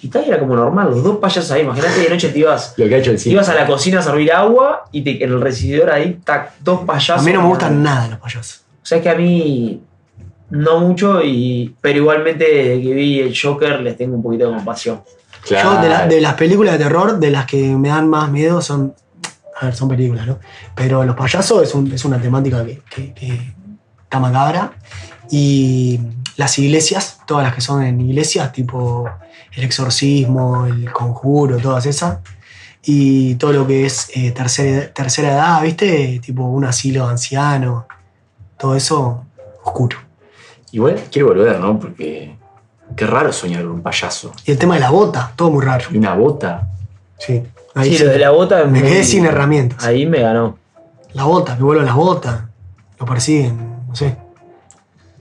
Speaker 8: Y tal, era como normal, los dos payasos ahí. Imagínate que de noche te ibas,
Speaker 4: lo que ha hecho el
Speaker 8: te
Speaker 4: cine.
Speaker 8: ibas a la cocina a servir agua y te- en el recibidor ahí, tac, dos
Speaker 5: A
Speaker 8: payasos.
Speaker 5: mí no me gustan nada los payasos.
Speaker 8: O sea, es que a mí no mucho, y, pero igualmente desde que vi el Joker les tengo un poquito de compasión.
Speaker 5: Yo de, la- de las películas de terror, de las que me dan más miedo son... A ver, son películas, ¿no? Pero los payasos es, un- es una temática que, que- que está macabra. Y las iglesias, todas las que son en iglesias, tipo el exorcismo, el conjuro, todas esas. Y todo lo que es eh, tercera, tercera edad, ¿viste? Tipo un asilo de ancianos, todo eso oscuro.
Speaker 4: Igual quiero volver, ¿no? Porque qué raro soñar con un payaso.
Speaker 5: Y el tema de la bota, todo muy raro.
Speaker 4: Y una bota.
Speaker 5: Sí, ahí
Speaker 8: sí,
Speaker 5: sí.
Speaker 8: lo de la bota es
Speaker 5: Me
Speaker 8: muy-
Speaker 5: quedé sin herramientas.
Speaker 8: Ahí me ganó.
Speaker 5: La bota, que vuelven las botas. Lo persiguen, no sé.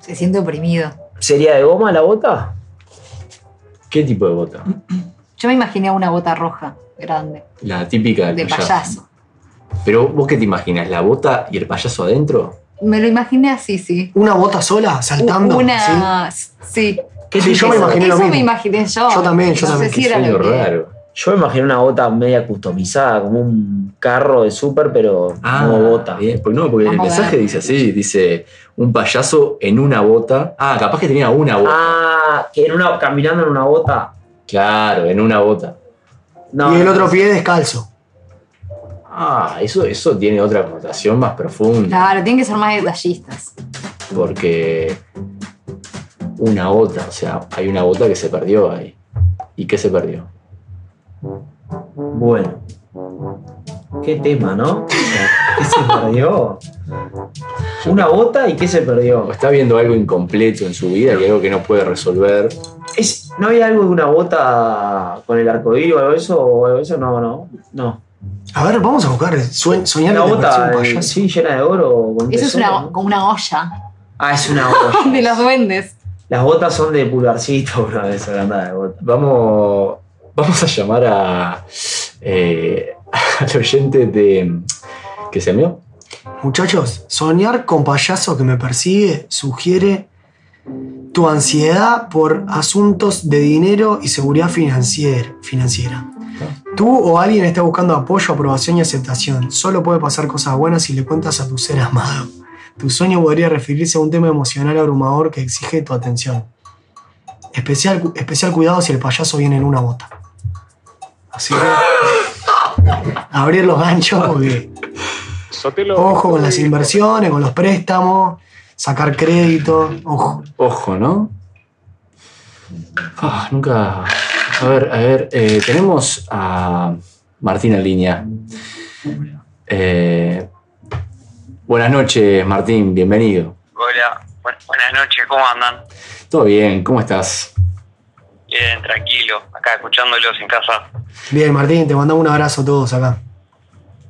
Speaker 10: Se siente oprimido.
Speaker 8: ¿Sería de goma la bota?
Speaker 4: ¿Qué tipo de bota?
Speaker 10: Yo me imaginé una bota roja grande,
Speaker 4: La típica del
Speaker 10: de payaso.
Speaker 4: Pero vos qué te imaginas, la bota y el payaso adentro?
Speaker 10: Me lo imaginé así, sí.
Speaker 5: Una bota sola, saltando. ¿sí?
Speaker 10: Una. Sí.
Speaker 8: ¿Qué
Speaker 5: Sí,
Speaker 8: te-
Speaker 5: yo me
Speaker 10: Eso-
Speaker 5: imaginé lo
Speaker 10: Eso me
Speaker 5: mismo.
Speaker 10: imaginé yo.
Speaker 5: Yo también, yo
Speaker 10: no
Speaker 5: también.
Speaker 10: Sé
Speaker 4: Qué
Speaker 10: si era
Speaker 4: sueño
Speaker 10: lo que-
Speaker 4: raro.
Speaker 8: Yo me imagino una bota media customizada, como un carro de súper, pero no bota.
Speaker 4: Ah, bien. Porque no, porque el
Speaker 10: Vamos a ver.
Speaker 4: mensaje dice así, dice un payaso en una bota. Ah, capaz que tenía una bota.
Speaker 8: Ah, que en una, caminando en una bota.
Speaker 4: Claro, en una bota.
Speaker 8: No,
Speaker 5: y el otro pie descalzo.
Speaker 4: Ah, eso, eso tiene otra connotación más profunda.
Speaker 10: Claro, tienen que ser más detallistas.
Speaker 4: Porque una bota, o sea, hay una bota que se perdió ahí. ¿Y qué se perdió?
Speaker 8: Bueno. Qué tema, ¿no? ¿Qué se perdió? Una bota y qué se perdió.
Speaker 4: O está viendo algo incompleto en su vida y algo que no puede resolver.
Speaker 8: Es- ¿No hay algo de una bota con el arcoíris o algo de eso? O algo de eso? No, no. No.
Speaker 5: A ver, vamos a buscar. Sue soñar
Speaker 8: Una
Speaker 5: que te persigue
Speaker 8: bota
Speaker 5: un
Speaker 8: eh,
Speaker 5: payaso.
Speaker 8: sí, llena de oro. con
Speaker 10: Eso es
Speaker 8: tesoro,
Speaker 10: una,
Speaker 8: ¿no?
Speaker 10: como una olla
Speaker 8: Ah, es una olla.
Speaker 10: de los duendes.
Speaker 8: Las botas son de pulgarcito, una vez de bota.
Speaker 4: Vamos, vamos a llamar a eh, al oyente de que se meó.
Speaker 5: Muchachos, soñar con payaso que me persigue sugiere tu ansiedad por asuntos de dinero y seguridad financiera. financiera. Tú o alguien está buscando apoyo, aprobación y aceptación. Solo puede pasar cosas buenas si le cuentas a tu ser amado. Tu sueño podría referirse a un tema emocional abrumador que exige tu atención. Especial, cu- especial cuidado si el payaso viene en una bota. Así que abrir los ganchos porque
Speaker 1: Sotelo,
Speaker 5: Ojo con las inversiones, con los préstamos, sacar crédito. Ojo.
Speaker 4: Ojo, ¿no? Ah, nunca. A ver, a ver, eh, tenemos a Martín en línea. Eh, buenas noches, Martín, bienvenido.
Speaker 11: Hola, bu- buenas noches, ¿cómo andan?
Speaker 4: ¿Todo bien? ¿Cómo estás?
Speaker 11: Bien, tranquilo, acá escuchándolos en casa.
Speaker 5: Bien, Martín, te mandamos un abrazo a todos acá.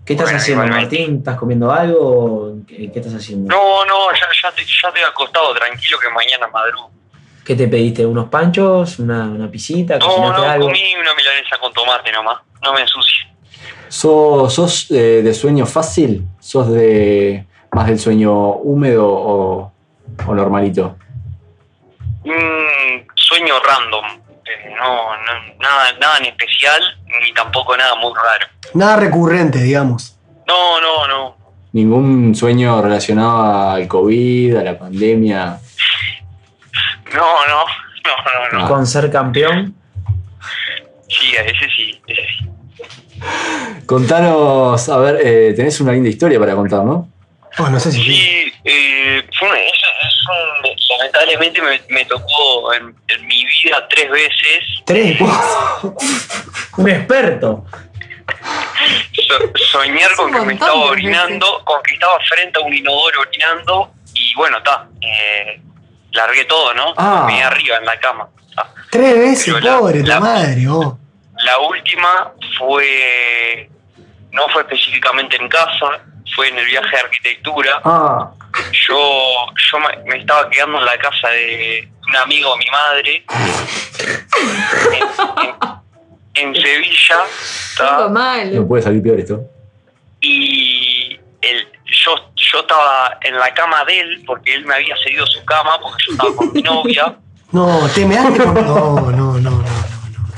Speaker 8: ¿Qué estás
Speaker 11: Bueno,
Speaker 8: haciendo,
Speaker 11: igualmente.
Speaker 8: Martín? ¿Estás comiendo algo? ¿Qué, qué estás haciendo?
Speaker 11: No, no, ya, ya, te, ya te he acostado tranquilo que mañana madrugo.
Speaker 8: ¿Qué te pediste? ¿Unos panchos? ¿Una, una pisita?
Speaker 11: No,
Speaker 8: ¿Cocinaste
Speaker 11: no,
Speaker 8: algo?
Speaker 11: comí una milanesa con tomate nomás. No me ensucie.
Speaker 4: ¿Sos, sos, eh, de sueño fácil? ¿Sos de más del sueño húmedo o, o normalito?
Speaker 11: Un sueño random. Eh, No, no, nada, nada en especial, ni tampoco nada muy raro.
Speaker 5: Nada recurrente, digamos.
Speaker 11: No, no, no.
Speaker 4: ¿Ningún sueño relacionado al COVID, a la pandemia?
Speaker 11: No, no, no, no, no.
Speaker 8: ¿Con ser campeón?
Speaker 11: Sí, ese sí, ese sí.
Speaker 4: Contanos, a ver, eh, tenés una linda historia para contar, ¿no?
Speaker 5: Oh, no sé si.
Speaker 11: Sí, eh, fue un- es, es un- lamentablemente me, me tocó en, en mi vida tres veces
Speaker 5: Tres.
Speaker 8: Un experto.
Speaker 11: so- soñar
Speaker 10: Es
Speaker 11: con
Speaker 10: un
Speaker 11: que me
Speaker 10: montón
Speaker 11: estaba
Speaker 10: de
Speaker 11: orinando, con que estaba frente a un inodoro orinando y bueno, está, eh, largué todo, ¿no?
Speaker 5: Ah.
Speaker 11: Me arriba en la cama. ta.
Speaker 5: Tres veces,
Speaker 11: Pero la-
Speaker 5: pobre,
Speaker 11: la-
Speaker 5: tu madre, vos.
Speaker 11: La última fue, no fue específicamente en casa, fue en el viaje de arquitectura.
Speaker 8: Ah,
Speaker 11: Yo, yo me, me estaba quedando en la casa de un amigo de mi madre en, en- en Sevilla. ¿tá?
Speaker 4: No
Speaker 10: mal.
Speaker 4: puede salir peor esto.
Speaker 11: Y el, yo, yo estaba en la cama de él porque él me había cedido su cama porque yo estaba con mi novia.
Speaker 5: No, te measte por. No, no, no, no.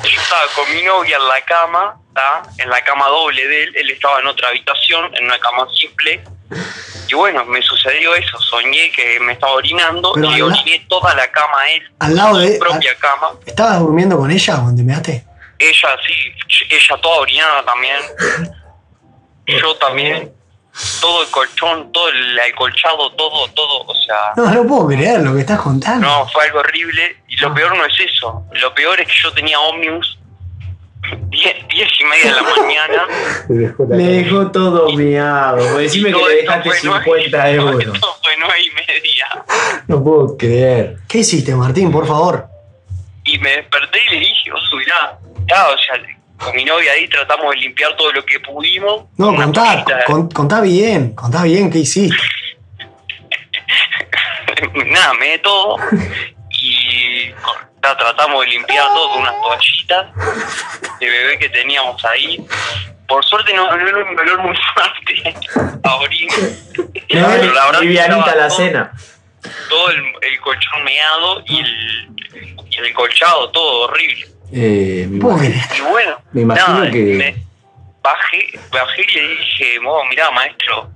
Speaker 11: Yo estaba con mi novia en la cama, ¿tá? en la cama doble de él. Él estaba en otra habitación, en una cama simple. Y bueno, me sucedió eso. Soñé que me estaba orinando
Speaker 5: Pero Eh, ah.
Speaker 11: y
Speaker 5: al la-
Speaker 11: oriné toda la cama a él,
Speaker 5: Al lado de.
Speaker 11: su propia cama.
Speaker 5: ¿Estabas durmiendo con ella cuando te measte?
Speaker 11: Ella sí, ella toda orinada también. Yo también. Todo el colchón, todo el acolchado, todo, todo. O sea,
Speaker 5: No, no puedo creer lo que estás contando.
Speaker 11: no, fue algo horrible. Y
Speaker 8: Ah.
Speaker 11: lo peor no es eso. Lo peor es que yo tenía ómnibus. 10 y media de la mañana.
Speaker 8: Le dejó todo miado. Decime
Speaker 11: Y
Speaker 8: que
Speaker 11: todo
Speaker 8: le
Speaker 11: esto
Speaker 8: dejaste
Speaker 11: fue nueve-
Speaker 8: 50
Speaker 11: todo
Speaker 8: euros.
Speaker 11: esto fue nueve y media.
Speaker 4: No puedo creer.
Speaker 5: ¿Qué hiciste, Martín, por favor?
Speaker 11: Y me desperté y le dije, oh, mirá, está, o sea, con mi novia ahí tratamos de limpiar todo lo que pudimos.
Speaker 5: No,
Speaker 11: Una
Speaker 5: contá,
Speaker 11: poquita-
Speaker 5: con- contá bien, contá bien qué hiciste.
Speaker 11: nada, me de todo y con- ta- tratamos de limpiar todo con unas toallitas de bebé que teníamos ahí. Por suerte no no era un olor muy fuerte a orina. Pero la verdad que
Speaker 8: Livianita
Speaker 11: estaba
Speaker 8: la
Speaker 11: todo-
Speaker 8: cena.
Speaker 11: Todo el, el colchón meado y el, y el colchado, todo horrible.
Speaker 4: Eh, me,
Speaker 5: Puedo
Speaker 4: imag-
Speaker 5: creer.
Speaker 11: Y bueno,
Speaker 4: me imagino
Speaker 11: nada,
Speaker 4: que...
Speaker 11: me- bajé, bajé y le dije, "Mo, mirá maestro,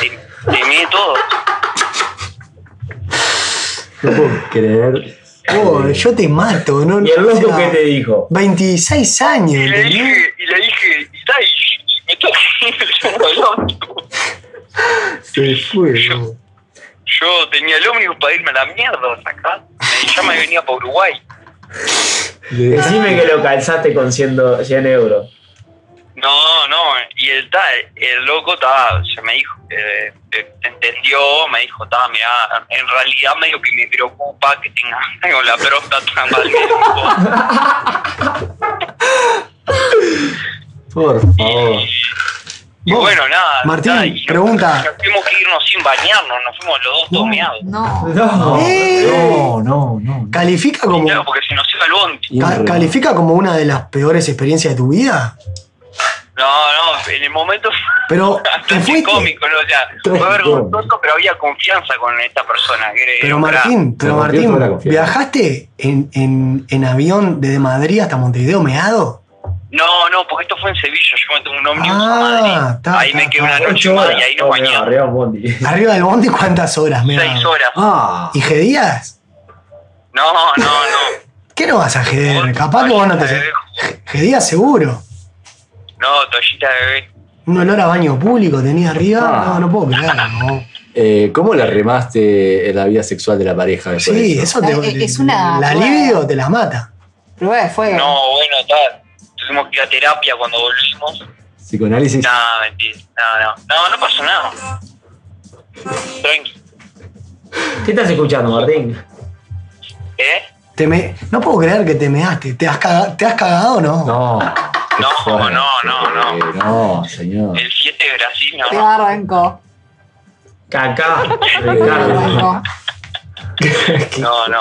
Speaker 11: te, te meé todo.
Speaker 4: No puedo creer.
Speaker 5: Oh, yo te mato, ¿no?
Speaker 8: ¿Y el
Speaker 5: O
Speaker 8: loco
Speaker 5: sea,
Speaker 8: qué te dijo?
Speaker 5: 26 años,
Speaker 11: Y le
Speaker 5: ¿entendés?
Speaker 11: dije, y le dije, "Está ahí, me está cayendo el ómnibus".
Speaker 4: Se fue.
Speaker 11: Yo, yo tenía el ómnibus para irme a la mierda hasta acá. Me- Ya me venía para Uruguay.
Speaker 8: Decime que lo calzaste con 100, 100 euros.
Speaker 11: No, no, y el, ta, el loco ta, se me dijo, eh, eh, entendió, me dijo, ta, mira, en realidad medio que me preocupa que tenga con la próstata mal.
Speaker 4: Por favor.
Speaker 11: Y
Speaker 5: Vos,
Speaker 11: bueno, nada.
Speaker 5: Martín,
Speaker 11: ta, y nos-
Speaker 5: pregunta.
Speaker 11: Nos tuvimos que irnos sin bañarnos, nos fuimos los dos tomeados.
Speaker 10: No.
Speaker 8: No.
Speaker 5: Eh.
Speaker 4: No, no, no.
Speaker 5: ¿Califica como,
Speaker 11: Claro, porque se nos iba el bondi.
Speaker 5: ca- ¿Califica como una de las peores experiencias de tu vida?
Speaker 11: No, no, en el momento
Speaker 5: Pero te
Speaker 11: bastante
Speaker 5: fuiste.
Speaker 11: cómico, ¿no? O sea, fue
Speaker 4: Tragicómico.
Speaker 11: vergonzoso, pero había confianza con esta persona. Que era-
Speaker 8: eh,
Speaker 5: Pero
Speaker 11: era-
Speaker 5: Martín, pero
Speaker 4: Se rompió toda la
Speaker 5: Martín,
Speaker 4: confianza.
Speaker 5: ¿viajaste en, en, en avión desde Madrid hasta Montevideo meado?
Speaker 11: No, no, porque esto fue en Sevilla. Yo me tomé un ómnibus
Speaker 5: Ah,
Speaker 11: a Madrid.
Speaker 5: ta,
Speaker 11: ahí
Speaker 5: ta,
Speaker 11: me quedé
Speaker 5: ta.
Speaker 11: una noche
Speaker 8: Ocho
Speaker 11: más
Speaker 8: horas.
Speaker 11: y ahí nos
Speaker 8: Oh, mira,
Speaker 11: bañamos.
Speaker 8: arriba un bondi.
Speaker 5: Arriba del monte cuántas horas meado?
Speaker 11: Seis horas.
Speaker 4: Ah.
Speaker 5: ¿Y Gedías?
Speaker 11: No, no, no.
Speaker 5: ¿Qué no vas a Geder?
Speaker 11: Vos,
Speaker 5: Eh, Capaz que vos no
Speaker 11: toallita de
Speaker 5: te...
Speaker 11: bebé.
Speaker 5: Gedías seguro.
Speaker 11: No, toallita de bebé.
Speaker 5: Un olor a baño público tenía arriba.
Speaker 4: Ah.
Speaker 5: No, no puedo creer. no.
Speaker 4: Eh, ¿Cómo la remaste en la vida sexual de la pareja después de
Speaker 5: Sí,
Speaker 4: eso?
Speaker 5: eso te,
Speaker 10: Ah,
Speaker 5: te-
Speaker 10: es una-
Speaker 5: La libido te las mata.
Speaker 10: Prueba de fuego.
Speaker 11: No, bueno, tal. Tuvimos que ir a terapia cuando volvimos.
Speaker 4: Psicoanálisis.
Speaker 11: Nada, mentira. No, no. No, no pasó nada. Tranqui.
Speaker 8: ¿Qué estás escuchando, Martín?
Speaker 11: ¿Eh?
Speaker 5: Te me- No puedo creer que te measte. ¿Te has, caga- te has cagado o no?
Speaker 4: No.
Speaker 11: No,
Speaker 4: Qué fuerte.
Speaker 11: no, no, no.
Speaker 4: Eh, No, señor.
Speaker 11: El 7 de Brasil, no.
Speaker 10: Te arrancó.
Speaker 8: Cacá.
Speaker 10: Te
Speaker 8: Ricardo.
Speaker 11: Ah,
Speaker 10: arrancó.
Speaker 11: No, no.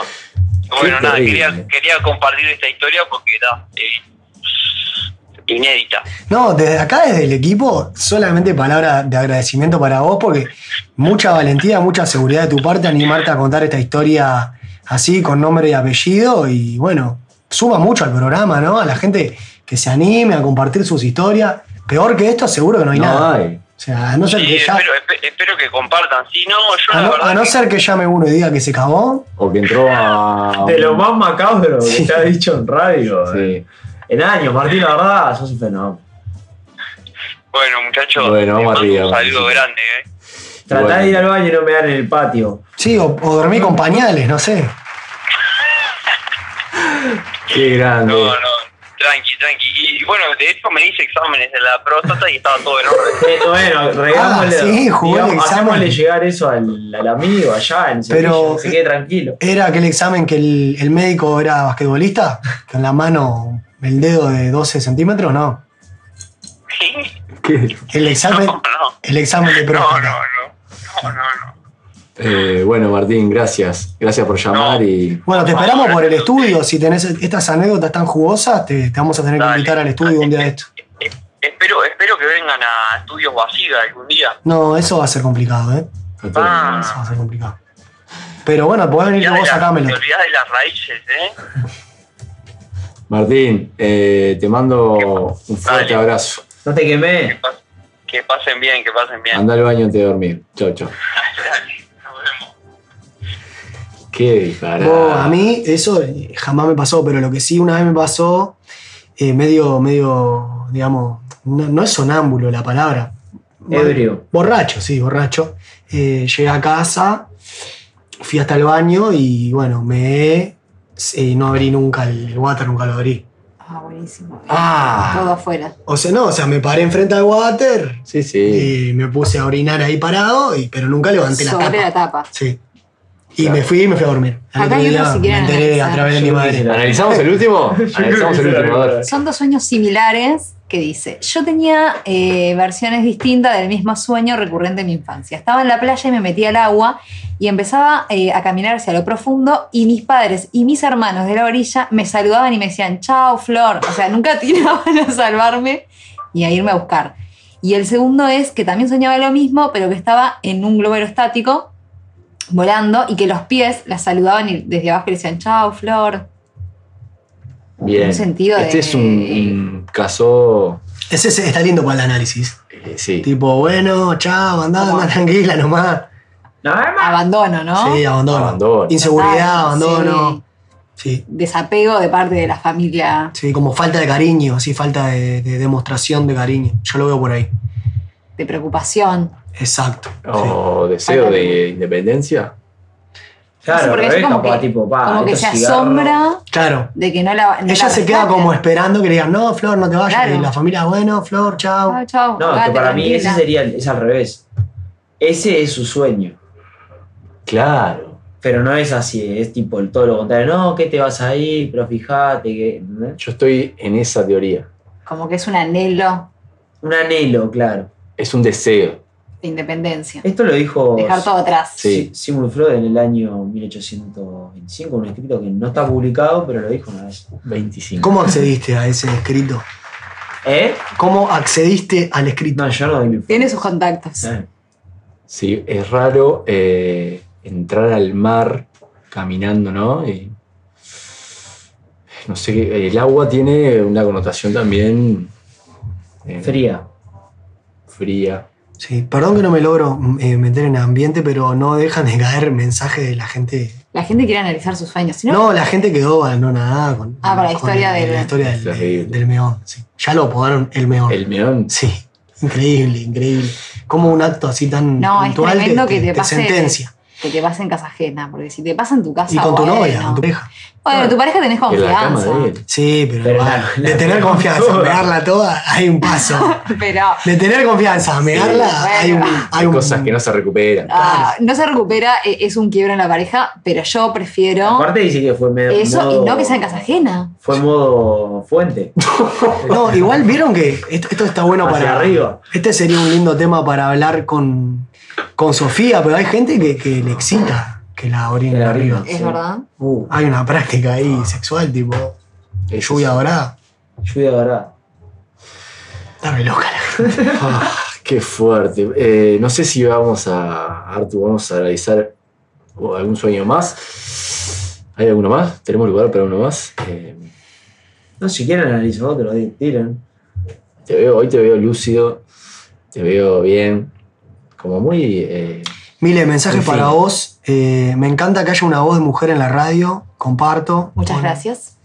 Speaker 11: Bueno,
Speaker 4: Qué
Speaker 11: nada,
Speaker 4: terrible.
Speaker 11: quería, quería compartir esta historia porque era eh, inédita.
Speaker 5: No, desde acá, desde el equipo, solamente palabras de agradecimiento para vos, porque mucha valentía, mucha seguridad de tu parte animarte a contar esta historia así, con nombre y apellido, y bueno, suma mucho al programa, ¿no? A la gente que se anime a compartir sus historias. Peor que esto, seguro que no hay nada. O sea, a no ser que
Speaker 11: Sí,
Speaker 5: ya.
Speaker 11: Eh, espero, espe- espero que compartan. Si no, yo
Speaker 5: A
Speaker 11: la
Speaker 5: Ah, no,
Speaker 11: verdad
Speaker 5: a no ser que llame uno y diga que se cagó.
Speaker 4: O que entró a.
Speaker 8: De lo más macabro que te ha dicho en radio. eh. En años, Martín, la verdad, sos un fenómeno.
Speaker 11: Bueno, muchachos,
Speaker 4: Bueno,
Speaker 11: les
Speaker 4: vamos
Speaker 11: mando
Speaker 4: arriba,
Speaker 11: un saludo
Speaker 4: vamos.
Speaker 11: grande, ¿eh?
Speaker 8: Tratá
Speaker 4: Bueno.
Speaker 8: de ir al baño y no me en el patio.
Speaker 5: Sí, o, o dormí con pañales, no sé.
Speaker 4: Qué grande.
Speaker 11: No, no, tranqui, tranqui. Y, y bueno, de hecho me hice exámenes de la próstata y estaba todo en orden.
Speaker 8: Eh, bueno, regámosle.
Speaker 5: Ah, sí, jugó el
Speaker 8: digamos,
Speaker 5: examen.
Speaker 8: hacémosle llegar eso al, al amigo allá en Sevilla,
Speaker 5: Pero-
Speaker 8: que se quede tranquilo.
Speaker 5: Era aquel examen que el, el médico era basquetbolista, con la mano, el dedo de 12 centímetros, no.
Speaker 4: Qué-
Speaker 5: El examen,
Speaker 11: No,
Speaker 5: el examen de
Speaker 11: no, no,
Speaker 5: próstata.
Speaker 11: no. No, no, no.
Speaker 4: Eh, bueno, Martín, gracias. Gracias por llamar y.
Speaker 5: Bueno, te esperamos por el estudio. Si tenés estas anécdotas tan jugosas, te, te vamos a tener que
Speaker 11: Dale.
Speaker 5: invitar al estudio un día de esto.
Speaker 11: Eh, espero, espero que vengan a Estudios Vacía algún día.
Speaker 5: No, eso va a ser complicado, ¿eh?
Speaker 11: Ah.
Speaker 5: Eso va a ser complicado. Pero bueno, podés venir
Speaker 11: Te
Speaker 5: vos a
Speaker 11: olvidás de
Speaker 5: Camelot.
Speaker 11: la- te olvidás de las raíces, ¿eh?
Speaker 4: Martín, eh, te mando un fuerte
Speaker 11: Dale.
Speaker 4: abrazo.
Speaker 8: No te quemé.
Speaker 11: Que pasen bien, que pasen bien.
Speaker 4: Anda al baño antes de dormir. Chau, chau.
Speaker 11: Nos
Speaker 6: Ah.
Speaker 11: vemos.
Speaker 4: Qué disparate.
Speaker 5: Vos, a mí eso eh, jamás me pasó, pero lo que sí una vez me pasó, eh, medio, medio, digamos, no, no es sonámbulo la palabra.
Speaker 8: Ebrio.
Speaker 5: Borracho, sí, borracho. Eh, llegué a casa, fui hasta el baño y bueno, me... sí, no abrí nunca el, el water, nunca lo abrí.
Speaker 6: Ah, buenísimo. Todo
Speaker 4: Ah,
Speaker 6: afuera.
Speaker 5: O sea, no, o sea, me paré enfrente al water
Speaker 4: sí, sí.
Speaker 5: y me puse a orinar ahí parado, y, pero nunca levanté la
Speaker 6: Sobre
Speaker 5: tapa.
Speaker 6: la tapa.
Speaker 5: Sí. Y
Speaker 4: Claro.
Speaker 5: me fui y me fui a dormir. Al
Speaker 6: Acá
Speaker 5: otro
Speaker 6: hay otro
Speaker 5: día
Speaker 6: si
Speaker 5: me
Speaker 6: quieren
Speaker 5: enteré a
Speaker 6: analizar.
Speaker 5: través de mi
Speaker 8: Yo
Speaker 5: madre.
Speaker 8: quisiera-
Speaker 4: ¿Analizamos el último?
Speaker 8: creo
Speaker 4: Analizamos
Speaker 8: que
Speaker 4: el
Speaker 8: será
Speaker 4: último. a ver.
Speaker 8: verdad.
Speaker 6: Son dos sueños similares que dice, yo tenía eh, versiones distintas del mismo sueño recurrente en mi infancia. Estaba en la playa y me metía al agua y empezaba eh, a caminar hacia lo profundo y mis padres y mis hermanos de la orilla me saludaban y me decían, chao Flor, o sea, nunca tiraban a salvarme y a irme a buscar. Y el segundo es que también soñaba lo mismo, pero que estaba en un globo aerostático volando y que los pies la saludaban y desde abajo le decían, chao Flor.
Speaker 4: Bien.
Speaker 6: Un sentido
Speaker 4: este
Speaker 6: de-
Speaker 4: es un, un caso.
Speaker 5: Ese ese está lindo para el análisis.
Speaker 4: eh, sí.
Speaker 5: Tipo, bueno, chao, andá, andá tranquila nomás.
Speaker 8: No, además,
Speaker 6: Abandono, ¿no?
Speaker 5: Sí, abandono.
Speaker 4: Abandono.
Speaker 5: Inseguridad,
Speaker 6: Total,
Speaker 5: abandono. Sí.
Speaker 6: desapego de parte de la familia.
Speaker 5: sí, como falta de cariño, así falta de, de demostración de cariño. Yo lo veo por ahí.
Speaker 6: de preocupación.
Speaker 5: Exacto. sí.
Speaker 4: O deseo de independencia.
Speaker 6: No sé,
Speaker 8: claro,
Speaker 6: Ah, porque
Speaker 8: al
Speaker 6: es
Speaker 8: revés,
Speaker 6: como
Speaker 8: capaz,
Speaker 6: que-
Speaker 8: tipo, pa,
Speaker 6: como que
Speaker 8: estos
Speaker 6: se
Speaker 8: cigarros.
Speaker 6: asombra
Speaker 5: Claro.
Speaker 6: de que no la. no
Speaker 5: Ella
Speaker 6: la
Speaker 5: se queda
Speaker 6: rescaten.
Speaker 5: como esperando que le digan, no, Flor, no te vayas.
Speaker 6: Claro.
Speaker 5: Y la familia, bueno, Flor, chao.
Speaker 6: Chau, chau,
Speaker 8: No,
Speaker 6: jugate,
Speaker 8: que para mí ese
Speaker 6: Ah, tranquila.
Speaker 8: sería el- es al revés. Ese es su sueño.
Speaker 4: Claro.
Speaker 8: Pero no es así, es tipo el todo lo contrario. No, que te vas a ir, pero fíjate que. ¿no?
Speaker 4: Yo estoy en esa teoría.
Speaker 6: Como que es un anhelo
Speaker 8: Un anhelo, claro.
Speaker 4: Es un deseo.
Speaker 6: de independencia.
Speaker 8: Esto lo dijo
Speaker 6: Dejar todo atrás.
Speaker 4: Sí.
Speaker 8: Si- Sigmund Freud en el año 1825, un escrito que no está publicado, pero lo dijo una vez.
Speaker 4: 25.
Speaker 5: ¿Cómo accediste a ese escrito?
Speaker 8: ¿Eh?
Speaker 5: ¿Cómo accediste al escrito?
Speaker 8: No, yo no doy mi-
Speaker 6: Tiene sus contactos.
Speaker 8: Eh.
Speaker 4: Sí, es raro eh, entrar al mar caminando, ¿no? Y- no sé, el agua tiene una connotación también eh,
Speaker 8: Fría.
Speaker 4: fría.
Speaker 5: Sí, perdón que no me logro mm, eh, meter en ambiente, pero no dejan de caer mensajes de la gente
Speaker 6: La gente quiere analizar sus sueños. Si no,
Speaker 5: No, la gente quedó abandonada con,
Speaker 6: Ah, para la
Speaker 5: con
Speaker 6: historia
Speaker 5: el-
Speaker 6: del-
Speaker 5: la historia del,
Speaker 4: Terrible.
Speaker 5: del meón. sí. Ya lo apodaron el meón.
Speaker 4: El meón.
Speaker 5: Sí, increíble, increíble. Como un acto así tan
Speaker 6: No, es
Speaker 5: puntual
Speaker 6: tremendo
Speaker 5: te,
Speaker 6: que te pase-
Speaker 5: sentencia.
Speaker 6: que te pasa en casa ajena, porque si te pasa en tu casa.
Speaker 5: Y con tu
Speaker 6: bueno.
Speaker 5: novia, con tu pareja.
Speaker 6: Bueno, tu pareja tenés
Speaker 4: En la cama
Speaker 6: confianza.
Speaker 4: de él.
Speaker 5: Sí, pero,
Speaker 8: Pero
Speaker 5: bueno,
Speaker 8: la-
Speaker 5: de
Speaker 8: la-
Speaker 5: tener
Speaker 8: la-
Speaker 5: confianza,
Speaker 8: toda.
Speaker 5: megarla toda, hay un paso.
Speaker 6: Pero ah,
Speaker 5: De tener confianza, megarla, hay un...
Speaker 6: bueno.
Speaker 5: Hay
Speaker 4: Hay
Speaker 5: un-
Speaker 4: cosas que no se recuperan.
Speaker 6: ah, no se recupera, eh, es un quiebro en la pareja, pero yo prefiero
Speaker 8: Aparte dice que fue medio.
Speaker 6: eso
Speaker 8: modo-
Speaker 6: y no que sea en casa ajena.
Speaker 8: Fue modo fuente.
Speaker 5: No, igual vieron que esto, esto está bueno
Speaker 8: Hacia
Speaker 5: para.
Speaker 8: arriba.
Speaker 5: Este sería un lindo tema para hablar con, con Sofía, pero hay gente que, que le excita que la orina
Speaker 8: Que la
Speaker 5: arriba.
Speaker 8: orina, Es sí. verdad. Uh,
Speaker 5: Hay una práctica ahí sexual, tipo.
Speaker 8: Ah. Sí, sí,
Speaker 5: Lluvia
Speaker 8: sí.
Speaker 5: dorada.
Speaker 8: lluvia dorada.
Speaker 5: Dame loca.
Speaker 4: Ah, qué fuerte. Eh, no sé si vamos a. Artu, vamos a realizar algún sueño más. ¿Hay alguno más? ¿Tenemos lugar para uno más? Eh,
Speaker 8: No, si quieren analizo otro, di- tiren.
Speaker 4: te veo, hoy te veo lúcido, te veo bien. Como muy. eh,
Speaker 5: Mile, mensaje
Speaker 4: En fin.
Speaker 5: para vos. Eh, me encanta que haya una voz de mujer en la radio. Comparto.
Speaker 10: Muchas gracias.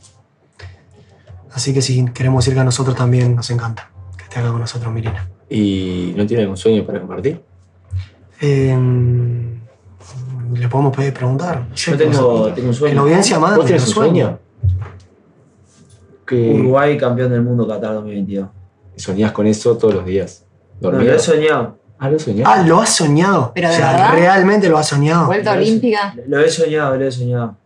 Speaker 5: Así que si queremos ir que a nosotros también nos encanta que esté acá con nosotros, Milena.
Speaker 4: ¿Y no tiene algún sueño para compartir?
Speaker 5: Eh, Le podemos pedir preguntar.
Speaker 8: Yo tengo, tengo un sueño.
Speaker 5: Que la audiencia
Speaker 7: Ah,
Speaker 5: manda
Speaker 8: ¿Vos tenés
Speaker 5: los
Speaker 8: un sueño?
Speaker 4: ¿Qué-
Speaker 8: Uruguay campeón del mundo Qatar 2022.
Speaker 4: ¿Soñás con eso todos los días?
Speaker 8: No,
Speaker 4: ¿Dormías?
Speaker 8: lo he soñado.
Speaker 4: Ah, lo soñé.
Speaker 5: Ah, lo has soñado.
Speaker 10: Pero
Speaker 5: o
Speaker 10: de
Speaker 5: sea,
Speaker 10: verdad.
Speaker 5: realmente lo has soñado.
Speaker 10: Vuelta olímpica.
Speaker 8: Lo he soñado, lo he soñado.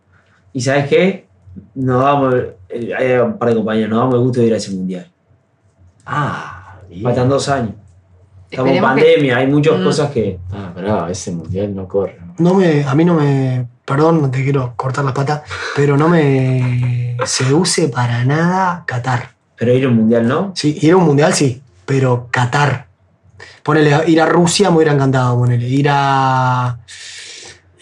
Speaker 8: ¿Y sabes qué? Nos damos, eh, hay un par de compañeros, nos damos el gusto de ir a ese mundial.
Speaker 4: Ah, bien.
Speaker 8: Faltan dos años. Estamos en
Speaker 10: Esperemos que-
Speaker 8: pandemia, hay muchas
Speaker 10: Mm.
Speaker 8: cosas que.
Speaker 4: Ah, pará, ese mundial no corre.
Speaker 5: No me, a mí no me. Perdón, no te quiero cortar las patas, pero no me seduce para nada Qatar.
Speaker 8: Pero ir a un mundial, ¿no?
Speaker 5: Sí, ir a un mundial sí, pero Qatar. Ponele, ir a Rusia me hubiera encantado, ponele. Ir a.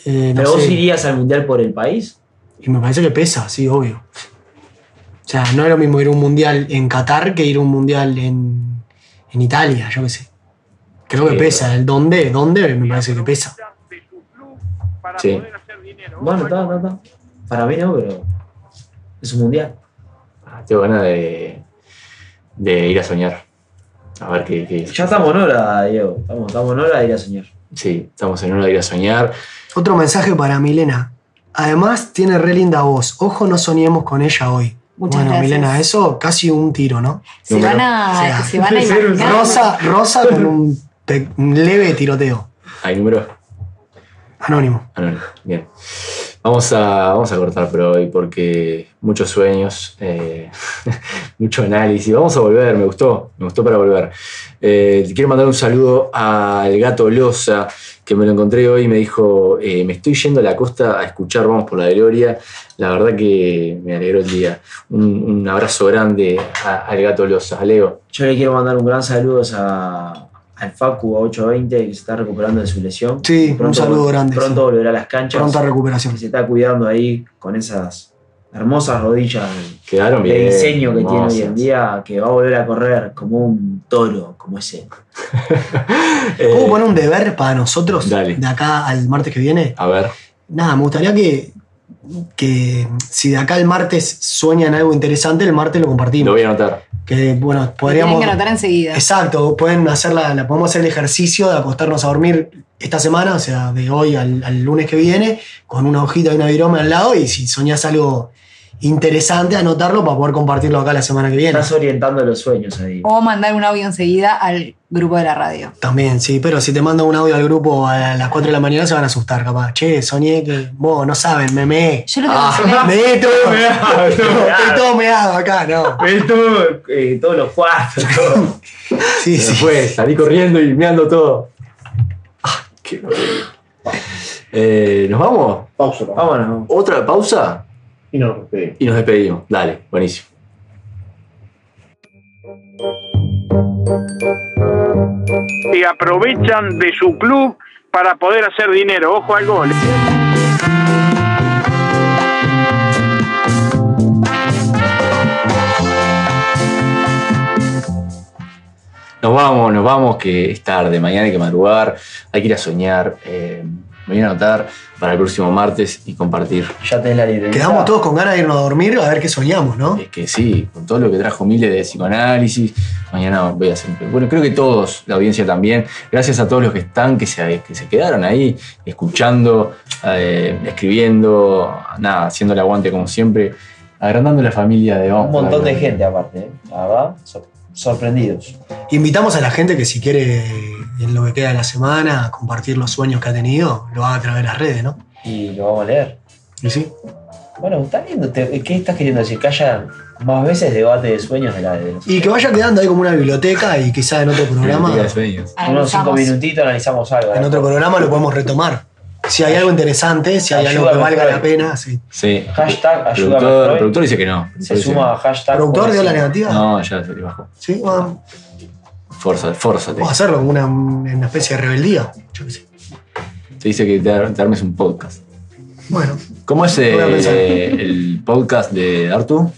Speaker 5: eh, no
Speaker 8: Pero vos
Speaker 5: sé.
Speaker 8: irías al mundial por el país.
Speaker 5: Y me parece que pesa, sí, obvio. O sea, no es lo mismo ir a un mundial en Qatar que ir a un mundial en, en Italia, yo qué sé. Creo que
Speaker 4: Sí,
Speaker 5: pesa. El dónde, dónde me parece que pesa.
Speaker 4: Sí.
Speaker 8: Bueno, está, está, está. Para mí no, pero. Es un mundial.
Speaker 4: Ah, tengo ganas de, de ir a soñar. A ver qué, qué-
Speaker 8: Ya estamos en hora, Diego. Estamos, estamos en hora de ir a soñar.
Speaker 4: Sí, estamos en hora de ir a soñar.
Speaker 5: Otro mensaje para Milena. Además, tiene re linda voz. Ojo, no soñemos con ella hoy.
Speaker 10: Muchas
Speaker 5: bueno,
Speaker 10: gracias.
Speaker 5: Milena, eso casi un tiro, ¿no?
Speaker 10: Se
Speaker 4: Número.
Speaker 10: van a,
Speaker 5: O sea,
Speaker 10: se van a imaginar.
Speaker 5: Rosa, rosa con un, pe- un leve tiroteo.
Speaker 4: Hay números
Speaker 5: Anónimo.
Speaker 4: anónimos. Bien. Vamos a, vamos a cortar por hoy porque muchos sueños, eh, mucho análisis. Vamos a volver, me gustó, me gustó para volver. Eh, te quiero mandar un saludo al gato Loza, que me lo encontré hoy y me dijo, eh, me estoy yendo a la costa a escuchar Vamos por la Gloria. La verdad que me alegró el día. Un, un abrazo grande a- al gato Loza. A Leo.
Speaker 8: Yo le quiero mandar un gran saludo a, al Facu a 820 que se está recuperando de su lesión.
Speaker 5: Sí, un saludo grande,
Speaker 8: Pronto
Speaker 5: sí.
Speaker 8: volverá a las canchas.
Speaker 5: Pronta
Speaker 8: que
Speaker 5: recuperación.
Speaker 8: se está cuidando ahí con esas hermosas rodillas de-
Speaker 4: Quedaron
Speaker 8: de,
Speaker 4: bien.
Speaker 8: diseño que tiene hoy
Speaker 4: hermosas.
Speaker 8: en día, que va a volver a correr como un toro, como ese.
Speaker 4: Eh,
Speaker 5: ¿Puedo poner un deber para nosotros
Speaker 4: Dale.
Speaker 5: de acá al martes que viene?
Speaker 4: A ver.
Speaker 5: Nada, me gustaría que, que si de acá al martes sueñan algo interesante, el martes lo
Speaker 4: Lo
Speaker 5: compartimos.
Speaker 4: voy a anotar.
Speaker 5: Que bueno,
Speaker 10: Tienen
Speaker 5: podríamos.
Speaker 10: que anotar enseguida.
Speaker 5: Exacto, pueden hacer la, la- podemos hacer el ejercicio de acostarnos a dormir esta semana, o sea, de hoy al, al lunes que viene, con una hojita y una viroma al lado, y si soñás algo interesante, anotarlo para poder compartirlo acá la semana que viene.
Speaker 8: Estás orientando los sueños ahí.
Speaker 10: O mandar un audio enseguida al grupo de la radio.
Speaker 5: También, sí, pero si te mando un audio al grupo a las 4 de la mañana se van a asustar, capaz. Che, soñé que. Vos, no saben, meme.
Speaker 10: Yo lo tengo en silencio.
Speaker 5: Neto, estoy todo meado acá, no.
Speaker 8: Todo, eh, todos los cuartos, todo.
Speaker 5: Sí,
Speaker 4: Se
Speaker 5: sí.
Speaker 4: fue, salí corriendo y meando todo. Ah, qué horrible. Eh, ¿Nos vamos?
Speaker 7: Pausa, pausa.
Speaker 8: Vámonos. vamos.
Speaker 4: ¿Otra pausa?
Speaker 7: Y eh, nos despedimos.
Speaker 4: Y nos despedimos. Dale, buenísimo.
Speaker 11: Se aprovechan de su club para poder hacer dinero. Ojo al gol.
Speaker 4: Nos vamos, nos vamos, que es tarde, mañana hay que madrugar, hay que ir a soñar. eh, me voy a anotar para el próximo martes y compartir.
Speaker 8: Ya tenés la libreta.
Speaker 5: Quedamos todos con ganas de irnos a dormir a ver qué soñamos, ¿no?
Speaker 4: Es que sí, con todo lo que trajo Mile de psicoanálisis, mañana voy a hacer. Bueno, creo que todos, la audiencia también. Gracias a todos los que están, que se, que se quedaron ahí, escuchando, eh, escribiendo, nada, haciendo el aguante como siempre, agrandando la familia de Vamos
Speaker 8: Un
Speaker 4: por la
Speaker 8: montón de
Speaker 4: Gloria.
Speaker 8: gente aparte, ¿eh? la verdad. sor- sorprendidos.
Speaker 5: Invitamos a la gente que si quiere, en lo que queda de la semana, compartir los sueños que ha tenido, lo haga a través de las redes, ¿no?
Speaker 8: Y lo vamos a leer.
Speaker 5: ¿Y sí?
Speaker 8: Bueno, está viendo, te- ¿qué estás queriendo decir? Que haya más veces debate de sueños de la de los-
Speaker 5: Y que vaya quedando ahí como una biblioteca y quizá en otro programa,
Speaker 4: Biblioteca de sueños.
Speaker 8: Unos cinco
Speaker 10: Analizamos.
Speaker 8: minutitos analizamos algo.
Speaker 5: en
Speaker 8: ¿eh?
Speaker 5: otro programa lo podemos retomar. Si hay algo interesante, si hay algo
Speaker 8: Ayúdame,
Speaker 5: que valga la
Speaker 8: Freud.
Speaker 5: pena, sí.
Speaker 4: Sí.
Speaker 8: Hashtag
Speaker 4: El
Speaker 8: ayúdame.
Speaker 4: productor, el
Speaker 8: Freud.
Speaker 4: productor dice que no.
Speaker 8: Se suma a hashtag.
Speaker 5: ¿Productor dio la negativa?
Speaker 4: No, ya se le bajó.
Speaker 5: Sí, vamos
Speaker 4: Forza, fórzate.
Speaker 5: a hacerlo como una, una especie de rebeldía. Yo qué sé.
Speaker 4: Te dice que te, ar- te armes un podcast.
Speaker 5: Bueno,
Speaker 4: ¿Cómo es
Speaker 5: Voy a pensar.
Speaker 4: eh, el podcast de Artu?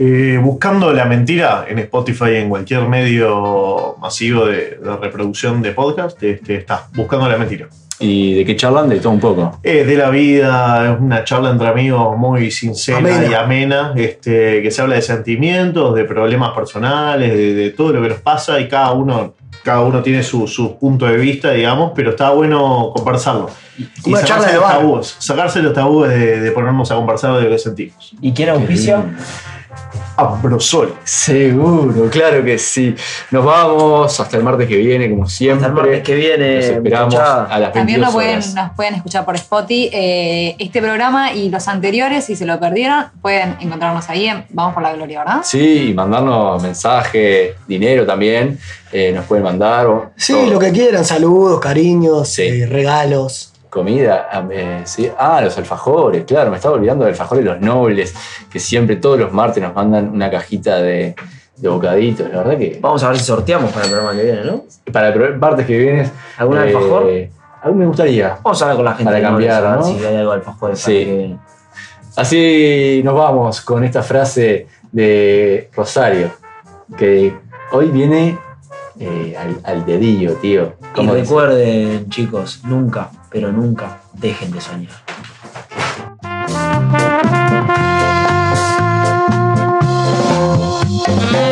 Speaker 7: Eh, buscando la mentira en Spotify, en cualquier medio masivo de, de reproducción de podcast, este, está buscando la mentira.
Speaker 4: ¿Y de qué charlan? De todo un poco.
Speaker 7: Es de la vida, es una charla entre amigos muy sincera
Speaker 5: Amena.
Speaker 7: y amena, este, que se habla de sentimientos, de problemas personales, de, de todo lo que nos pasa y cada uno, cada uno tiene su, su punto de vista, digamos, pero está bueno conversarlo. Y
Speaker 5: Una charla de
Speaker 7: los
Speaker 5: bar.
Speaker 7: tabúes, sacarse los tabúes de, de ponernos a conversar de lo que sentimos.
Speaker 8: ¿Y quién auspicia?
Speaker 7: Ambrosol.
Speaker 4: Seguro, claro que sí. Nos vamos hasta el martes que viene, como siempre.
Speaker 8: Hasta el martes que viene.
Speaker 4: Nos esperamos
Speaker 8: muchachada.
Speaker 4: a las 22
Speaker 10: También nos pueden,
Speaker 4: horas.
Speaker 10: nos pueden escuchar por Spotify. eh, este programa y los anteriores, si se lo perdieron, pueden encontrarnos ahí en Vamos por la Gloria, ¿verdad?
Speaker 4: Sí, y mandarnos mensajes, dinero también. eh, nos pueden mandar. o-
Speaker 5: sí,
Speaker 4: todo.
Speaker 5: lo que quieran, saludos, cariños,
Speaker 4: Sí.
Speaker 5: eh, regalos.
Speaker 4: Comida, am- eh, sí. Ah, los alfajores, claro, me estaba olvidando de alfajores los nobles, que siempre todos los martes nos mandan una cajita de, de bocaditos. La verdad que
Speaker 8: Vamos a ver si sorteamos para el programa que viene, ¿no?
Speaker 4: para el pro- martes que viene.
Speaker 8: ¿Algún alfajor?
Speaker 4: A mí me gustaría.
Speaker 8: Vamos a hablar con la gente.
Speaker 4: Eh, Para
Speaker 8: de Nobles,
Speaker 4: cambiar,
Speaker 8: a ver
Speaker 4: ¿no?
Speaker 8: Si hay algo de alfajores para
Speaker 4: Sí.
Speaker 8: el que viene.
Speaker 4: Así nos vamos con esta frase de Rosario, que hoy viene eh, al, al dedillo, tío.
Speaker 8: Y
Speaker 4: ¿Cómo dice?
Speaker 8: recuerden, chicos, nunca, pero nunca dejen de soñar.
Speaker 3: Thank